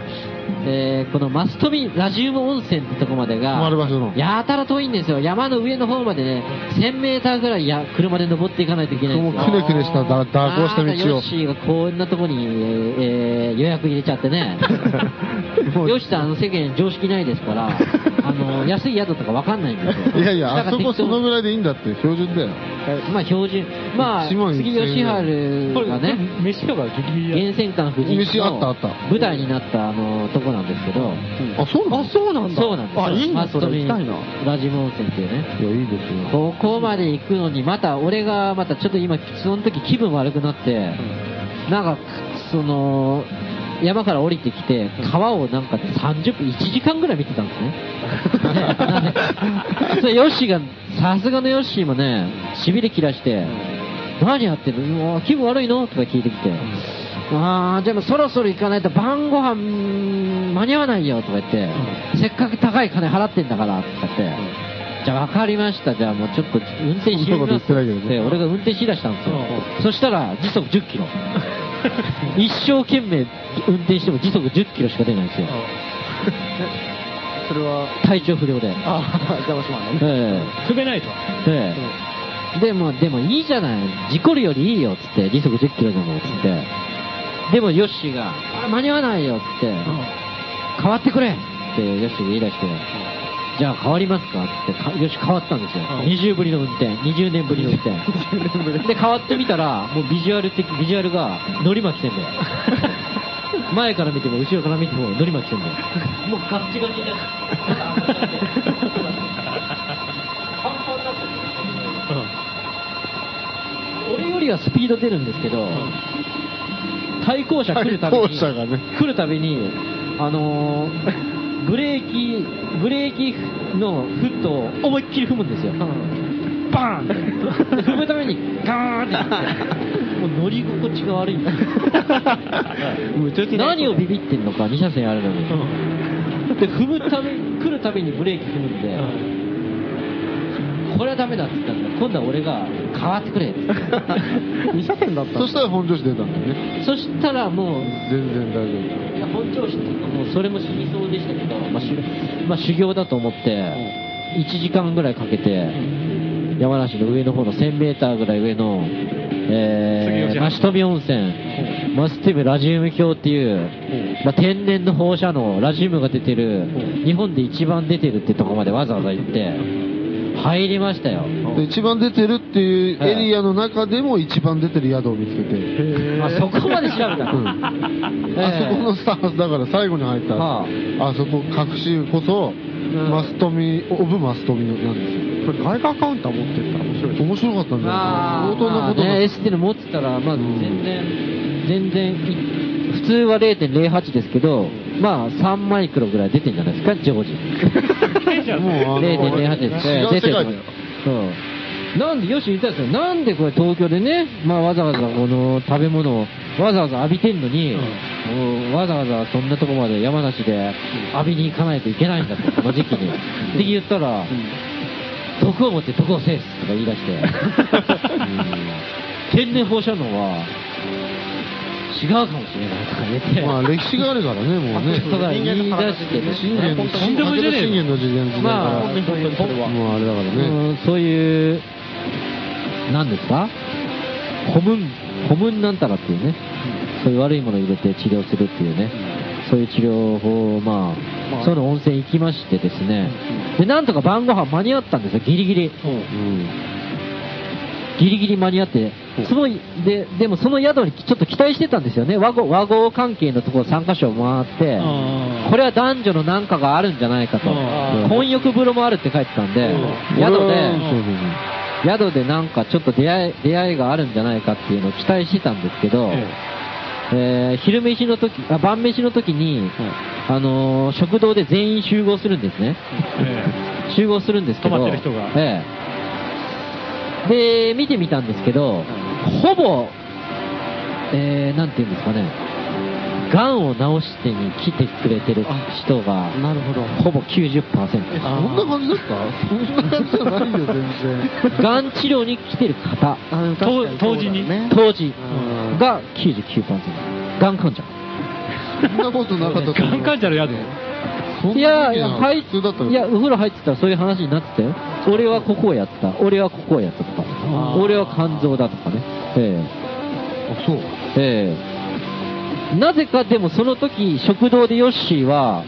Speaker 2: えーこのマストミラジウム温泉ってとこまで
Speaker 3: 泊まる
Speaker 2: が、
Speaker 3: 場所の
Speaker 2: やたら遠いんですよ。山の上の方までね、1000メーターぐらいや車で登っていかないといけないん
Speaker 3: も
Speaker 2: で
Speaker 3: う
Speaker 2: す
Speaker 3: く
Speaker 2: よ。
Speaker 3: ねくねしただ蛇行した
Speaker 2: なんか
Speaker 3: 道
Speaker 2: ヨ
Speaker 3: を
Speaker 2: ッシーがこんなとこに、えーえー予約入れちゃって
Speaker 3: (laughs)
Speaker 2: ね。ヨッシーさん、あの世間常識ないですから、あの、安い宿とかわかんないんですよ。
Speaker 3: いやいや
Speaker 2: だ
Speaker 3: あそ
Speaker 2: から
Speaker 3: こ
Speaker 2: 適当
Speaker 3: そ
Speaker 2: に
Speaker 3: のぐらいでいいんだって標準だよ
Speaker 2: まあ標準、まあ、
Speaker 3: 一問一答
Speaker 2: 杉吉治
Speaker 1: こ
Speaker 2: が
Speaker 1: れ
Speaker 2: ね、、
Speaker 1: 飯とかギリギリ
Speaker 2: 源泉館夫
Speaker 3: 飯
Speaker 2: 人
Speaker 3: あったあ
Speaker 2: の
Speaker 3: った
Speaker 2: 舞台になったあのとこなんですけど、
Speaker 3: あそうなの
Speaker 2: そうなんだ。そうなんですよ。
Speaker 11: あいいね
Speaker 2: マストミ
Speaker 11: それ行きたいな
Speaker 2: ラジモ温泉っていうね。
Speaker 3: いやいいですよ
Speaker 2: ここまで行くのに、また俺がまたちょっと今、その時気分悪くなって、なんか、その、山から降りてきて、川をなんかね30分、1時間ぐらい見てたんです (laughs) ね。ねなんでそれヨッシーが、さすがのヨッシーもね、痺れ切らして、何やってるのうわ気分悪いのとか聞いてきて、あー、でもそろそろ行かないと晩ご飯間に合わないよとか言って、せっかく高い金払ってんだから、とか言って、じゃあ分かりました、じゃあもうちょっと運転しよう
Speaker 3: そんなこと言ってないけどね
Speaker 2: 俺が運転しだしたんですよ。そしたら時速10キロ。
Speaker 3: (laughs)
Speaker 2: 一生懸命運転しても時速10キロしか出ないんですよ。
Speaker 16: それは、
Speaker 2: 体調不良で。
Speaker 16: あ、邪魔しまんのね。
Speaker 2: え
Speaker 1: 踏めないと。
Speaker 2: えええで、もでもいいじゃない。事故るよりいいよ、つって。時速10キロでも、つって。でもヨッシーが、あ間に合わないよ、つって。変わってくれってヨッシーが言い出して。じゃあ変わりますかってかヨッシー変わったんですよ。20ぶりの運転。20年ぶりの運転。で、変わってみたら、もうビジュアル的、ビジュアルが、のり巻きせんべい。前から見ても、後ろから見ても、のり巻きせんべい。
Speaker 15: もうガッチガチで。
Speaker 2: (laughs) 俺よりはスピード出るんですけど、対向車来るたびに、
Speaker 3: 対向車がね
Speaker 2: 来るたびに、あのー (laughs) ブレーキ、ブレーキのフットを思いっきり踏むんですよ。バ
Speaker 16: (laughs)
Speaker 2: ーンって。踏むために、ガ
Speaker 16: (laughs)
Speaker 2: ーンって。もう乗り心地が悪いんですよ。何をビビってんのか、2車線あるのに。で、踏むため、来るたびにブレーキ踏むんで、これはダメだって言ったんだよ今度は俺が変わって
Speaker 16: (laughs)
Speaker 2: くれって言って
Speaker 16: 2車線だった
Speaker 3: そしたら本調子出たんだよね
Speaker 2: (laughs) そしたらもう、
Speaker 3: 全然大丈
Speaker 2: いや本調子っていうかもうそれも死にそうでしたけど、まあしゅまあ修行だと思って、1時間ぐらいかけて、山梨の上の方の1000メーターぐらい上の、え
Speaker 1: 杉吉
Speaker 2: ー、
Speaker 1: 原
Speaker 2: 益富温泉、マスティブラジウム鏡っていう、まあ、天然の放射能、ラジウムが出てる、日本で一番出てるってとこまでわざわざ行って、入りましたよ。
Speaker 3: 夫で一番出てるっていうエリアの中でも一番出てる宿を見つけて
Speaker 2: まあ、そこまで調べ (laughs) た
Speaker 3: うん
Speaker 2: の。
Speaker 3: あそこの
Speaker 2: え
Speaker 3: スターだから最後に入った、
Speaker 2: は
Speaker 3: あそこ隠し湯こそ、マストミオブマストミなんです
Speaker 16: それ外貨カウンター持ってったら面白い。
Speaker 3: よ面白かったんだよ
Speaker 2: まあ
Speaker 3: 相当なこと
Speaker 2: まあ
Speaker 3: が
Speaker 2: ね、S っていうの持ってたら、まあ、全然、全然い、普通は0.08ですけど、まあ、3マイクロぐらい出てんじゃないですか、常時。
Speaker 3: もうあの
Speaker 2: 0.08ですね。
Speaker 3: 違う世界だよ
Speaker 2: うん。なんで、よし言ったんですよ。なんでこれ東京でね、まあわざわざこの食べ物をわざわざ浴びてんのに、もうわざわざそんなとこまで山梨で浴びに行かないといけないんだと、この時期に。
Speaker 3: (laughs)
Speaker 2: って言ったら、毒を持って毒を制すとか言い出して。天然放射能は、違うかもしれないとか言って。
Speaker 3: まあ歴史があるからね、もうね。
Speaker 2: そうだ人間の体
Speaker 3: 言い出してね信玄の、
Speaker 2: とんでもじゃねえよ
Speaker 3: 信玄の時代の時代から。
Speaker 2: まあ
Speaker 3: もうあれだからね。
Speaker 2: うんそういう、何ですか古文、古文なんたらっていうね、そういう悪いものを入れて治療するっていうね、そういう治療法を、ま
Speaker 10: まあ
Speaker 2: あ、そういうの温泉行きましてですね、で、なんとか晩ご飯間に合ったんですよ、ギリギリ。ギリギリ間に合って、その、で、でもその宿にちょっと期待してたんですよね。和合、和合関係のところ3カ所回って、これは男女のなんかがあるんじゃないかと。混浴風呂もあるって書いてたんで、宿で、宿でなんかちょっと出会い、出会いがあるんじゃないかっていうのを期待してたんですけど、えー昼飯の時、あ晩飯の時に、あのー食堂で全員集合するんですね。集合するんですけど、
Speaker 1: 泊まってる人が
Speaker 2: ええで、見てみたんですけど、ほぼ、えー、なんていうんですかね、がんを治してに来てくれてる人が、
Speaker 16: なるほど。
Speaker 2: ほぼ90%。
Speaker 3: そんな感じだったそんな感じじゃないよ、全然。
Speaker 1: (laughs)
Speaker 2: がん治療に来てる方、
Speaker 1: 当当時に。
Speaker 2: 当時が99%。がん患者。
Speaker 3: そんなことなかったと
Speaker 1: ガ
Speaker 3: 思う
Speaker 1: ン。カンじゃの宿。
Speaker 3: そん
Speaker 2: い
Speaker 3: な
Speaker 2: や
Speaker 3: わけ
Speaker 2: いや、
Speaker 3: な
Speaker 2: 入っ
Speaker 3: 普通だったの
Speaker 2: いや、お風呂入ってたらそういう話になってたよ。俺はここをやった。俺はここをやったとか。俺は肝臓だとかね。え
Speaker 3: あそう。
Speaker 2: えええなぜかでもその時、食堂でヨッシーは、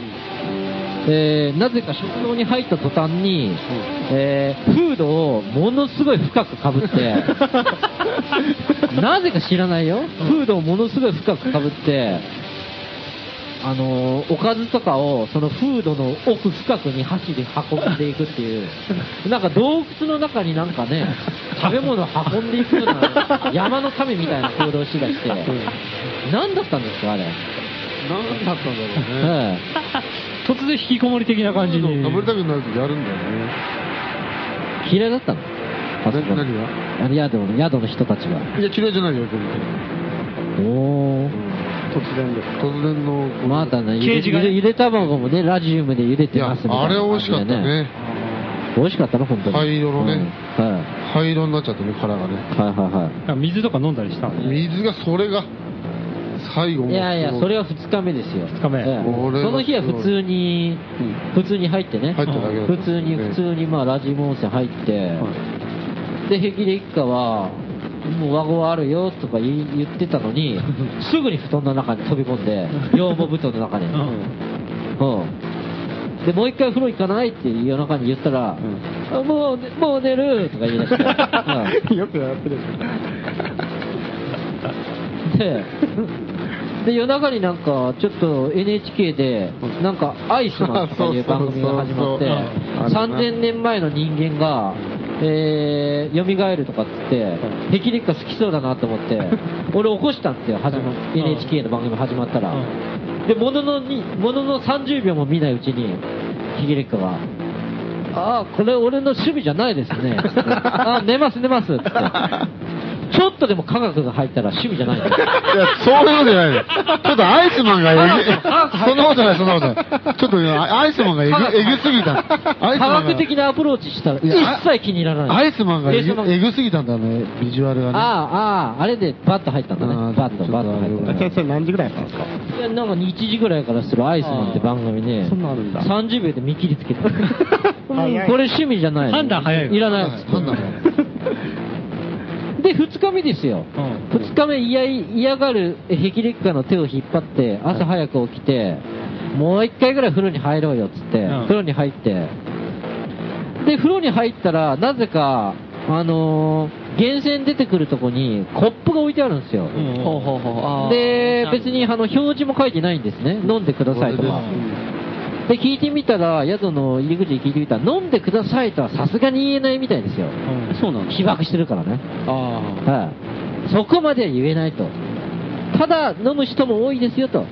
Speaker 2: ええなぜか食堂に入った途端に、ええフードをものすごい深くかぶ
Speaker 3: (laughs)
Speaker 2: って、なぜか知らないよ。フードをものすごい深くかぶって、あのーおかずとかをそのフードの奥深くに箸で運んでいくっ
Speaker 3: (laughs)
Speaker 2: ていう、なんか洞窟の中になんかね、食べ物を運んでいくような山の神みたいな行動をしだして、何だったんですか、あれ。
Speaker 3: 何だったんだろうね。
Speaker 2: え
Speaker 1: 突然引きこもり的な感じに。
Speaker 3: 被りたくなるときあるんだよね。
Speaker 2: え嫌いだったのあそこ
Speaker 3: 何が
Speaker 2: あの宿の宿の人たちが。
Speaker 3: いや、嫌いじゃないよ、全然。
Speaker 2: おー。
Speaker 3: 突然です。突然の。
Speaker 2: またね、ゆ
Speaker 1: 刑
Speaker 2: で
Speaker 1: 事が
Speaker 2: ゆでゆで卵もね、ラジウムで茹で
Speaker 3: い
Speaker 2: て
Speaker 3: や、
Speaker 2: ますみたいな
Speaker 3: あれ美味しかった
Speaker 2: 感じで。
Speaker 3: ね。
Speaker 2: 美味しかったの、本当に。
Speaker 3: 灰色のね
Speaker 2: うんはい
Speaker 3: 灰色になっちゃったね、殻がね。
Speaker 2: はいはいはい。
Speaker 1: なんか水とか飲んだりしたの
Speaker 3: 水が、それが、最後
Speaker 2: いやいや、それ
Speaker 3: は。
Speaker 2: は2日目ですよ。2
Speaker 1: 日目
Speaker 3: 俺は
Speaker 2: その日は普通に、普通に入ってね。
Speaker 3: 入っただけだった
Speaker 2: 普通に、
Speaker 3: ね
Speaker 2: 普通に、まあ、ラジモン温泉入って、で、平気で一家は、もう和合あるよとか言い言ってた
Speaker 3: (laughs)
Speaker 2: のに、すぐに布団の中に飛び込んで、羊毛布団
Speaker 1: (laughs)
Speaker 2: の中に。うんで、もう一回風呂行かないって夜中に言ったら、あもうね、もう寝るとか言い出して。う
Speaker 16: (laughs)
Speaker 2: ん
Speaker 16: よくやってる。
Speaker 2: で、で夜中になんか、ちょっと NHK で、なんか、アイスマンとかいう番組が始まって、3000年前の人間が、えー、蘇るとかっつって、霹靂が好きそうだなと思って、俺起こしたんですよ、始ま NHK の番組始まったら。で、もののに、ものの30秒も見ないうちに、霹靂が、ああ、これ俺の趣味じゃないですね。ああ、寝ます寝ますっつって。ちょっとでも科学が入ったら趣味じゃないんだよ。
Speaker 3: いや、そういうことじゃないよ。ちょっとアイスマンがえぐ、
Speaker 2: 科学
Speaker 3: そんなことない、そんなことない。ちょっとね、アイスマンがえぐえぐすぎた。アイス
Speaker 2: 科
Speaker 3: マン
Speaker 2: 学
Speaker 3: が
Speaker 2: 的なアプローチしたら一
Speaker 3: いやあ
Speaker 2: 切気に入らな
Speaker 3: ア
Speaker 2: い。
Speaker 3: イスマンがえ
Speaker 2: でその
Speaker 3: ぐえぐすぎたんだね、ビジュアルがね。
Speaker 2: ああ、ああ、あれでバッと入ったんだね
Speaker 3: ああ。
Speaker 2: バッと、バッと入った
Speaker 3: ちょ
Speaker 11: 先
Speaker 3: っとあれよ
Speaker 2: ね
Speaker 11: 生何時ぐらいだったんですか
Speaker 2: いや。なんか1時ぐらいからするアイスマンって番組ね、
Speaker 11: そんなのあるんだ
Speaker 2: 30秒で見切り (laughs) つけた。うん
Speaker 11: 早い
Speaker 2: これ趣味じゃない。
Speaker 1: 判断早いよ
Speaker 2: いらない。
Speaker 3: 判断早い
Speaker 2: で、2日目ですよ。
Speaker 1: うん
Speaker 2: 2日目嫌い嫌がる霹靂家の手を引っ張って、朝早く起きて、もう1回ぐらい風呂に入ろうよっつって、
Speaker 1: うん
Speaker 2: 風呂に入って、で、風呂に入ったら、なぜか、あのー源泉出てくるとこにコップが置いてあるんですよ。
Speaker 1: うんほうほうほうあー
Speaker 2: で、別にあの表示も書いてないんですね。飲んでくださいとか。で、聞いてみたら、宿の入り口で聞いてみたら、飲んでくださいとはさすがに言えないみたいですよ。
Speaker 1: そう
Speaker 2: なの被爆してるからね。はい。そこまでは言えないと。ただ、飲む人も多いですよと。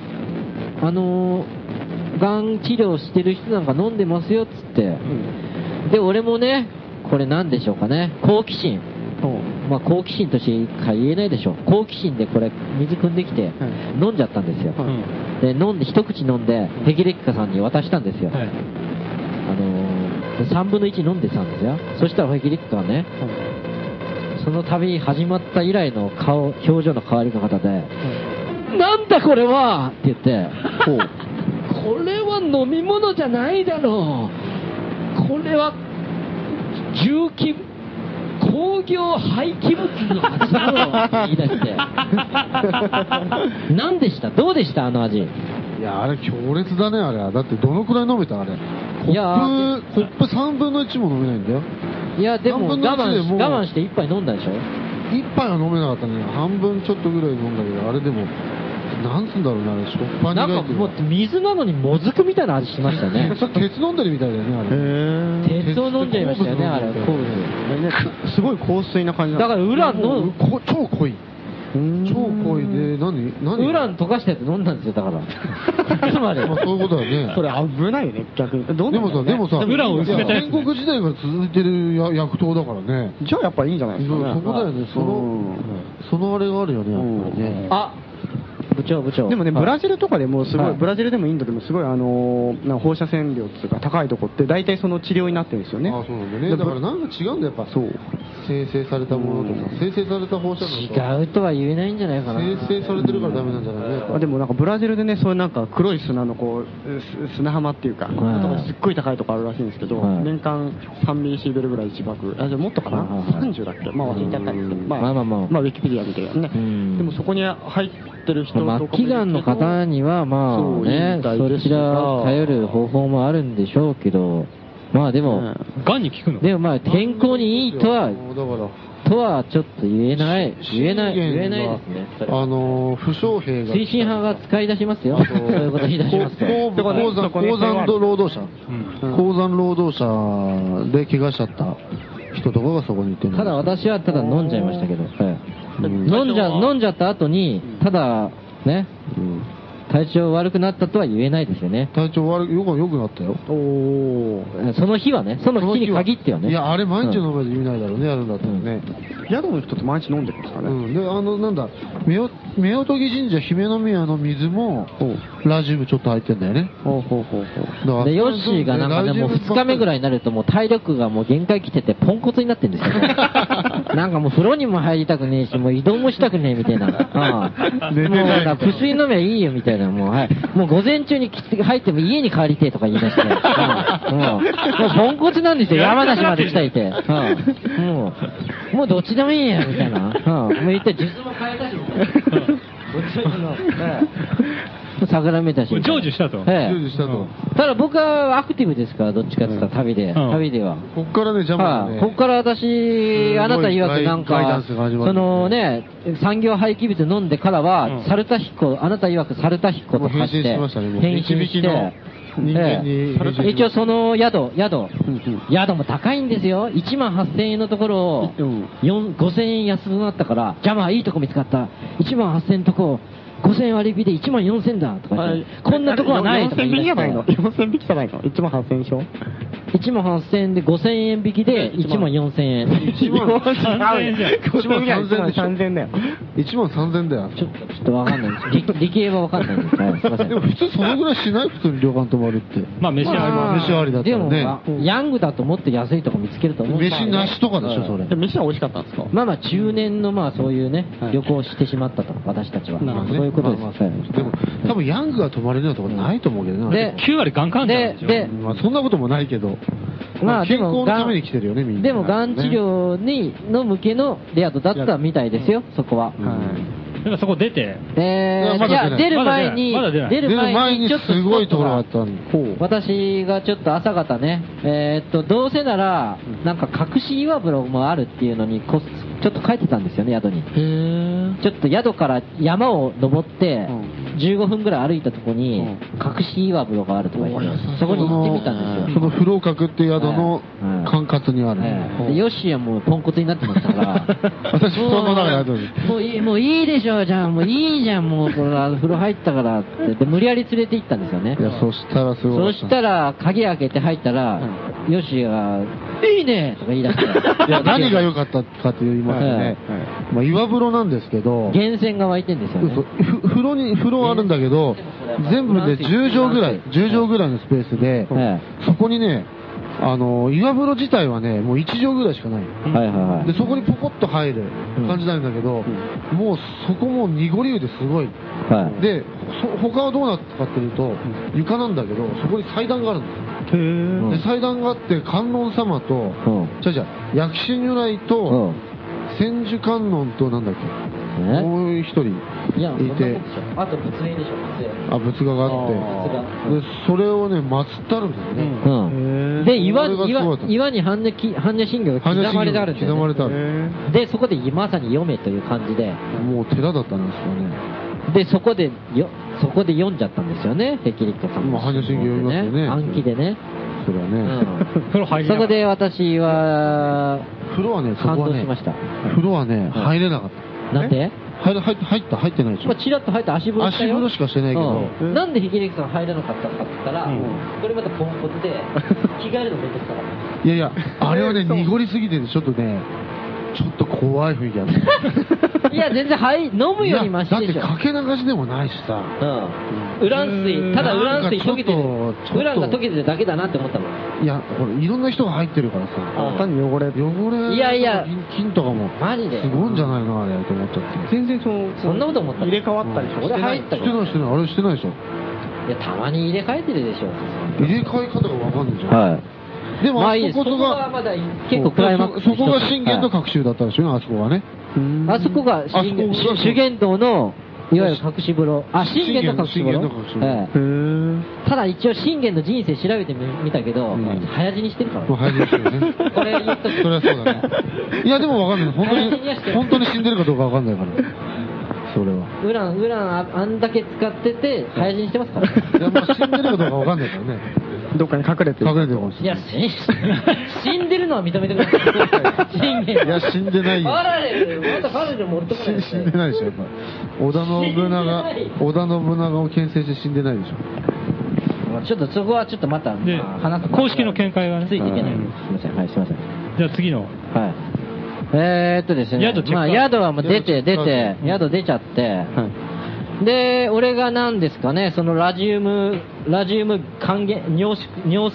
Speaker 2: あのー、がん治療してる人なんか飲んでますよっつって。で、俺もね、これ何でしょうかね。好奇心。まあ、好奇心としてか言えないでしょう。好奇心でこれ、水汲んできて、飲んじゃったんですよ。で、飲んで、一口飲んで、ヘキレッカさんに渡したんですよ。
Speaker 1: はい
Speaker 2: あのー、3分の1飲んでたんですよ。そしたらヘキレッカはね、その旅始まった以来の顔、表情の変わり方で、なんだこれはって言って、これは飲み物じゃないだろう。これは、重機、工業廃棄物の味だろうって言い出 (laughs) して。何でしたどうでしたあの味。
Speaker 3: いや、あれ強烈だね、あれは。だってどのくらい飲めたあれ。コ
Speaker 2: いや
Speaker 3: ップ、コップ3分の1も飲めないんだよ。
Speaker 2: いや、でも
Speaker 3: 3分の
Speaker 2: 我慢
Speaker 3: 1で
Speaker 2: し
Speaker 3: もう
Speaker 2: 我慢して一杯飲んだでしょ
Speaker 3: 1杯は飲めなかったね。半分ちょっとぐらい飲んだけど、あれでも、なんつうんだろうね、あれ、しょっぱい
Speaker 2: なん
Speaker 3: 苦
Speaker 2: か
Speaker 3: いけ
Speaker 2: もう水なのにもずくみたいな味しましたね。
Speaker 3: ど。鉄飲んでるみたいだよね、あれ。
Speaker 2: 鉄を飲んじゃいましたよね、あれ。こう
Speaker 4: すごい香水な感じ
Speaker 2: だからウランの、
Speaker 3: こ超濃い。超濃いで、何何
Speaker 2: ウラン溶かしたやつ飲んだんですよ、だから。つまり。
Speaker 3: まあそういうことだよね。
Speaker 4: それ危ないよね、逆に。どう
Speaker 3: で
Speaker 4: なん
Speaker 3: も
Speaker 4: だろ
Speaker 3: さ、
Speaker 4: うね
Speaker 3: でもさ、
Speaker 4: いや
Speaker 3: 戦国時代から続いてるや薬刀だからね。
Speaker 4: じゃあやっぱいいんじゃないです
Speaker 3: そ
Speaker 4: か
Speaker 3: う
Speaker 4: ね。
Speaker 3: そこだよね、その、そのあれがあるよね、やっぱりね。
Speaker 2: あ部長、部長。
Speaker 4: でもね、ブラジルとかでもすごい、
Speaker 2: はい
Speaker 4: ブラジルでもインドでもすごい、あのーなんか放射線量っていうか高いとこって大体その治療になってるんですよね。
Speaker 3: あそうなんだよね。だからなんか違うんだよ、やっぱ。
Speaker 4: そう。
Speaker 3: 生成されたものとさ、生成された放射能と
Speaker 2: 違うとは言えないんじゃないかな。
Speaker 3: 生成されてるからダメなんじゃないのやっぱ
Speaker 4: あでもなんかブラジルでね、そういうなんか黒い砂のこう、す砂浜っていうか、こういうところすっごい高いとこあるらしいんですけど、
Speaker 2: はい
Speaker 4: 年間3ミリシーベルぐらい自爆、あ、じゃあもっとかな ?30 だっけまあ忘れちゃったんですけど、まあ、
Speaker 2: まあまあまあ
Speaker 4: ウィキペディア見てね。でもそこに入ってる人
Speaker 2: まあ
Speaker 4: とかもいるけど
Speaker 2: 祈願の方には、ま
Speaker 4: そ
Speaker 2: あ
Speaker 4: ういい
Speaker 2: ね
Speaker 4: み、たい
Speaker 2: そ
Speaker 4: で
Speaker 2: ち
Speaker 4: すが
Speaker 2: らを頼る方法もあるんでしょうけど、まあでも、
Speaker 1: 癌に効くの
Speaker 2: でもまあ健康にいいとは、
Speaker 3: だから、
Speaker 2: とはちょっと言えない、言えない、
Speaker 3: 信玄
Speaker 2: 言えない
Speaker 3: は
Speaker 2: ですね。
Speaker 3: あのー、不祥兵が。
Speaker 2: 推進派が使い出しますよ。そういうこと言い出しますと。
Speaker 3: 鉱鉱山、鉱山労働者。鉱山労働者で怪我しちゃった人とかがそこにいてる
Speaker 2: ただ私はただ飲んじゃいましたけど、はい飲んじゃ、飲んじゃった後に、ただ、ね、体調悪くなったとは言えないですよね。
Speaker 3: 体調悪く、よく、よくなったよ。
Speaker 4: お
Speaker 2: その日はね、その日に限ってはね。
Speaker 3: いや、あれ毎日飲める意味ないだろうね、やるんだったらね。
Speaker 4: 宿の人と毎日飲んでるんですかね。
Speaker 3: うん。で、あの、なんだ、夫婦木神社姫宮の水も、ラジウムちょっと入ってんだよね。
Speaker 4: ほうほうほう
Speaker 3: ほ
Speaker 2: で、ヨッシーがなんかね、もう2日目ぐらいになるともう体力がもう限界来ててポンコツになってんですよ。なんかもう風呂にも入りたくねえし、もう移動もしたくねえみたいな。うん
Speaker 4: 寝て
Speaker 2: も
Speaker 4: な
Speaker 2: う
Speaker 4: い
Speaker 2: なんか、不水飲めばいいよみたいな、もう、はい。もう午前中にきつ入っても家に帰りてえとか言い出して。うんもうポンコツなんですよ、山梨まで来たいて。うんもう、もうどっちでもいいや、みたいな。うんもう一体術も変えたし、桜見たし。
Speaker 1: 成就したと。
Speaker 2: ええ
Speaker 3: 従事したと。
Speaker 2: ただ僕はアクティブですから、どっちかって言ったら旅
Speaker 1: う
Speaker 2: で、
Speaker 1: ん
Speaker 2: 旅では。
Speaker 3: こっからね、邪魔だ
Speaker 2: はい
Speaker 3: ね。
Speaker 2: ここから私、あなた曰くなん
Speaker 3: ガイダ
Speaker 2: か
Speaker 3: ン、スが始まる
Speaker 2: そのね、産業廃棄物飲んでからは、サルタヒコ、あなた曰くサルタヒコと化し
Speaker 3: もう変身
Speaker 2: て
Speaker 3: しましたねも、う
Speaker 2: 変身し
Speaker 3: 一匹
Speaker 2: て
Speaker 3: の、人間に
Speaker 2: ええ
Speaker 3: 変身
Speaker 2: 一応その宿、宿、宿も高いんですよ。1万8000円のところを、4 5000円安くなったから、じゃあまあいいとこ見つかった。1万8000円のとこ、5000円割引で1万4000だとか言って、こんなとこはないとか
Speaker 4: 4000
Speaker 2: 言い出して
Speaker 4: 匹じゃないの ?4000 匹じゃないの ?1 万8000でしょ
Speaker 2: 1万8000円で5000円引きで1万4000円。
Speaker 3: 1万
Speaker 4: 3000円じゃん
Speaker 3: 1万3000でしょ
Speaker 4: 1万3000だよ。
Speaker 3: 1万3000だよ。
Speaker 2: ちょちょっとわかんないです。理理系はわかんない (laughs) です。はい、すいません
Speaker 3: で。も普通そのぐらいしない普通に旅館泊まるって。
Speaker 1: まあ、飯はあります。
Speaker 3: 飯ありだった
Speaker 2: で
Speaker 3: ら
Speaker 2: も、
Speaker 3: ね。
Speaker 2: ヤングだともっと安いとこ見つけると思うんです
Speaker 3: 飯
Speaker 2: よ
Speaker 3: なしとかでしょ、それ。
Speaker 4: で飯は美味しかったんですか
Speaker 2: まあまあ、中年のまあそういうね、旅行をしてしまったと、私たちは。
Speaker 3: まあね
Speaker 2: そういうことです。
Speaker 3: ま
Speaker 2: は
Speaker 3: あまあでも、多分ヤングが泊まれるようなとこないと思うけど
Speaker 2: い
Speaker 3: な。
Speaker 2: で、
Speaker 1: 9割ガンカン
Speaker 2: で、で、
Speaker 3: まあそんなこともないけど。
Speaker 2: ま
Speaker 3: ま
Speaker 2: あ
Speaker 3: あ
Speaker 2: で
Speaker 3: 健康
Speaker 2: も、
Speaker 3: のために来てるよね、みんな。
Speaker 2: でも、がん治
Speaker 3: ね。
Speaker 2: 療に、の向けのレアドだったみたいですよ、そこは。
Speaker 1: だからそこ出て、
Speaker 2: え
Speaker 1: いやま
Speaker 2: ー、い
Speaker 1: だ
Speaker 2: や、
Speaker 1: 出ない
Speaker 2: 出る前に、
Speaker 1: まだ出ない
Speaker 2: 出
Speaker 3: 出
Speaker 2: る
Speaker 3: る
Speaker 2: 前
Speaker 3: 前
Speaker 2: に
Speaker 3: に
Speaker 2: ちょっと
Speaker 3: すごいところがあったの。
Speaker 2: 私がちょっと朝方ね、えーっと、どうせなら、なんか隠し岩風呂もあるっていうのにこ、ちょっと書いてたんですよね、宿に。ちょっと宿から山を登って、15分ぐらい歩いたとこに、隠し岩風呂があるとか言って、そこに行ってみたんです
Speaker 3: そ
Speaker 2: よ。
Speaker 3: の不老閣って宿の
Speaker 2: はい
Speaker 3: 管轄にある。
Speaker 2: ええでヨッシーはもうポンコツになってました (laughs) から。
Speaker 3: 私布団の中に入ってる
Speaker 2: もういい、もういいでしょ、じゃあ、もういいじゃん、もう、これは風呂入ったからって。で、無理やり連れて行ったんですよね。
Speaker 3: いや、そしたらすご
Speaker 2: そ
Speaker 3: い。
Speaker 2: したら、鍵開けて入ったら、ヨシが、いいねとか言い出して。
Speaker 3: いや、何が良かったかと言いますと
Speaker 2: はい
Speaker 3: ね、まあ、岩風呂なんですけど、
Speaker 2: 源泉が湧いてんですよ
Speaker 3: そうそう
Speaker 2: ね。
Speaker 3: ふ風呂に、風呂あるんだけど、全部で10畳ぐらい、10畳ぐらいのスペースで、
Speaker 2: え
Speaker 3: そこにね、あの、岩風呂自体はね、もう1畳ぐらいしかない。
Speaker 2: はいはいはい。
Speaker 3: で、そこにポコッと入る感じなんだけど、もうそこも濁り湯ですごい。
Speaker 2: はい。
Speaker 3: で、そ他はどうなったかっていうと、床なんだけど、そこに祭壇があるんです。で、祭壇があって、観音様と、じゃじゃ薬師如来と、千手観音となんだっけ、もう一人
Speaker 17: いや、そん
Speaker 3: い
Speaker 17: なこと
Speaker 3: て
Speaker 17: で、しょ。あと仏縁でしょ、仏縁。
Speaker 3: あ、仏画があって
Speaker 17: あ、
Speaker 3: で、それをね、祀ったるんだよね。
Speaker 2: うん。で、岩、
Speaker 3: それがすごか
Speaker 2: 岩
Speaker 3: った、
Speaker 2: 岩に般若き般若心経が刻まれてあるんですよ、ね。
Speaker 3: 刻まれてある
Speaker 2: で、そこでまさに読めという感じで。
Speaker 3: もう寺だったんですよね。
Speaker 2: で、そこで、よ、そこで読んじゃったんですよね、ヘキリッコさん
Speaker 3: 今、
Speaker 2: も。
Speaker 3: 般若心経読みますよね。
Speaker 2: 暗記でね。
Speaker 3: それはね。
Speaker 1: 風呂入り
Speaker 2: そ
Speaker 1: なが
Speaker 2: こ
Speaker 1: ら。
Speaker 2: で私は、
Speaker 3: 風呂はね、そ
Speaker 2: 感
Speaker 3: こは
Speaker 2: 動
Speaker 3: ね、
Speaker 2: しました。
Speaker 3: 風呂はね、入れなかった。
Speaker 2: なんで
Speaker 3: 入ら入った、入った、入ってないでしょ
Speaker 2: まあ、。チラッと入った足風呂したよ
Speaker 3: 足風呂しかしてないけど
Speaker 2: うんなんでひき肉さん入らなかったかって言ったら、
Speaker 17: これまたポンコツで、
Speaker 3: (laughs)
Speaker 17: 着替えるのめんどくさかった。
Speaker 3: いやいや、あれはね、濁りすぎてて、ちょっとね、ちょっと怖い雰囲気あった。
Speaker 2: (laughs) いや、全然はい、飲むよりマシでし
Speaker 3: いや。
Speaker 2: ょ
Speaker 3: だってかけ流しでもないしさ。
Speaker 2: ウラン水、ただウラン水溶けてる
Speaker 3: なんかちょっとちょっと
Speaker 2: ウランが溶けてるだけだなって思ったもん。
Speaker 3: いや、ほら、いろんな人が入ってるからさ。単に汚れ。汚れ。
Speaker 2: いやいや
Speaker 3: 金金とかも。
Speaker 2: マジで。
Speaker 3: すごいんじゃないのあれと思っちゃって。
Speaker 18: 全然その、
Speaker 2: そんなこと思った入れ替わ
Speaker 18: ったりしょ
Speaker 2: 俺入った
Speaker 3: し
Speaker 2: よ
Speaker 3: てないしてない、あれしてないでしょ。
Speaker 2: いや、たまに入れ替えてるでしょ。
Speaker 3: 入れ替え方がわかんないじゃん。
Speaker 2: い
Speaker 3: でも、
Speaker 2: ま
Speaker 3: あ
Speaker 2: あいい
Speaker 3: そこ
Speaker 2: です
Speaker 3: と
Speaker 2: そこは
Speaker 3: が、
Speaker 2: まだ結構クライマックス
Speaker 3: そこが信玄と
Speaker 2: か。
Speaker 3: 隔州だったんですよね、あそこがね。
Speaker 2: あそこが
Speaker 3: あそこ
Speaker 2: 信玄
Speaker 3: そうそう
Speaker 2: 主玄道の、いわゆる隠し風呂。あ、信玄の隠し風
Speaker 3: 信玄
Speaker 2: 呂
Speaker 3: の隠し。風呂
Speaker 2: ええただ一応信玄の人生調べてみ見たけど、早死にしてるから。
Speaker 3: もう入りですよね。
Speaker 2: (laughs) これ言っとく
Speaker 3: それはそうだね。いや、でもわかんない。本当
Speaker 2: 早死にはして
Speaker 3: に、
Speaker 2: ない
Speaker 3: 本当に死んでるかどうかわかんないから。それは。
Speaker 2: ウラン、ウランあ、あんだけ使ってて、早死にしてます
Speaker 3: (laughs)
Speaker 2: から。
Speaker 3: いや、まあ死んでるかどうかわかんないからね。
Speaker 4: どっかに隠れてる。
Speaker 3: 隠れてるかもし
Speaker 2: い
Speaker 3: れ
Speaker 2: や、
Speaker 3: ない。
Speaker 2: 死ん死んでるのは認めてください。信玄。
Speaker 3: いや、死んでないよ。
Speaker 2: パラレル、またパラレル持ってこないで
Speaker 3: 死
Speaker 2: す
Speaker 3: 死
Speaker 2: ね
Speaker 3: んでないでしょ、やっぱ。織田信長
Speaker 2: 死んでな、
Speaker 3: 織田信長を牽制して死んでないでしょ。
Speaker 2: ちょっとそこはちょっとまた、
Speaker 1: で
Speaker 2: まあ話す
Speaker 1: 公式の見解はね
Speaker 2: ついていけない。
Speaker 1: はい
Speaker 2: すみません、はい、すみません。
Speaker 1: じゃあ次の。
Speaker 2: はい。えー、っとですね、
Speaker 1: 宿チェック
Speaker 2: まあ
Speaker 1: アウト
Speaker 2: 宿はもう出て、
Speaker 1: 宿チェ
Speaker 2: 出
Speaker 1: ックアウトうん
Speaker 2: て、宿出ちゃって、で、俺が何ですかね、そのラジウム、ラジウム還元、濃縮、濃縮、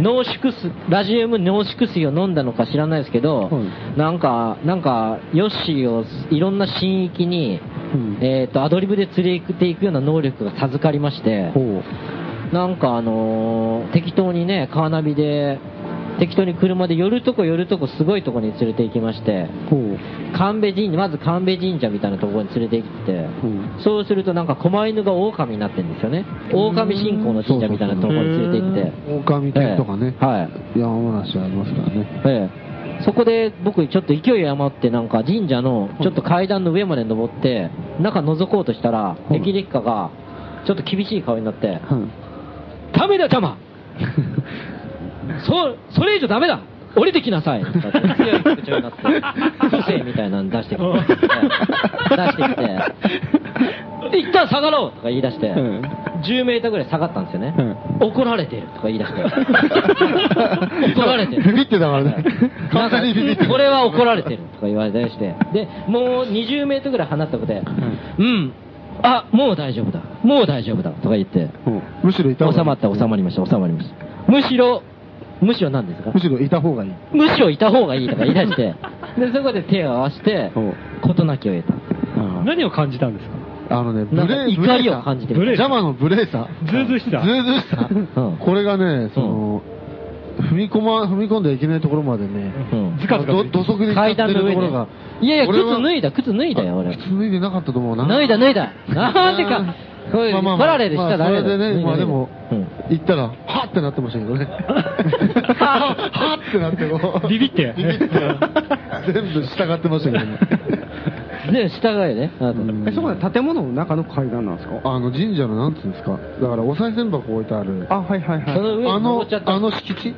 Speaker 2: 濃濃縮水、ラジウム濃縮水を飲んだのか知らないですけど、なんか、なんか、ヨッシーをいろんな神域に、えーっと、アドリブで連れていくような能力が授かりまして、なんかあのー適当にね、カーナビで、適当に車で寄るとこ寄るとこすごいとこに連れて行きまして、神戸神社、まず神戸神社みたいなところに連れて行って、そうするとなんか狛犬が狼になってるんですよね。狼信仰の神社みたいなところに連れて行って。
Speaker 3: 狼犬とかね。
Speaker 2: はい。
Speaker 3: 山梨ありますからね。
Speaker 2: ええ、そこで僕ちょっと勢い余ってなんか神社のちょっと階段の上まで登って中覗こうとしたら駅烈火がちょっと厳しい顔になって「ダメだ玉 (laughs) そそれ以上ダメだ降りてきなさい」とかって強い口調になって「不正」みたいなの出して (laughs) きて、ええ出してきて「一旦下がろう」とか言い出して、10メーターぐらい下がったんですよね、怒られてるとか言い出
Speaker 3: (laughs)
Speaker 2: して怒られてる
Speaker 3: ビビってたからね。完全にビビってた。
Speaker 2: これは怒られてるとか言われたりして、で、もう20メートルぐらい離ったことで、うん、あ、もう大丈夫だ、もう大丈夫だとか言って、
Speaker 3: むしろいた方が
Speaker 2: 収まった、収まりました、収まりました。むしろ、むしろ何ですか
Speaker 3: むしろいた方がいい。
Speaker 2: むしろいた方がいいとか言い出して、で、そこで手を合わせて、事なきを得た。
Speaker 1: 何を感じたんですか
Speaker 3: あのね、ブ
Speaker 2: なん
Speaker 3: レ
Speaker 2: か
Speaker 3: ー
Speaker 2: 怒りを感じて
Speaker 3: ブ
Speaker 2: る
Speaker 3: レーサー邪魔のブレーサー。
Speaker 1: ズーズーし
Speaker 3: ず
Speaker 1: た。
Speaker 3: うずうしさ
Speaker 2: うん。
Speaker 3: これがね、その、踏み込ま、踏み込んではいけないところまでね、
Speaker 2: うん
Speaker 1: ズカズカ
Speaker 3: ど土足で行っちゃ
Speaker 2: 階
Speaker 3: って
Speaker 2: 段
Speaker 3: る
Speaker 2: の
Speaker 3: と
Speaker 2: 上
Speaker 3: こ
Speaker 2: で
Speaker 3: ろが。。
Speaker 2: いやいや、
Speaker 3: 俺は
Speaker 2: 靴脱いだ、靴脱いだよ、俺。
Speaker 3: 靴脱いでなかったと思うな。
Speaker 2: 脱いだ、脱いだ。なんでか、こういう、パラレルしたらダメだ
Speaker 3: まあそれ
Speaker 2: よ
Speaker 3: でね、まあでも
Speaker 2: うん、
Speaker 3: 行ったら、はってなってましたけどね。はってなってこう。
Speaker 1: ビビって
Speaker 3: ビビって。全部従ってましたけどね。
Speaker 2: で、従えね。あと
Speaker 4: えそこで建物の中の階段なんですか
Speaker 3: あの神社のなんつうんですか、だからお賽銭箱置いてある、
Speaker 4: あ、はいはいはい。
Speaker 2: その上に
Speaker 3: あ
Speaker 2: 登
Speaker 3: の
Speaker 2: っちゃっ、た
Speaker 3: あの敷地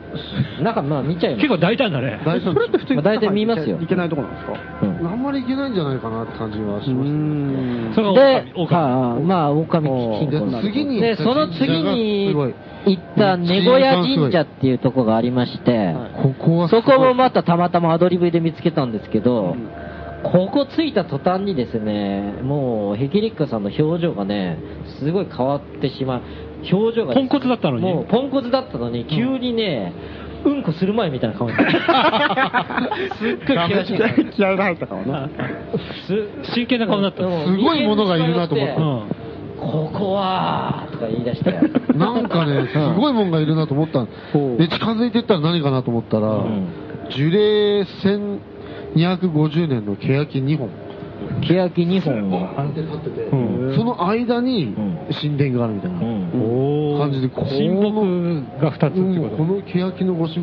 Speaker 2: なんかまあ見ちゃいます
Speaker 1: 結構大胆だね。
Speaker 3: 大丈
Speaker 4: それって普通
Speaker 2: ま
Speaker 4: に
Speaker 2: あ大体見ますよ
Speaker 4: いけないとこなんですか
Speaker 3: 夫あんまり行けないんじゃないかなって感じはし
Speaker 4: う
Speaker 3: まし
Speaker 4: ん。
Speaker 1: それが
Speaker 2: で
Speaker 1: 狼、狼
Speaker 2: はあ、まあ、狼信仰
Speaker 3: で次に
Speaker 2: で、その次
Speaker 3: 神
Speaker 2: に
Speaker 3: 社がすごい
Speaker 2: 行った根小屋神社っていうとこがありまして、
Speaker 3: た。ここはすご
Speaker 2: そ
Speaker 3: い
Speaker 2: こもまたたまたまアドリブで見つけたんですけど、ここ着いた途端にですね、もうヘキリッカさんの表情がね、すごい変わってしまう。
Speaker 19: 表情が
Speaker 1: ポンコツだったのに
Speaker 19: もうポンコツだったのに急にね、うん、こする前みたいな顔にすっ
Speaker 3: (laughs)
Speaker 19: ごい険しい顔
Speaker 4: 気合が入ったかもな。
Speaker 19: す
Speaker 1: 真剣な顔になった
Speaker 19: うん
Speaker 3: すごいものがいるなと思った
Speaker 19: うんここはとか言い出して
Speaker 3: なんかね、すごいもんがいるなと思ったんで、近づいてったら何かなと思ったら、樹齢1250年の欅2本。
Speaker 2: 欅2本
Speaker 3: あれで立ってて、その間に神殿があるみたいな感じで、この
Speaker 1: 神木が2つってこと
Speaker 3: この欅のご神木、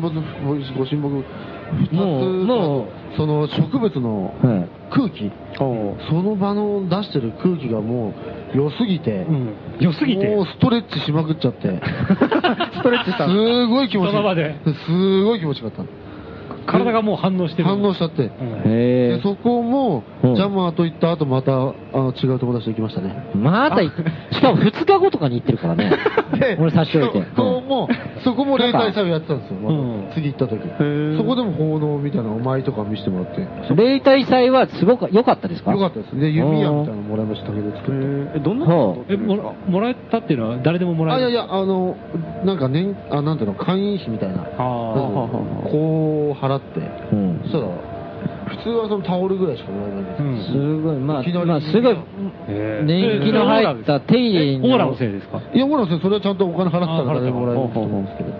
Speaker 3: ご神木、
Speaker 2: もう
Speaker 3: 2つ、その植物の空気、その場の出してる空気がもう良すぎて、
Speaker 1: 良すぎて
Speaker 3: もうストレッチしまくっちゃって、
Speaker 4: ストレッチしたの
Speaker 3: すごい気持ちいい
Speaker 1: その場です
Speaker 3: ごい気持ちよかった。
Speaker 1: 体がもう反応してる。
Speaker 3: 反応しちゃって。でそこも、ジャマーと行った後、また、あの、違う友達と行きましたね。
Speaker 2: また行く、しかも2日後とかに行ってるから
Speaker 3: (laughs)
Speaker 2: ね。 (laughs) 俺差し置いて。
Speaker 3: そこも、そこも霊体作業やってたんですよ、また
Speaker 1: うん
Speaker 3: 次行った時。そこでも奉納みたいなお参りとか見せてもらって。よ
Speaker 2: 霊体祭はすごく良かったですか
Speaker 3: かったですね。で弓矢みたいなのもらいましたけど、作って。
Speaker 4: え、どんな
Speaker 2: ほ
Speaker 1: え、もらもらえたっていうのは誰でももら
Speaker 3: あ、
Speaker 1: え
Speaker 3: い
Speaker 1: る
Speaker 3: やいや、あの、なんか年、あ、なんていうの、会員費みたいな。こう払って、
Speaker 2: うん
Speaker 3: そしたら、普通はそのタオルぐらいしかもらえないんですよ
Speaker 1: うん
Speaker 2: すごい、まあ、
Speaker 3: きなり
Speaker 2: まあ、すごい、
Speaker 1: へー
Speaker 2: 年季の入った手入
Speaker 1: オ
Speaker 2: れ
Speaker 1: ー
Speaker 2: の
Speaker 1: ラのせいですか
Speaker 3: いや、ほら、それはちゃんとお金払った
Speaker 1: あ
Speaker 3: から
Speaker 1: 払った
Speaker 3: ね、
Speaker 1: から
Speaker 3: もらえると思うんですけど。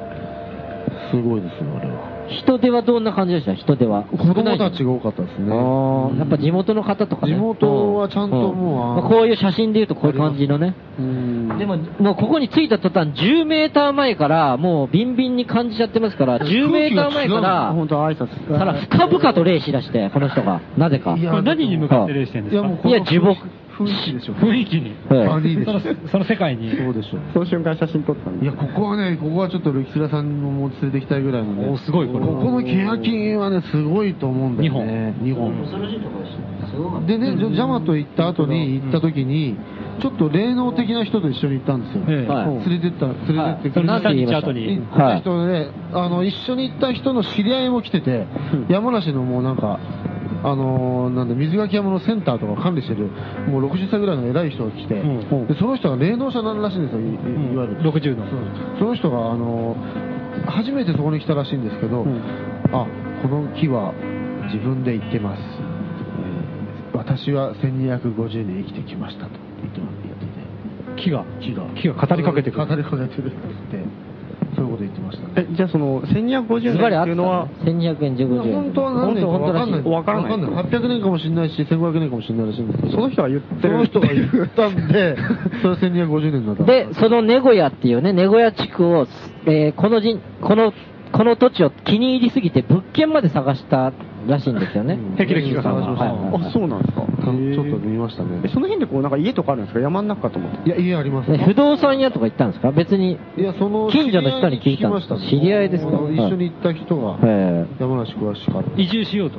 Speaker 3: すごいですね、あれは。
Speaker 2: 人手はどんな感じでした人手は。
Speaker 3: 子供
Speaker 2: 少ない
Speaker 3: たちが多かったですね。
Speaker 2: ああ、やっぱ地元の方とかね。
Speaker 3: 地元はちゃんともう
Speaker 2: うんまあこういう写真で言うとこういう感じのね。
Speaker 3: うん
Speaker 2: でも、もうここに着いた途端、10メーター前から、もうビンビンに感じちゃってますから、10メーター前から、
Speaker 4: 本当挨拶。
Speaker 2: ただ深々と礼しだして、この人が。なぜか。
Speaker 3: いや
Speaker 1: これ何に向かって礼してるん
Speaker 3: い
Speaker 1: で
Speaker 3: や、
Speaker 1: す
Speaker 3: もう
Speaker 1: か
Speaker 3: こ
Speaker 2: い
Speaker 3: の
Speaker 2: や樹木
Speaker 3: 雰囲気でしょ。
Speaker 1: 雰囲気に。
Speaker 2: はい
Speaker 3: いいでし
Speaker 1: そ
Speaker 3: ょ
Speaker 1: の。その世界に。
Speaker 3: そうでしょ。
Speaker 4: その瞬間写真撮ったん
Speaker 3: い
Speaker 4: で
Speaker 3: や、ここはね、ここはちょっとルキスラさんも連れてきたいぐらいのね。
Speaker 1: おすごいこ
Speaker 3: こ
Speaker 1: れ
Speaker 3: この欅はね、すごいと思うんだよね。2本。
Speaker 20: 恐ろしいところでした。すごかった。
Speaker 3: でね、ジャジャマと行った後に行った時に、ちょっと霊能的な人と一緒に行ったんですよ。
Speaker 1: ええ
Speaker 2: はい
Speaker 3: 連れてった、連れてってくれ
Speaker 1: 何
Speaker 3: た
Speaker 1: 日
Speaker 3: 行
Speaker 1: 後に。
Speaker 3: った人で、あの、一緒に行った人の知り合いも来てて、山梨のもうなんか、あのーなんだ、水垣山のセンターとか管理してる、もう60歳ぐらいの偉い人が来て、
Speaker 1: うん
Speaker 3: でその人が霊能者なんらしいんですよ、いいいわゆる。
Speaker 1: 60の。
Speaker 3: その人が、あのー初めてそこに来たらしいんですけど、あこの木は自分で言ってます、えー私は1250年生きてきましたと言ってます言って
Speaker 1: 木が。
Speaker 3: て木が
Speaker 1: 木が語りかけてく
Speaker 3: 語り
Speaker 1: る。
Speaker 3: かけてるって言ってそういうこと言ってましたね
Speaker 4: え、じゃあその、1250
Speaker 2: ズバリ
Speaker 4: 年
Speaker 2: あっ
Speaker 4: っ
Speaker 2: てた
Speaker 4: いうのは、
Speaker 2: 1200円、15円。
Speaker 3: 本当は何年か分かんない
Speaker 4: 本当本当らしい
Speaker 3: わ
Speaker 4: わからない
Speaker 3: 800年かもしれないし1500年かもしれないらしいんですけど
Speaker 4: その人が言って
Speaker 3: その
Speaker 4: る
Speaker 3: 人が言ったんでそれは1250年だった
Speaker 2: で、そのネゴヤっていうね、ネゴヤ地区を、えーこの人、この、この土地を気に入りすぎて物件まで探したらしいんですよね。
Speaker 1: 霹靂が
Speaker 3: 探しました、
Speaker 2: はいはいはい
Speaker 4: あ、そうなんですか。
Speaker 3: たちょっと見ました
Speaker 4: え
Speaker 3: ね
Speaker 4: その辺でこう、なんか家とかあるんですか山の中かと思って。
Speaker 3: いや家あります
Speaker 2: ね不動産屋とか行ったんですか別に。
Speaker 3: いや、その、
Speaker 2: 近所の人に聞いたん
Speaker 3: ま
Speaker 2: で
Speaker 3: し
Speaker 2: す
Speaker 3: た
Speaker 2: か知り合いですか
Speaker 3: あの一緒に行った人が、
Speaker 2: え
Speaker 3: 山梨詳しかった。
Speaker 1: 移住しようと。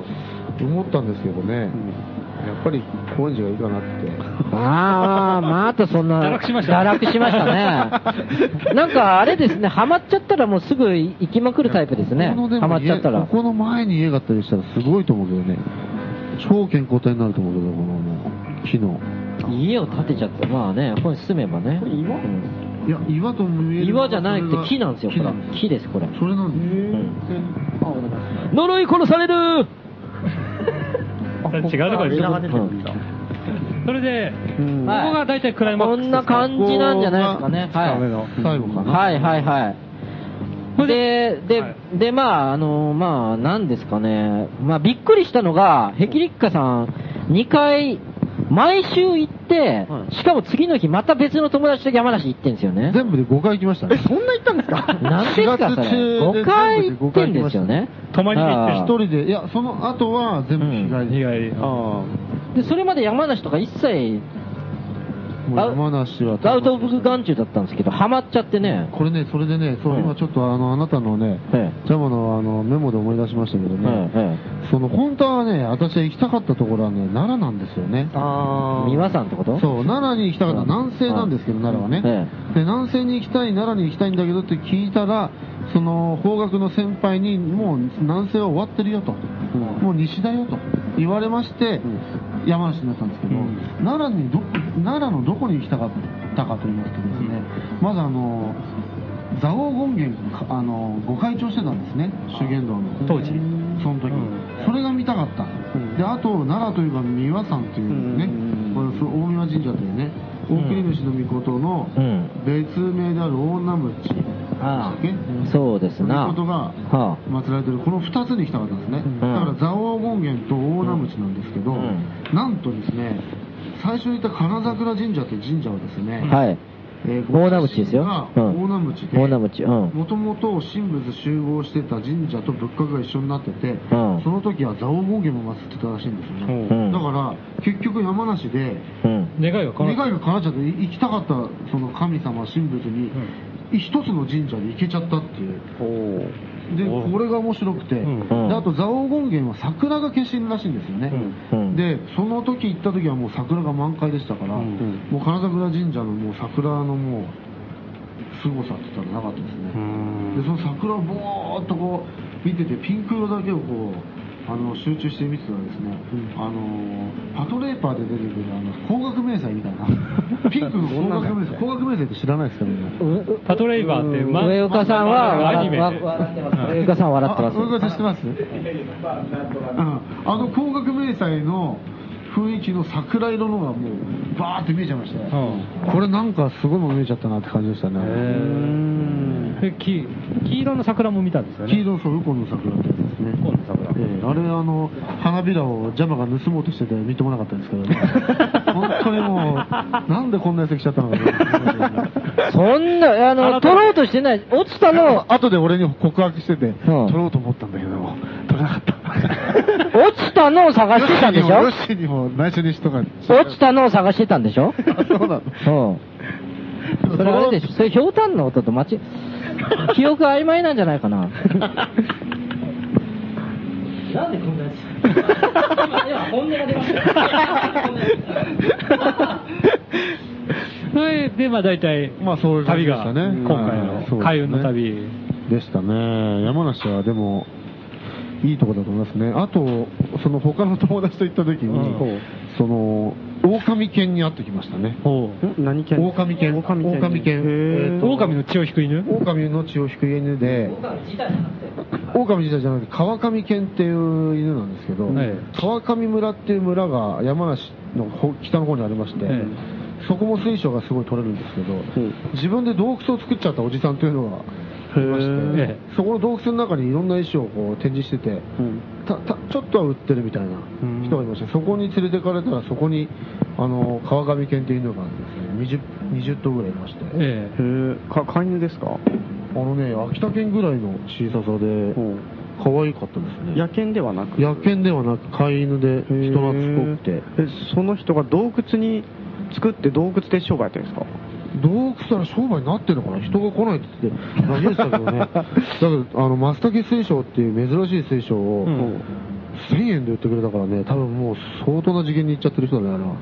Speaker 3: 思ったんですけどね、やっぱり高円寺がいいかなって。
Speaker 2: ー、ああ、またそんな。
Speaker 1: 堕落しました
Speaker 2: 堕落しました
Speaker 3: (laughs)
Speaker 2: ね。なんかあれですね、ハマっちゃったらもうすぐ行きまくるタイプですね。
Speaker 3: ここのでも
Speaker 2: ハマっちゃった
Speaker 3: 家
Speaker 2: ら
Speaker 3: こ。この前に家があったりしたらすごいと思うけどね。超健康体になると思うけど、このね、木の。
Speaker 2: 家を建てちゃって、まあね、ここに住めばね。うん
Speaker 3: いや、岩と見える。
Speaker 2: 岩じゃなくて木なんですよ、これ。木です、これ。
Speaker 3: それなんですよ。
Speaker 2: 呪い殺される
Speaker 1: それ違うところでし
Speaker 4: 枝が
Speaker 1: ょ
Speaker 4: 出てるんだ。
Speaker 1: それで、
Speaker 4: うん
Speaker 1: ここが大体クライマッ
Speaker 2: こ
Speaker 1: クスです
Speaker 2: ん
Speaker 1: か。
Speaker 2: な感じなんじゃないですかね。
Speaker 3: ここが
Speaker 2: はい。
Speaker 3: 最後かな。
Speaker 2: はいはいはい。で、で、
Speaker 1: はい
Speaker 2: で、まあ、あの、まあ、なんですかね。まあ、びっくりしたのが、ヘキリッカさん、2回、毎週行って、しかも次の日、また別の友達と山梨行ってんですよね。
Speaker 3: 全部で5回行きましたね。
Speaker 4: そんな行ったんですか
Speaker 2: なんですか、
Speaker 3: 4月
Speaker 2: それ。
Speaker 3: 中で
Speaker 2: 5回行ってんですよね。
Speaker 1: 泊まりに行って
Speaker 2: あ
Speaker 3: 一
Speaker 2: あ
Speaker 3: 人で、いや、その後は全部日帰り。
Speaker 1: うん日帰り
Speaker 3: ああ。
Speaker 2: で、それまで山梨とか一切、
Speaker 3: もう山梨は
Speaker 2: アウト・オブ・眼中だったんですけど、ハマっちゃってね。
Speaker 3: これね、それでね、そう、
Speaker 2: はい
Speaker 3: 今ちょっとあの、あなたのね、
Speaker 2: え
Speaker 3: ジャマのあの、メモで思い出しましたけど
Speaker 2: え
Speaker 3: ね、
Speaker 2: ええ
Speaker 3: その、本当はね、私は行きたかったところはね、奈良なんですよね。
Speaker 4: あ
Speaker 2: 美和さんってこと
Speaker 3: そう、奈良に行きたかった。南西なんですけど、
Speaker 2: はい
Speaker 3: 奈良はね。
Speaker 2: え
Speaker 3: で、南西に行きたい、奈良に行きたいんだけどって聞いたら、その、方角の先輩に、もう南西は終わってるよと、もう西だよと言われまして、山梨になったんですけど、奈良にど、奈良のどこに行きたかっ
Speaker 21: たかと言いますとですね、まずあの、蔵王権現か、あの、ご開帳してたんですね、修験道の。当時その時、それが見たかった。で、あと、奈良といえば三輪山というね、これそう大宮神社というね、大国主の御事の
Speaker 2: うん。
Speaker 21: 別名である大名ムチ
Speaker 2: あ
Speaker 21: け
Speaker 2: あ、そうです
Speaker 21: と
Speaker 2: な。
Speaker 21: いうことが
Speaker 2: は
Speaker 21: 祀られてるこの2つに来たかったんですね、だから蔵王権現と大名ムチなんですけど、なんとですね最初に言った金桜神社という神社はですね、
Speaker 2: あ。はい。大名口ですよ。うん。
Speaker 21: 大名ムチで
Speaker 2: 大名口。うん。
Speaker 21: もともと神仏集合してた神社と仏閣が一緒になってて、
Speaker 2: ん
Speaker 21: その時は蔵王権現も祀ってたらしいんですよね、
Speaker 2: うん
Speaker 21: だから結局山梨で
Speaker 2: うん。
Speaker 1: 願いが
Speaker 21: 願いが叶っちゃってい行きたかったその神様神仏に、一つの神社で行けちゃったっていうでこれが面白くて、
Speaker 2: うん
Speaker 21: であと蔵王権現は桜が化身らしいんですよね、
Speaker 2: うん
Speaker 21: でその時行った時はもう桜が満開でしたから、もう金桜神社のもう桜のもう凄さって言ったらなかったですねでその桜をぼーっとこう見ててピンク色だけをこうあの集中して見てたらですね、あのパトレーパーで出てくるあの光学迷彩み
Speaker 3: (laughs)
Speaker 21: たいなピンクの光学迷彩光学迷彩って知らないですかみんな
Speaker 1: パトレイバーって、ま
Speaker 2: 上岡さんは
Speaker 1: まアニメで
Speaker 2: わ笑ってます上岡さんは笑ってます
Speaker 21: あ上岡さん知ってますうんあの光学迷彩の雰囲気の桜色のがもうバーって見えちゃいましたよ、
Speaker 3: これなんかすごいもの見えちゃったなって感じでしたね。
Speaker 1: えき黄色の桜も見たんですよね。
Speaker 21: 黄色そうウコンの桜ってやつですねウコンの桜、ええあれあの花びらをジャマが盗もうとしててみっともなかったですけ
Speaker 2: (laughs)
Speaker 21: ど、ね、本当にもうなんでこんなやつ来ちゃったのか
Speaker 2: そんな、あの、取ろうとしてない。落ちたの、
Speaker 3: 後で俺に告白してて、取ろうと思ったんだけども、取れなかった。
Speaker 2: 落ちたのを探してたんでしょ
Speaker 3: ヨッシーにも、ヨッシーにも内緒にしとか。
Speaker 2: 落ちたのを探してたんでしょ
Speaker 3: そうなの
Speaker 2: うん。それあれでしょそれ、ひょうたんの音と間違え、記憶曖昧なんじゃないかな。
Speaker 22: なんでこんなやつ今今本音が出ました
Speaker 1: それで、まあ大体、
Speaker 3: まあそういう感じ
Speaker 1: 旅
Speaker 3: で
Speaker 1: が、
Speaker 3: した
Speaker 1: 今
Speaker 3: ね。
Speaker 1: 回
Speaker 3: はい
Speaker 1: の開運の。旅。
Speaker 3: そうですねでしたね。山梨はでも、いいとこだと思いますね。あと、その他の友達と行った時に、その、狼犬に会ってきましたね。
Speaker 4: 何犬
Speaker 3: 狼犬。狼犬。狼犬。
Speaker 1: 狼の血を引く犬
Speaker 3: 狼の血を引く犬で、狼自体じゃなくて川上犬っていう犬なんですけど、川上村っていう村が山梨のほ北の方にありまして、そこも水晶がすごい取れるんですけど、自分で洞窟を作っちゃったおじさんというのがいまして、
Speaker 1: え
Speaker 3: そこの洞窟の中にいろんな石をこう展示してて、たたちょっとは売ってるみたいな人がいまして、そこに連れてかれたらそこにあの川上犬っていうのがあるんですね 20, 20頭ぐらいいまして。
Speaker 1: え
Speaker 3: へえ、か、飼い犬ですかあのね、秋田県ぐらいの小ささで、可愛かったですね。
Speaker 4: 野犬ではなく
Speaker 3: 野犬ではなく飼い犬で人懐っこくて。
Speaker 4: えその人が洞窟に作って洞窟で商売やってるんですか
Speaker 3: 洞窟なら商売になってるのかな人が来ないって言って、投げてたけど (laughs) ね。だけど、あの、マスタケ水晶っていう珍しい水晶を、1000円で売ってくれたからね、多分もう相当な次元に行っちゃってる人だね、あれは。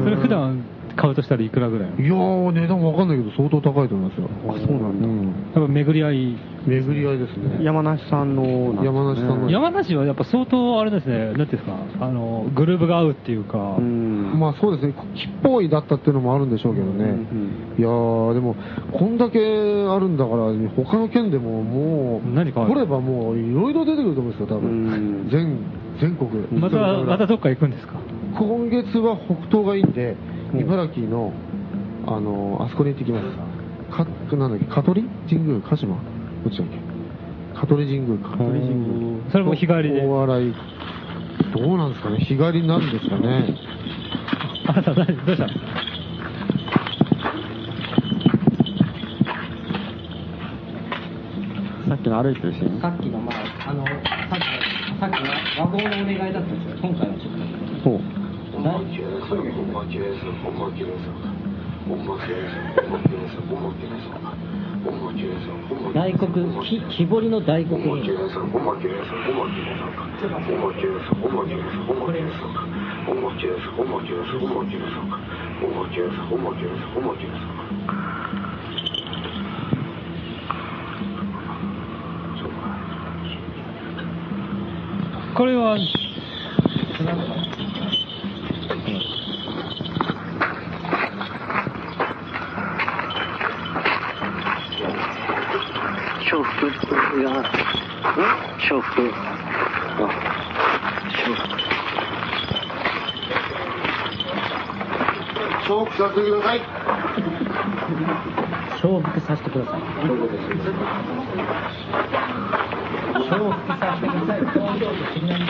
Speaker 1: えそれ普段買うとしたらいくらぐらい
Speaker 3: いやー、値段わかんないけど相当高いと思いますよ。あ、そうなんだ。
Speaker 1: 多分巡り合い。
Speaker 3: 巡り合いですね。
Speaker 4: 山梨さんのなんですね
Speaker 3: 山梨さんの
Speaker 1: 山梨はやっぱ相当あれですね、なんていうんですか、あの、グルーブが合うっていうか、
Speaker 3: まあそうですね、木っぽいだったっていうのもあるんでしょうけどね、いやー、でも、こんだけあるんだから、他の県でももう、
Speaker 1: 何かある
Speaker 3: 取ればもう、いろいろ出てくると思うんですよ、多分全全国、
Speaker 1: また、またどっか行くんですか
Speaker 3: 今月は北東がいいんで、茨城の、あのあそこに行ってきます、かなんだっけ、香取神宮、鹿島、どっちだっけ、香取神宮か、香取神宮、
Speaker 1: それも日帰りで
Speaker 3: 大洗、どうなんですかね、日帰りなんですかね。
Speaker 1: あなた何どうしたの
Speaker 4: さっきの歩いてるシーン
Speaker 22: さっきのまああのさっきさっきの和合のお願いだったんですよ今回はちょっと
Speaker 4: ほう
Speaker 23: おまけですおまけですおまけですおまけですおまけですおまけですおまけですおまけです
Speaker 22: 大黒木木彫りの大黒
Speaker 23: おまけで
Speaker 22: に
Speaker 23: すおまけですおまけですおまけですおまけですおまけですおまけですおまけですおまけですおまけですおまけですおまけです
Speaker 1: これは、
Speaker 24: いや、んショック。あ、ショック。
Speaker 3: 重複させてください。
Speaker 25: 消伏させてください。消伏させてください。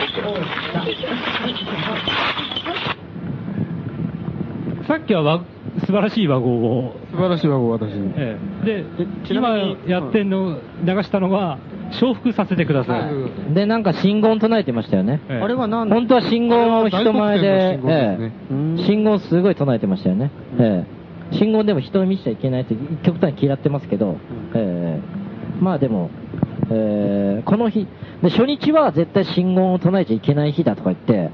Speaker 1: さっきはわ素晴らしい和合を。
Speaker 3: 素晴らしいわ、私に。
Speaker 1: ええで、今やってんの、流したのは、承服させてください。
Speaker 2: で、なんか信号を唱えてましたよね。
Speaker 1: ええ
Speaker 2: あれは何本当は信号を人前で、
Speaker 1: あれは大黒天の信号ですね
Speaker 2: ええ信号をすごい唱えてましたよね。ええ信号でも人を見せちゃいけないって極端に嫌ってますけど、ええまあでも、ええこの日、で初日は絶対信号を唱えちゃいけない日だとか言って、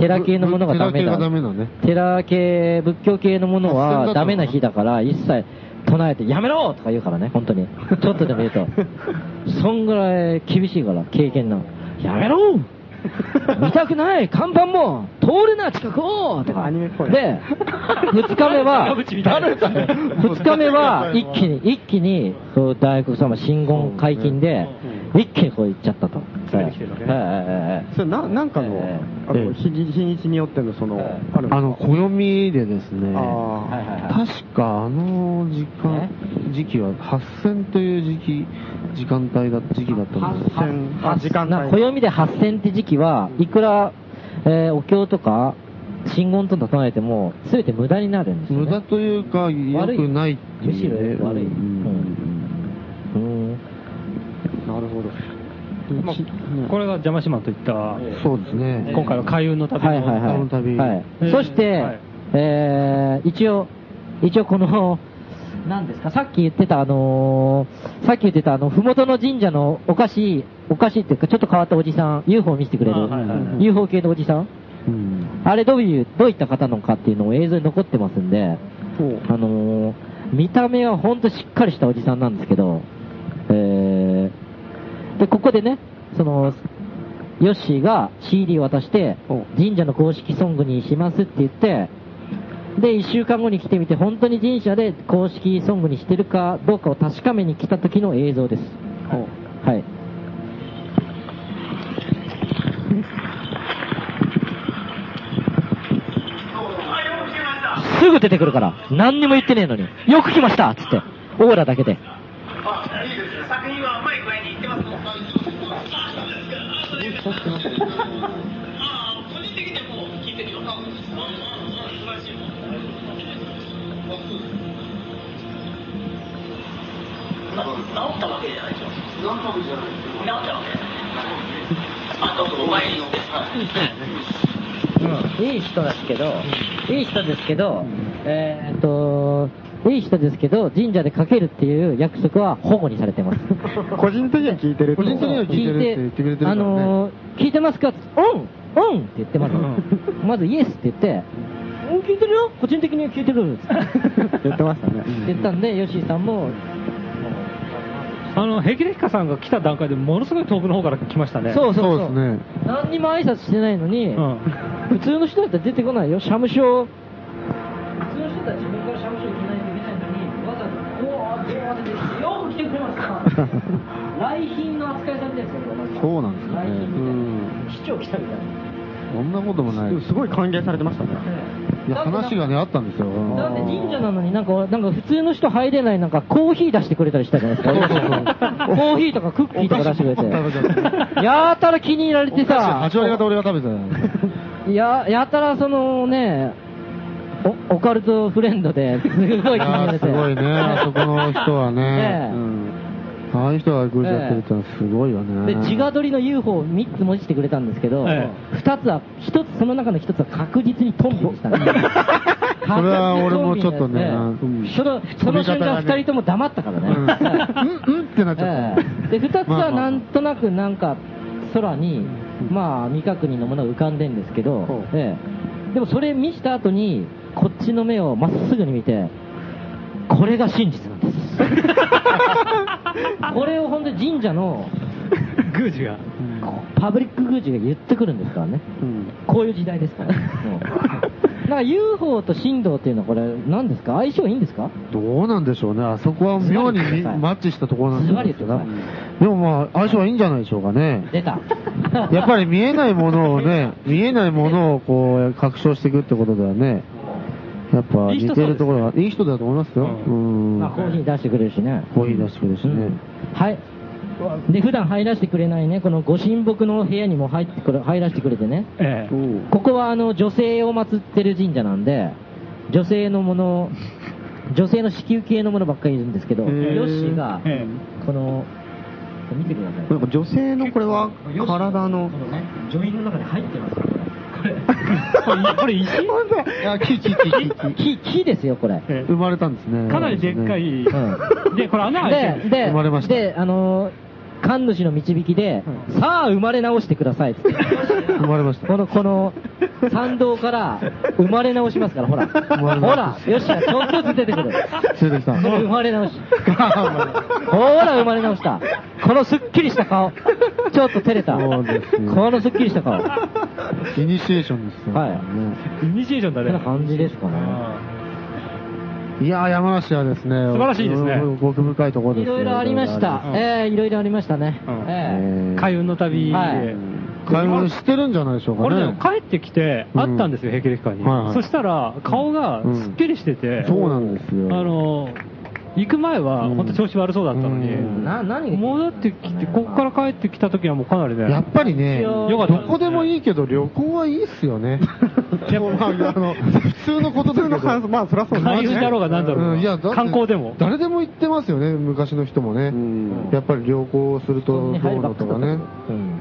Speaker 2: 寺系のものがダメ
Speaker 3: 寺系
Speaker 2: だ。
Speaker 3: がダメだね。
Speaker 2: テラ系、仏教系のものはダメな日だから、一切唱えて、やめろとか言うからね、本当に。ちょっとでも言う
Speaker 4: (laughs)
Speaker 2: と。そんぐらい厳しいから、経験の。やめろ見たくない看板も通るな近くをとか。で、二日目は、二日目は一気に、一気に、こう大黒様信号解禁で、一気にこう行っちゃったと。
Speaker 4: 連れてきてるわけねそれななんかの,、あの日に日にちによってのその、ある
Speaker 3: あの、暦でですね、
Speaker 4: あ
Speaker 3: 確かあの時間、時期は8000という時期、時間帯だ、時期だったんです
Speaker 2: 8000あ時間帯暦で8000って時期はいくら、えーお経とか信言とか唱えても全て無駄になるんですよ、ね、
Speaker 3: 無駄というか、良くないっていう、ね。
Speaker 2: むしろ悪い
Speaker 3: なるほど。
Speaker 1: まあこれが邪魔しまんといった、
Speaker 3: そうですね。
Speaker 1: 今回の開運の旅の
Speaker 2: はいはいはい。
Speaker 1: 開運の旅
Speaker 2: はい
Speaker 1: えー
Speaker 2: そして、えー一応、一応この、何ですか、さっき言ってたあのーさっき言ってたあの、ふもとの神社のおかしい、おかしいっていうか、ちょっと変わったおじさん、UFO 見せてくれる、
Speaker 1: あはいはいはい
Speaker 2: UFO 系のおじさん、あれどういう、どういった方なのかっていうのを映像に残ってますんで、あのー見た目はほんとしっかりしたおじさんなんですけど、えーで、ここでね、その、ヨッシーが CD を渡して、神社の公式ソングにしますって言って、で、一週間後に来てみて、本当に神社で公式ソングにしてるかどうかを確かめに来た時の映像です。はい。すぐ出てくるから。何にも言ってねえのに。よく来ましたっつって。オーラだけで。
Speaker 26: 治ったわけじゃないでしょ治ったわけじゃない治ったわけあとお前の
Speaker 2: いい人ですけど、いい人ですけど、えーっと、いい人ですけど、神社でかけるっていう約束は保護にされてます。
Speaker 4: (laughs) 個人的には聞いて
Speaker 3: (laughs)
Speaker 4: る
Speaker 3: 個人的には聞いてるって言ってくれてるから
Speaker 2: あ
Speaker 3: ね。
Speaker 2: のー聞いてますかってオンオンって言ってまず、まずイエスって言って、うん聞いてるよ個人的には聞いてるって
Speaker 4: 言ってましたね。
Speaker 2: (laughs) 言ったんで、ヨッシーさんも、
Speaker 1: あの、ヘキレヒカさんが来た段階でものすごい遠くの方から来ましたね。
Speaker 2: そうそうそう
Speaker 1: ですね。
Speaker 2: 何にも挨拶してないのに、
Speaker 1: ん
Speaker 2: 普通の人だったら出てこないよ、社務所。
Speaker 27: 普通の人たち自分から社務所行けないといけないのに、わざわざこう電話で出てきて、よく来てくれますか来賓の扱いされてるんですよ、これ
Speaker 3: そうなんですよね。うん。
Speaker 27: 市長来たみたいな。
Speaker 3: そんなこともない。
Speaker 4: すごい歓迎されてましたね。
Speaker 3: いや、話がね、あったんですよ。
Speaker 2: だって神社なのになんか、なんか普通の人入れない、なんかコーヒー出してくれたりしたじゃないです (laughs) か。コーヒーとかクッキーとか出してくれて。やたら気に入られてさ、
Speaker 3: 8割方俺が食べてた
Speaker 2: や、やたらそのね、おオカルトフレンドですごい気に入られ
Speaker 3: す
Speaker 2: て。
Speaker 3: ご
Speaker 2: (laughs)
Speaker 3: いね、あそこの人はね
Speaker 2: ね。
Speaker 3: うんああいう人が来るちゃってるってのはすごいよ
Speaker 2: で、
Speaker 3: ね。
Speaker 2: 自画撮りの UFO を3つ文字してくれたんですけど、
Speaker 3: え
Speaker 2: 2つは、1つ、その中の1つは確実にトンビでしたね。
Speaker 3: (laughs) それは俺もちょっとね
Speaker 2: ええ
Speaker 3: うん
Speaker 2: そのその瞬間2人とも黙ったからね。
Speaker 3: うん、うんってなっちゃった。
Speaker 2: で、二つはなんとなくなんか空に、まあ未確認のものが浮かんでんですけど、ええでもそれ見した後に、こっちの目をまっすぐに見て、これが真実なんです。
Speaker 3: (laughs)
Speaker 2: これを本当に神社の
Speaker 1: 宮司が。
Speaker 2: パブリック宮司が言ってくるんですからね。こういう時代です
Speaker 3: (laughs)
Speaker 2: から。もうだから UFO と神道っていうのはこれ何ですか相性いいんですか
Speaker 3: どうなんでしょうね、あそこは妙にみマッチしたところなんですよね。でもまあ、相性はいいんじゃないでしょうか
Speaker 2: (laughs)
Speaker 3: ね。(laughs)
Speaker 2: 出た。
Speaker 3: やっぱり見えないものをね、見えないものをこう、拡張していくってことだよね。やっぱ似てるところが、いい人だと思いますよ。うん。
Speaker 2: まあ、コーヒー出してくれるしね。
Speaker 3: コーヒー出してくれるしね。
Speaker 2: はい。で、普段入らせてくれないね、このご神木の部屋にも入ってくれ、入らせてくれてね。
Speaker 1: え
Speaker 2: ここはあの、女性を祀ってる神社なんで、女性のもの、女性の子宮系のものばっかりいるんですけど、ヨッシーが、この、見てください。
Speaker 4: なんか女性のこれは体の。
Speaker 2: ジョインの中に入ってますから
Speaker 1: これ。これ
Speaker 2: (laughs)
Speaker 1: 石
Speaker 4: 本当だ。
Speaker 3: いや、木、木、木、木。
Speaker 2: 木、木ですよ、これ。
Speaker 3: 生まれたんですね。
Speaker 1: かなりでっかい。で、これ穴開いて
Speaker 2: で、
Speaker 1: る。
Speaker 2: で、
Speaker 3: 生まれました
Speaker 2: で、あのー、神主の導きで、さあ生まれ直してください
Speaker 3: (laughs)
Speaker 2: っつって。
Speaker 3: 生まれました。
Speaker 2: この、この、参道から生まれ直しますから、ほら。
Speaker 3: まれ
Speaker 2: ほら、よっしゃ、ちょっとずつ出てくる。
Speaker 3: 連れてきた。
Speaker 2: 生まれ直し。ほら、生まれ直した。このすっきりした顔。ちょっと照れた。
Speaker 3: そうですよ
Speaker 2: このすっきりした顔。は
Speaker 3: イニシエーションですよ。
Speaker 2: い。
Speaker 1: イニシエーションだ
Speaker 2: こんな
Speaker 1: ね。
Speaker 2: 感じですかね。
Speaker 3: いやー、山梨はですね、素
Speaker 1: 晴らしいですね
Speaker 3: 奥深いところです
Speaker 2: い
Speaker 3: よ
Speaker 2: ろいろありました。
Speaker 1: うん
Speaker 2: ええ、いろいろありましたね。
Speaker 1: うん
Speaker 2: え
Speaker 1: 海運の旅で。
Speaker 2: はい
Speaker 3: 買い物してるんじゃないでしょうか
Speaker 1: 俺
Speaker 3: ね
Speaker 1: ね。、帰ってきて、
Speaker 3: うん
Speaker 1: 会ったんですよ、ヘキレキ館に、
Speaker 3: はいはい
Speaker 1: そしたら、顔がすっきりしてて、
Speaker 3: そうなんですよ。
Speaker 1: あの、行く前は、
Speaker 3: うん
Speaker 1: 本当調子悪そうだったのに、
Speaker 2: え。な、何が
Speaker 1: 戻ってきて、ここから帰ってきた時はもうかなりね、
Speaker 3: やっぱりね、
Speaker 1: よ
Speaker 3: ど
Speaker 1: かったすね
Speaker 3: こでもいいけど旅行はいいっすよね。
Speaker 1: やっ
Speaker 3: まああの普通のことだけど
Speaker 4: 普通の感想まあそりゃそう
Speaker 1: 海運だろうがなんだろうが
Speaker 3: んいやだって
Speaker 1: 観光でも
Speaker 3: 誰でも行ってますよね、昔の人もね。やっぱり旅行するとどうのとかね。
Speaker 2: うん。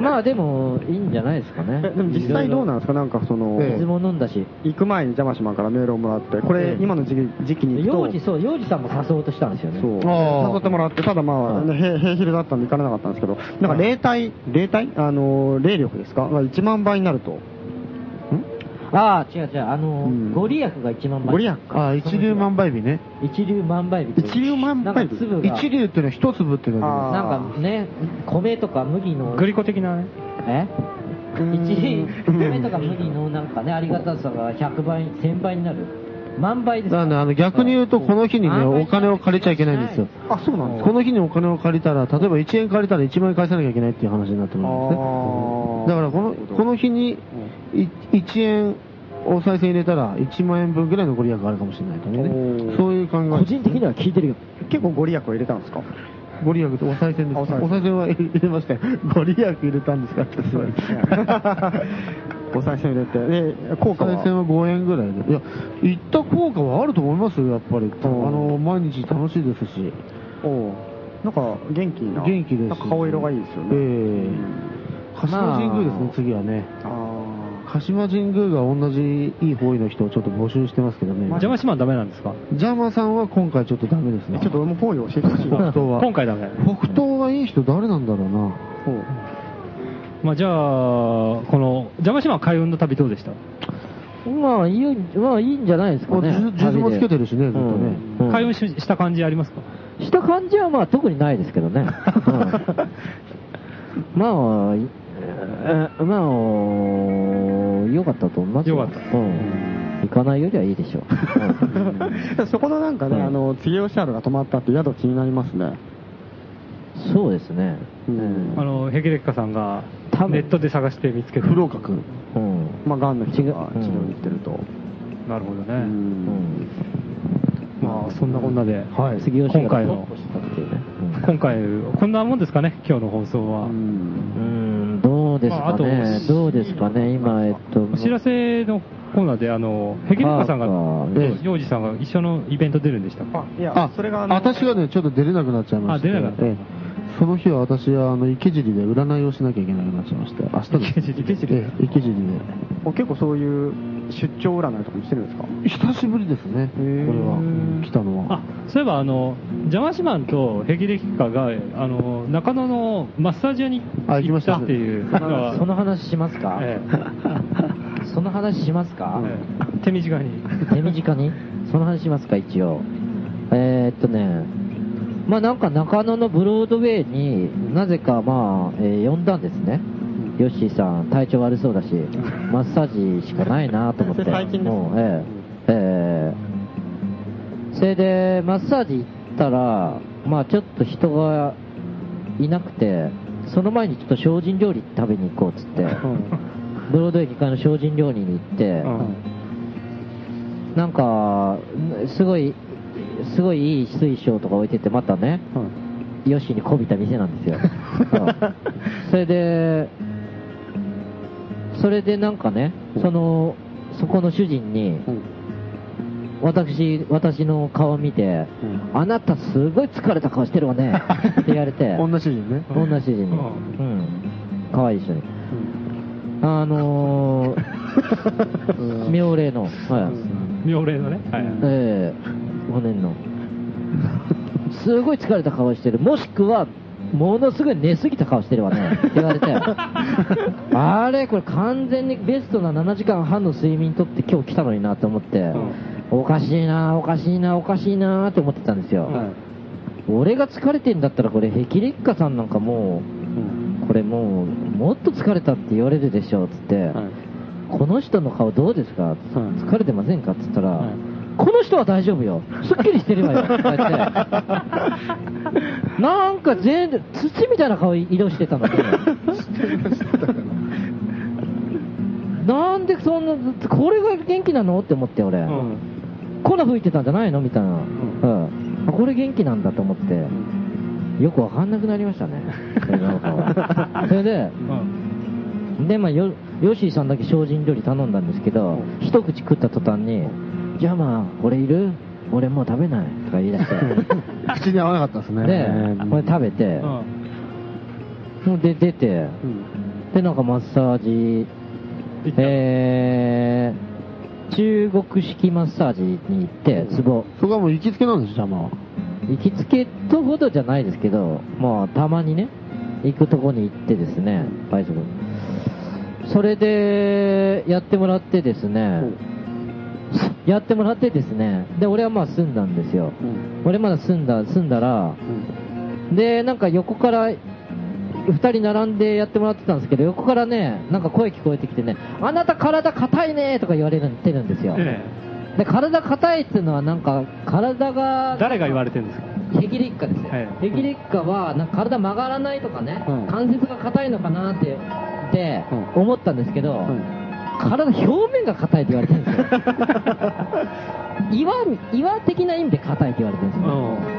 Speaker 2: (laughs) まあでも、いいんじゃないですかね。
Speaker 4: えでも実際どうなんですかなんかその、
Speaker 3: ええ
Speaker 2: 水も飲んだし。
Speaker 4: 行く前にジャマシマンからメールをもらって、これ
Speaker 2: ええ
Speaker 4: 今の時期時期に行
Speaker 2: 幼
Speaker 4: く
Speaker 2: 児、
Speaker 4: と、
Speaker 2: そう、幼児さんも誘おうとしたんですよね。
Speaker 4: そう、
Speaker 3: ああ
Speaker 4: 誘ってもらって、ただまあ、へ平昼だったんで行かれなかったんですけど、なんか霊体、霊体あの、霊力ですかが1万倍になると。
Speaker 2: ああ、違う違う、あのー、
Speaker 4: うん
Speaker 2: ご利益が一万倍。
Speaker 4: ご利益
Speaker 3: ああ、一粒万倍日ね。
Speaker 2: 一粒万倍日。
Speaker 4: 一粒万倍日
Speaker 2: なんか粒が。
Speaker 3: 一粒っていうのは一粒っていうのは
Speaker 2: なんかね、米とか麦の、
Speaker 1: (laughs) グリコ的なね、
Speaker 2: え一米とか麦のなんかね、ありがたさが100倍、1000倍になる。万倍です
Speaker 3: だからねあの逆に言うと、この日にね、お金を借りちゃいけないんですよ。
Speaker 4: あ、そうなんですか
Speaker 3: この日にお金を借りたら、例えば1円借りたら1万円返さなきゃいけないっていう話になってくるんですね。
Speaker 4: あー
Speaker 3: だからこのこの日にい1円お賽銭入れたら1万円分ぐらいのご利益があるかもしれないとかね。そういう考え。
Speaker 2: 個人的には聞いてるよ。
Speaker 4: 結構ご利益を入れたんですか
Speaker 3: ご利益とお賽銭です。
Speaker 4: あ
Speaker 3: お
Speaker 4: お賽銭
Speaker 3: 賽銭は入れましたよ。ご利益入れたんですかってすごい。 (laughs)
Speaker 4: お賽銭入れて、で、効果
Speaker 3: お
Speaker 4: は
Speaker 3: 賽銭は5円ぐらいで。いや、行った効果はあると思いますよ、やっぱり。あの、毎日楽しいですし。
Speaker 4: おうなんか元気な。
Speaker 3: 元気です。
Speaker 4: なんか顔色がいいですよ
Speaker 3: ええ
Speaker 4: ね。
Speaker 3: 鹿島神宮ですね、次はね。
Speaker 4: ああ。
Speaker 3: 鹿島神宮が同じいい方位の人をちょっと募集してますけどね。
Speaker 1: 邪魔しまんダメなんですか、
Speaker 3: ジャマさんは今回ちょっとダメですね。
Speaker 4: ちょっと俺も方位を教えてほしいな。
Speaker 3: 北東は。
Speaker 1: 今回ダメ、
Speaker 3: 北東がいい人誰なんだろうな。
Speaker 1: まあ、じゃあ、この邪魔しまん海運の旅どうでした
Speaker 2: まあ、いい、まあ、いいんじゃないですかね。
Speaker 3: 数珠もつけてるしね、ずっとね。
Speaker 2: うん
Speaker 1: 海運しした感じありますか
Speaker 2: した感じはまあ特にないですけ
Speaker 1: (laughs)
Speaker 2: どね。うんまあ、いえまあ、良かったと思いますよ
Speaker 1: 良かった
Speaker 2: うん。行かないよりはいいでしょう。うん
Speaker 4: (laughs)
Speaker 1: (laughs)
Speaker 4: そこのなんかね、
Speaker 2: うん
Speaker 4: あの、次吉原が泊まったって宿気になりますね。
Speaker 2: そうですね。
Speaker 4: うん。
Speaker 1: あの、ヘキレキカさんが
Speaker 2: 多分
Speaker 1: ネットで探して見つけた。
Speaker 3: 不老閣。
Speaker 2: うん。
Speaker 4: まあ、癌の人が
Speaker 2: 違う
Speaker 4: 治療に行ってると。
Speaker 1: なるほどね。
Speaker 4: うん。
Speaker 1: まあ、そんなこんなで、
Speaker 3: はい
Speaker 2: 杉吉
Speaker 1: 今回
Speaker 2: が
Speaker 1: の
Speaker 2: トップしたっていうね。
Speaker 1: 今回、こんなもんですかね、今日の放送は。
Speaker 2: うんうん、どうです
Speaker 1: まああ
Speaker 2: か
Speaker 1: と
Speaker 2: ね。どうですかね、今、えっと。
Speaker 1: お知らせのコーナーで、あの、ヘキレキカさんが
Speaker 2: あーえ、
Speaker 1: 幼児さんが一緒のイベント出るんでしたか
Speaker 4: あ、いや、それがあの、
Speaker 3: 私がね、ちょっと出れなくなっちゃいまして。
Speaker 1: あ出れなかった
Speaker 3: ええその日は私は、あの、池尻で占いをしなきゃいけなくなっちゃいまして、明日です。
Speaker 1: 池尻池尻
Speaker 3: ええ池尻
Speaker 4: お結構そういう出張占いとかもしてるんですか
Speaker 3: で。久しぶりですね、これ
Speaker 4: へえ
Speaker 3: は。うん来たのは
Speaker 1: あ。、そういえば、あの、ジャマシマンとヘキレキカが、あの、中野のマッサージ屋に
Speaker 3: あ行き
Speaker 1: 行
Speaker 3: ま
Speaker 1: っ
Speaker 3: した
Speaker 1: たっていうのが
Speaker 2: その話しますか
Speaker 1: え
Speaker 2: その話しますか
Speaker 1: ええ手短に。
Speaker 2: 手短にその話しますか、一応。えーっとね、まあなんか中野のブロードウェイになぜかまあ、えー呼んだんですね。ヨッシーさん、体調悪そうだし、マッサージしかないなと思って。
Speaker 4: それ (laughs) 最近ですね
Speaker 2: もうええええそれで、マッサージ行ったら、まあちょっと人がいなくて、その前にちょっと精進料理食べに行こうっつっ
Speaker 4: (laughs)
Speaker 2: て、ブロードウェイ議会の精進料理に行って、なんか、すごい、すごいいい水晶とか置いてて、またね、ヨシにこびた店なん (laughs) ですよ。うんそれで、それでなんかね、その、そこの主人に、私、私の顔見て、あなたすごい疲れた顔してるわね、って言われて。
Speaker 11: 女主人ね。
Speaker 2: (laughs) 女主人に。うん。可愛い人に。あの (laughs) ー、妙齢の、はい。
Speaker 1: 妙齢のね。はい。
Speaker 2: ええ5年の。すごい疲れた顔してる。もしくは、ものすごい寝すぎた顔してるわね。って言われて。あれ、これ完全にベストな7時間半の睡眠とって今日来たのになと思って、おかしいな、おかしいな、おかしいなと思ってたんですよ。俺が疲れてんだったらこれ、ヘキレッカさんなんかもう、これもう、もっと疲れたって言われるでしょ、つって、この人の顔どうですか、疲れてませんかって言ったら、この人は大丈夫よ。すっきりしてるわよ。 (laughs) こうやって。なんか全然、土みたいな顔色してたんだ (laughs) けど。なんでそんな、これが元気なのって思って俺。粉吹いてたんじゃないのみたいな。うん。あこれ元気なんだと思って。よくわかんなくなりました (laughs) ね。それなんかはそれで、で、まあ、よ、ヨッシーさんだけ精進料理頼んだんですけど、一口食った途端に、じゃあまあ、俺いる俺もう食べないとか言い出して。
Speaker 11: 口に合わなかったですね。
Speaker 2: で、これ食べて、もうで、出て、で、なんかマッサージ、えー、中国式マッサージに行って、ツボ。
Speaker 11: そこはもう行きつけなんでしょ、邪魔は。
Speaker 2: 行きつけとほどじゃないですけど、まあ、たまにね、行くとこに行ってですね、倍速。それで、やってもらってですね、やってもらってですね、で、俺はまあ住んだんですよ。俺まだ住んだ、住んだら、で、なんか横から、二人並んでやってもらってたんですけど、横からね、なんか声聞こえてきてね、あなた体硬いねとか言われてるんですよ。
Speaker 1: え
Speaker 2: で、体硬いっていうのはなんか、体が、
Speaker 1: 誰が言われてるんですか
Speaker 2: ヘキレッカですよ。ヘキレッカは、なんか体曲がらないとかね、関節が硬いのかなって、って思ったんですけど、体表面が硬いって言われてるんですよ。岩、岩的な意味で硬いって言われてるんですよ。
Speaker 1: うん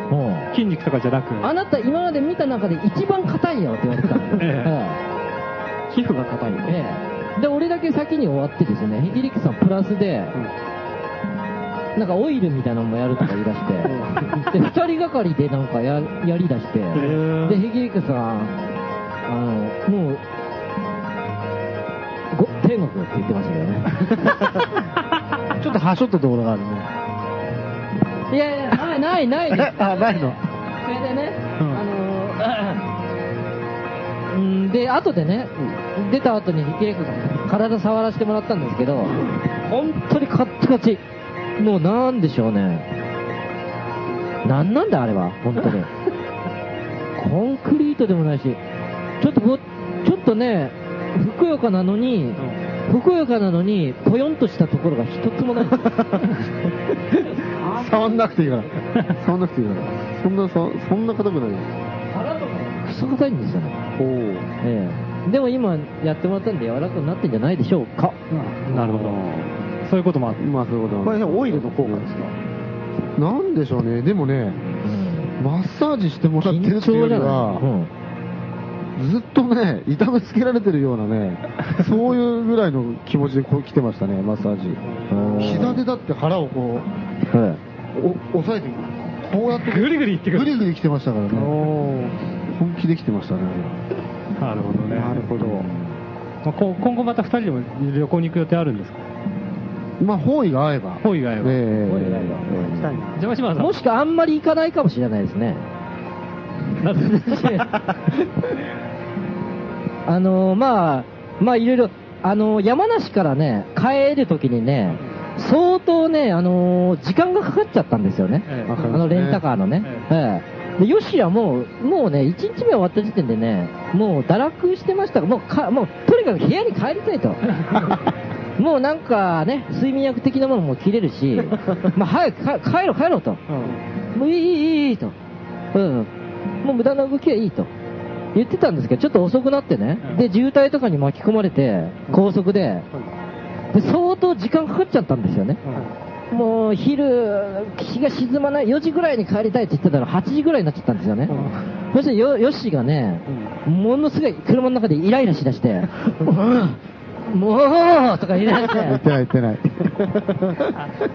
Speaker 1: 筋肉とかじゃなく。
Speaker 2: あなた今まで見た中で一番硬いよって言われてたんですよ。
Speaker 1: 皮膚が硬い
Speaker 2: ええで、俺だけ先に終わってですね、ヘキレッカさんプラスで、なんかオイルみたいなのもやるとか言い出して、で、二人がかりでなんかややりだして、
Speaker 1: ー
Speaker 2: で、ヘキリクさん、あの、もう、ご天国って言ってましたけどね。
Speaker 11: ちょっとはしょったところがあるね。
Speaker 2: いやいや、ない、ない、ないです。
Speaker 11: (laughs) あ、ないの。
Speaker 2: それでね、あのー、うんで、後でね、出た後にヒキレクが体触らせてもらったんですけど、本当にカッチカチ。もうなんでしょうね。なんなんだあれは、本
Speaker 11: (laughs)
Speaker 2: 当に。コンクリートでもないし、ちょっとこちょっとね、ふくよかなのに、ふくよかなのに、ぽよんとしたところが一つも
Speaker 11: (laughs)
Speaker 2: ない。
Speaker 3: 触んなくていいから。触んなくていいから。そんな、そそんな硬くないよ。
Speaker 2: クソ硬いんですよね。
Speaker 3: お
Speaker 2: ええ、でも今やってもらったんで柔らかくなってんじゃないでしょうか。
Speaker 1: なるほど。そういうこともあって。
Speaker 3: まあそういうこと
Speaker 11: これね、オイルの効果ですか
Speaker 3: なんでしょうね。でもね、マッサージしてもらってるっていうよりは、ずっとね、痛めつけられてるようなね、そういうぐらいの気持ちでこう来てましたね、マッサージ。膝でだって腹をこう、お押さえて、こうやって、ぐりぐりいってくる。ぐりぐり来てましたからね。本気で来てましたね。
Speaker 1: なるほどね。
Speaker 3: なるほど。
Speaker 1: まあこ今後また二人でも旅行に行く予定あるんですか
Speaker 3: まあ、方位が合えば。
Speaker 1: 方位が合えば。
Speaker 3: 方
Speaker 1: 位が合えば。
Speaker 3: (laughs)
Speaker 1: 邪魔します。
Speaker 2: もしくはあんまり行かないかもしれないですね。あのーまあ、まあいろいろ、あのー山梨からね、帰るときにね、相当ね、あのー時間がかかっちゃったんですよね。
Speaker 1: ええ
Speaker 2: あのレンタカーのね。ええで、ヨシはもう、もうね、1日目終わった時点でね、もう堕落してましたが、もうか、もう、とにかく部屋に帰りたいと。もうなんかね、睡眠薬的なものも切れるし、まあ早くか帰ろう帰ろうと。もういいいいいいと。うん。もう無駄な動きはいいと。言ってたんですけど、ちょっと遅くなってね。で、渋滞とかに巻き込まれて、高速で、で、相当時間かかっちゃったんですよね。もう昼、日が沈まない、4時ぐらいに帰りたいって言ってたら、8時ぐらいになっちゃったんですよね。そしてよ、ヨッシーがね、ものすごい車の中でイライラしだして、うんもうとか言い出して。
Speaker 3: 言
Speaker 2: (laughs)
Speaker 3: ってない言ってない。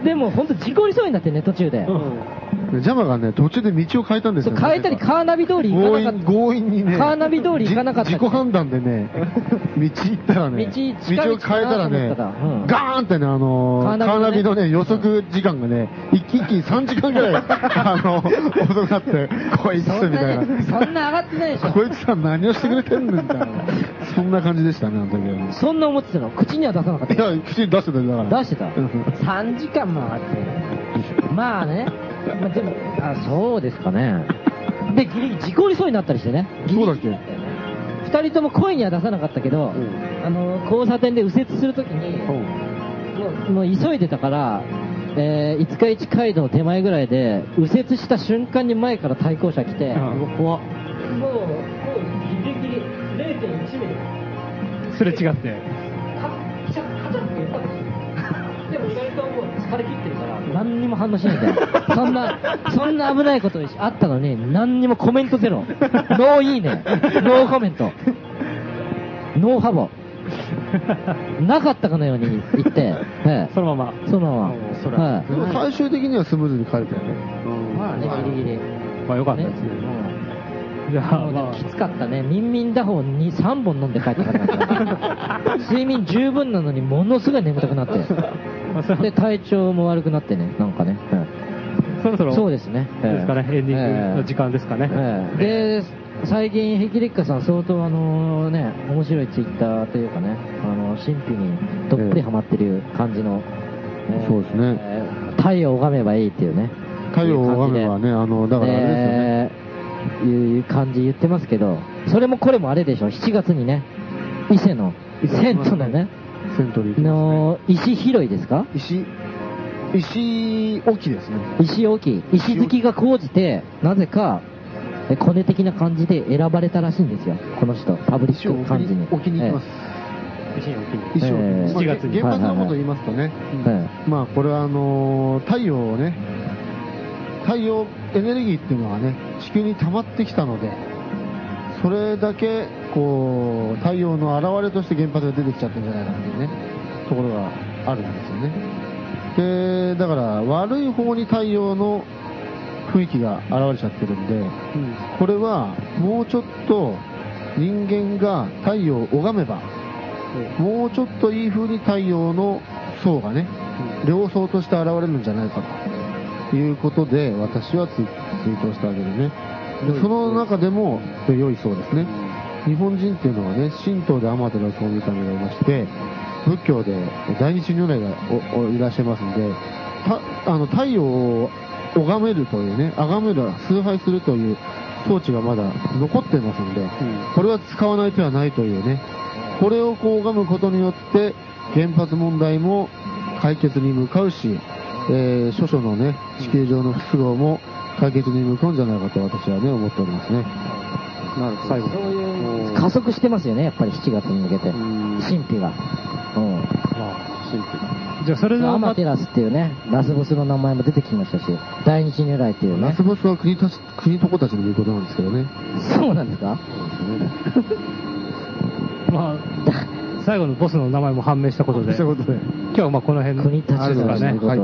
Speaker 2: でも本当事故りそうになってね、途中で。
Speaker 3: でジャマがね、途中で道を変えたんです
Speaker 2: そう
Speaker 3: よね。
Speaker 2: 変えたり、カーナビ通り行か
Speaker 3: 強
Speaker 2: なかっ
Speaker 3: 引、強引にね。
Speaker 2: カーナビ通り行かなかった
Speaker 3: じ自己判断でね、 (laughs) 道行ったらね、
Speaker 2: 道近道
Speaker 3: 道を変えたらね
Speaker 2: だなと思ったらうん、
Speaker 3: ガーンってね、あの
Speaker 2: カ
Speaker 3: ー、
Speaker 2: ーナビのね
Speaker 3: カーナビのね、予測時間がね、一気一気に3時間ぐ
Speaker 2: (laughs)
Speaker 3: らい、あの、遅くなって、こいつ、み
Speaker 2: た。そん
Speaker 3: たい
Speaker 2: なね、
Speaker 3: な。
Speaker 2: そんな上がってないでしょ。
Speaker 3: こいつは何をしてくれてんのみたいな。そんな感じでしたね、あの時はね。
Speaker 2: そんな思ってたの口には出さなかった。
Speaker 3: いや、口に出してたよだから。
Speaker 2: 出してた3時間も回って。まあね。まあ、でも、あ、そうですかね。で、ギリギリ事故りそうになったりしてね。
Speaker 3: そうだっけ
Speaker 2: 二人とも声には出さなかったけど、あの、交差点で右折するときに、もうもう急いでたから、えー、五日市街道手前ぐらいで、右折した瞬間に前から対向車来て、怖
Speaker 15: もう、
Speaker 2: っ
Speaker 15: もうギリギリ0.1ミリ。
Speaker 1: すれ違って。
Speaker 15: カチャッカチャッって言ったんですよ。でも二人とももう疲れ切ってるから、
Speaker 2: 何にも反応しないんだよ。そんな、 (laughs) そんな危ないことあったのに、何にもコメントゼロ。ノーいいね。ノーコメント。ノーハ (laughs) ボ。なかったかのように言 (laughs) って、そのまま。そのまま。はい
Speaker 3: でも最終的にはスムーズに帰れたよね。
Speaker 2: まあね、ギリギリ。
Speaker 1: (laughs) まあよかったです
Speaker 2: ね。
Speaker 1: じゃあ、まあ、
Speaker 2: きつかったね。ミンミン打法に3本飲んで帰ってか
Speaker 1: (laughs)
Speaker 2: らだから。睡眠十分なのにものすごい眠たくなって。で、体調も悪くなってね、なんかね。はい
Speaker 1: そろそろ。
Speaker 2: そうですね。ええ
Speaker 1: ですかね、エンディングの時間ですかね。
Speaker 2: で、最近、ヘキレッカさん、相当あのね、面白いツイッターというかね、あの、神秘にどっぷりハマってる感じの、えー
Speaker 3: そうですね。
Speaker 2: 太陽を拝めばいいっていうね。
Speaker 3: 太陽を拝めばね、あの、だからあれですよね。
Speaker 2: えーいう感じ言ってますけど、それもこれもあれでしょ、7月にね、伊勢の、銭湯のね、
Speaker 3: セントリー。
Speaker 2: の、石拾いですか
Speaker 3: 石、石置きですね。
Speaker 2: 石置き、石好きが高じて、なぜか、えコネ的な感じで選ばれたらしいんですよ、この人、パブリック感じに。
Speaker 3: 置きに行きます。
Speaker 1: 石置きに
Speaker 3: 石を
Speaker 2: えー
Speaker 3: まあ
Speaker 2: 7月に
Speaker 3: 原発のことを言いますとね、
Speaker 2: はいはい
Speaker 3: まあこれはあのー太陽をね、太陽エネルギーっていうのはね、地球に溜まってきたので、それだけこう太陽の現れとして原発が出てきちゃったんじゃないかっていうね、ところがあるんですよね。で、だから悪い方に太陽の雰囲気が現れちゃってるんで、これはもうちょっと人間が太陽を拝めば、もうちょっといい風に太陽の層がね、両層として現れるんじゃないかということで、私はツイツイートしたわけでね。でその中でも、良い層ですね。日本人っていうのはね、神道で天照の神々がいまして、仏教で大日如来がおおいらっしゃいますんで、たあの太陽を拝めるというね、崇める、崇拝するという統治がまだ残ってますんで、これは使わない手はないというね、これをこう拝むことによって、原発問題も解決に向かうし、えー、諸々のね、地球上の不都合も解決に向かうんじゃないかと私はね、思っておりますね。
Speaker 2: なるほど、最後。加速してますよね、やっぱり7月に向けて。神秘が。うん。
Speaker 1: じゃあ、それでは
Speaker 2: ア
Speaker 1: ま
Speaker 2: マテラスっていうね、ラスボスの名前も出てきましたし、大日如来っていうね
Speaker 3: ラス。ボスは国たち国とこたちの言うことなんですけどね。
Speaker 2: そうなんですか
Speaker 1: まあ、最後のボスの名前も判明したことで、
Speaker 3: そういうことで。
Speaker 1: 今日はまあこの辺の、国
Speaker 2: 立ち
Speaker 1: です
Speaker 2: の
Speaker 1: かね。
Speaker 2: こと
Speaker 1: はい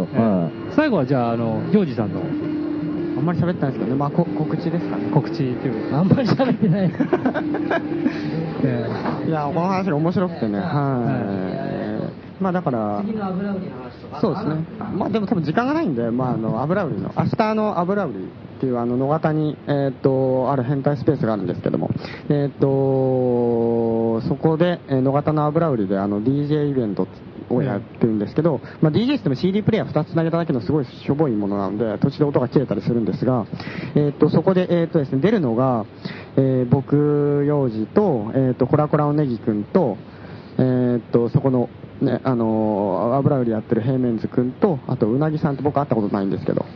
Speaker 1: 最後はじゃあ、あの、行司さんの
Speaker 4: あんまり喋ってないですけどね、まあ、こ告知ですかね。
Speaker 1: 告知という
Speaker 2: あんまり喋ってない。
Speaker 4: いや、この話が面白くてね、はい。まあだから、
Speaker 15: 次の油売りの話とか。
Speaker 4: そうですね。まあでも多分時間がないんで、まああの、油売りの、明日の油売りっていうあの、野方に、えーっと、ある変態スペースがあるんですけども、えーっと、そこで、えー野方の油売りであの、DJ イベントをやってるんですけど、まあ DJ しても CD プレイヤー2つつなげただけのすごいしょぼいものなんで、途中で音が切れたりするんですが、えーっと、そこで、えーっとですね、出るのが、えー僕、幼児と、えーっと、コラコラおねぎくんと、えーっと、そこの、ね、あのー油売りやってる平面図くんと、あと、うなぎさんと僕会ったことないんですけど、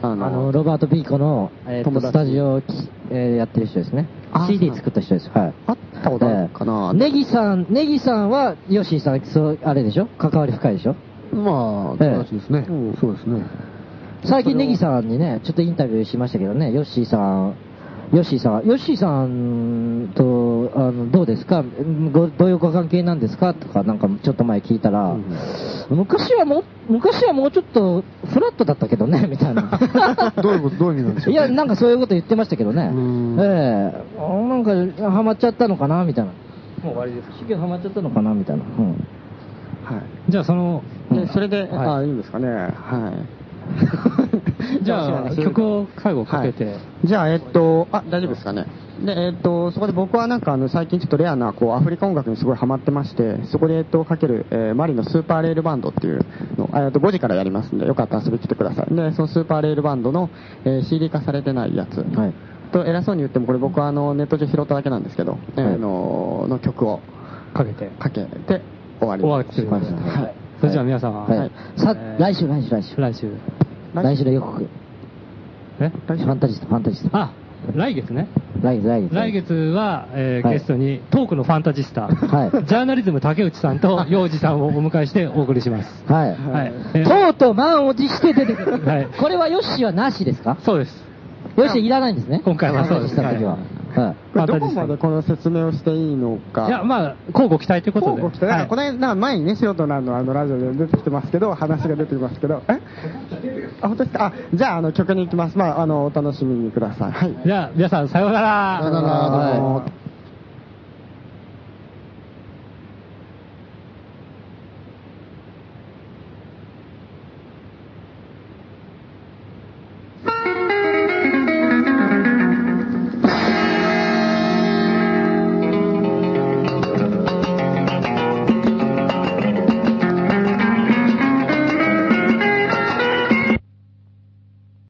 Speaker 2: あの、ロバート・ビーコの、えー、スタジオ、えー、やってる人ですね。CD 作った人です。はい。
Speaker 4: あったことあるかな、
Speaker 2: ネギさん、ネギさんは、ヨッシーさん、そう、あれでしょ関わり深いでしょ
Speaker 16: まあ、正しいですね。そうですね。
Speaker 2: 最近ネギさんにね、ちょっとインタビューしましたけどね、ヨッシーさん、ヨッシーさん、ヨッシーさんと、あの、どうですかごどういうご関係なんですかとか、なんかちょっと前聞いたら、うん、昔はもう、昔はもうちょっとフラットだったけどね、みたいな。
Speaker 3: (laughs)
Speaker 4: (laughs)
Speaker 16: どういうこと、どういう意味なんでしょう、ね、い
Speaker 2: や、なんかそういうこと言ってましたけどね。ええー、なんか、ハマっちゃったのかなみたいな。
Speaker 15: もう終わりですか
Speaker 2: 企業ハマっちゃったのかなみたいな。うん。
Speaker 4: はい。
Speaker 1: じゃあ、その、
Speaker 4: うん、それで、はい、ああ、いいんですかね。はい。
Speaker 1: (laughs) じ
Speaker 4: (laughs)
Speaker 1: ゃあ、曲を最後かけて、はい。
Speaker 4: じゃあ、えっと、あ、大丈夫ですかね。で、えっと、そこで僕はなんかあの、最近ちょっとレアな、こう、アフリカ音楽にすごいハマってまして、そこで、えっと、かける、えー、マリのスーパーレールバンドっていうの、えっと、5時からやりますんで、よかったら遊びに来てください。で、そのスーパーレールバンドの、えー、CD 化されてないやつ。はい。と、偉そうに言っても、これ僕はあの、ネット上拾っただけなんですけど、はい、えー、の、の曲を。
Speaker 1: かけて。
Speaker 4: かけて、終わり
Speaker 1: 終わってました。はい。それじゃあ皆様、はい
Speaker 2: さ来週、来週、来週。
Speaker 1: 来週。
Speaker 2: 来週の予告。
Speaker 1: え
Speaker 2: ファンタジスト、ファンタジスト。
Speaker 1: あ、来月ね。
Speaker 2: 来月、来月。
Speaker 1: 来月は、えー、ゲストに、トークのファンタジスタ、はい、ジャーナリズム竹内さんと洋二さんをお迎えしてお送りします。
Speaker 2: はい。はい。とうとう満を持して出てくる。はい。これはヨッシーはなしですか
Speaker 1: そうです。
Speaker 2: ヨッシーいらないんですね。
Speaker 1: 今回はそうです。
Speaker 2: ファンタジスタは。
Speaker 4: はい、どこまでこの説明をしていいのか。
Speaker 1: いや、まあ、交互期待ということで。
Speaker 4: 交互期待。だから、この辺、なんか前にね、素人なの、あの、ラジオで出てきてますけど、話が出てきますけど、えあ、本当ですかあ、じゃあ、あの、曲に行きます。まあ、あの、お楽しみにください。はい。
Speaker 1: じゃあ、皆さん、さようなら。
Speaker 16: さようなら。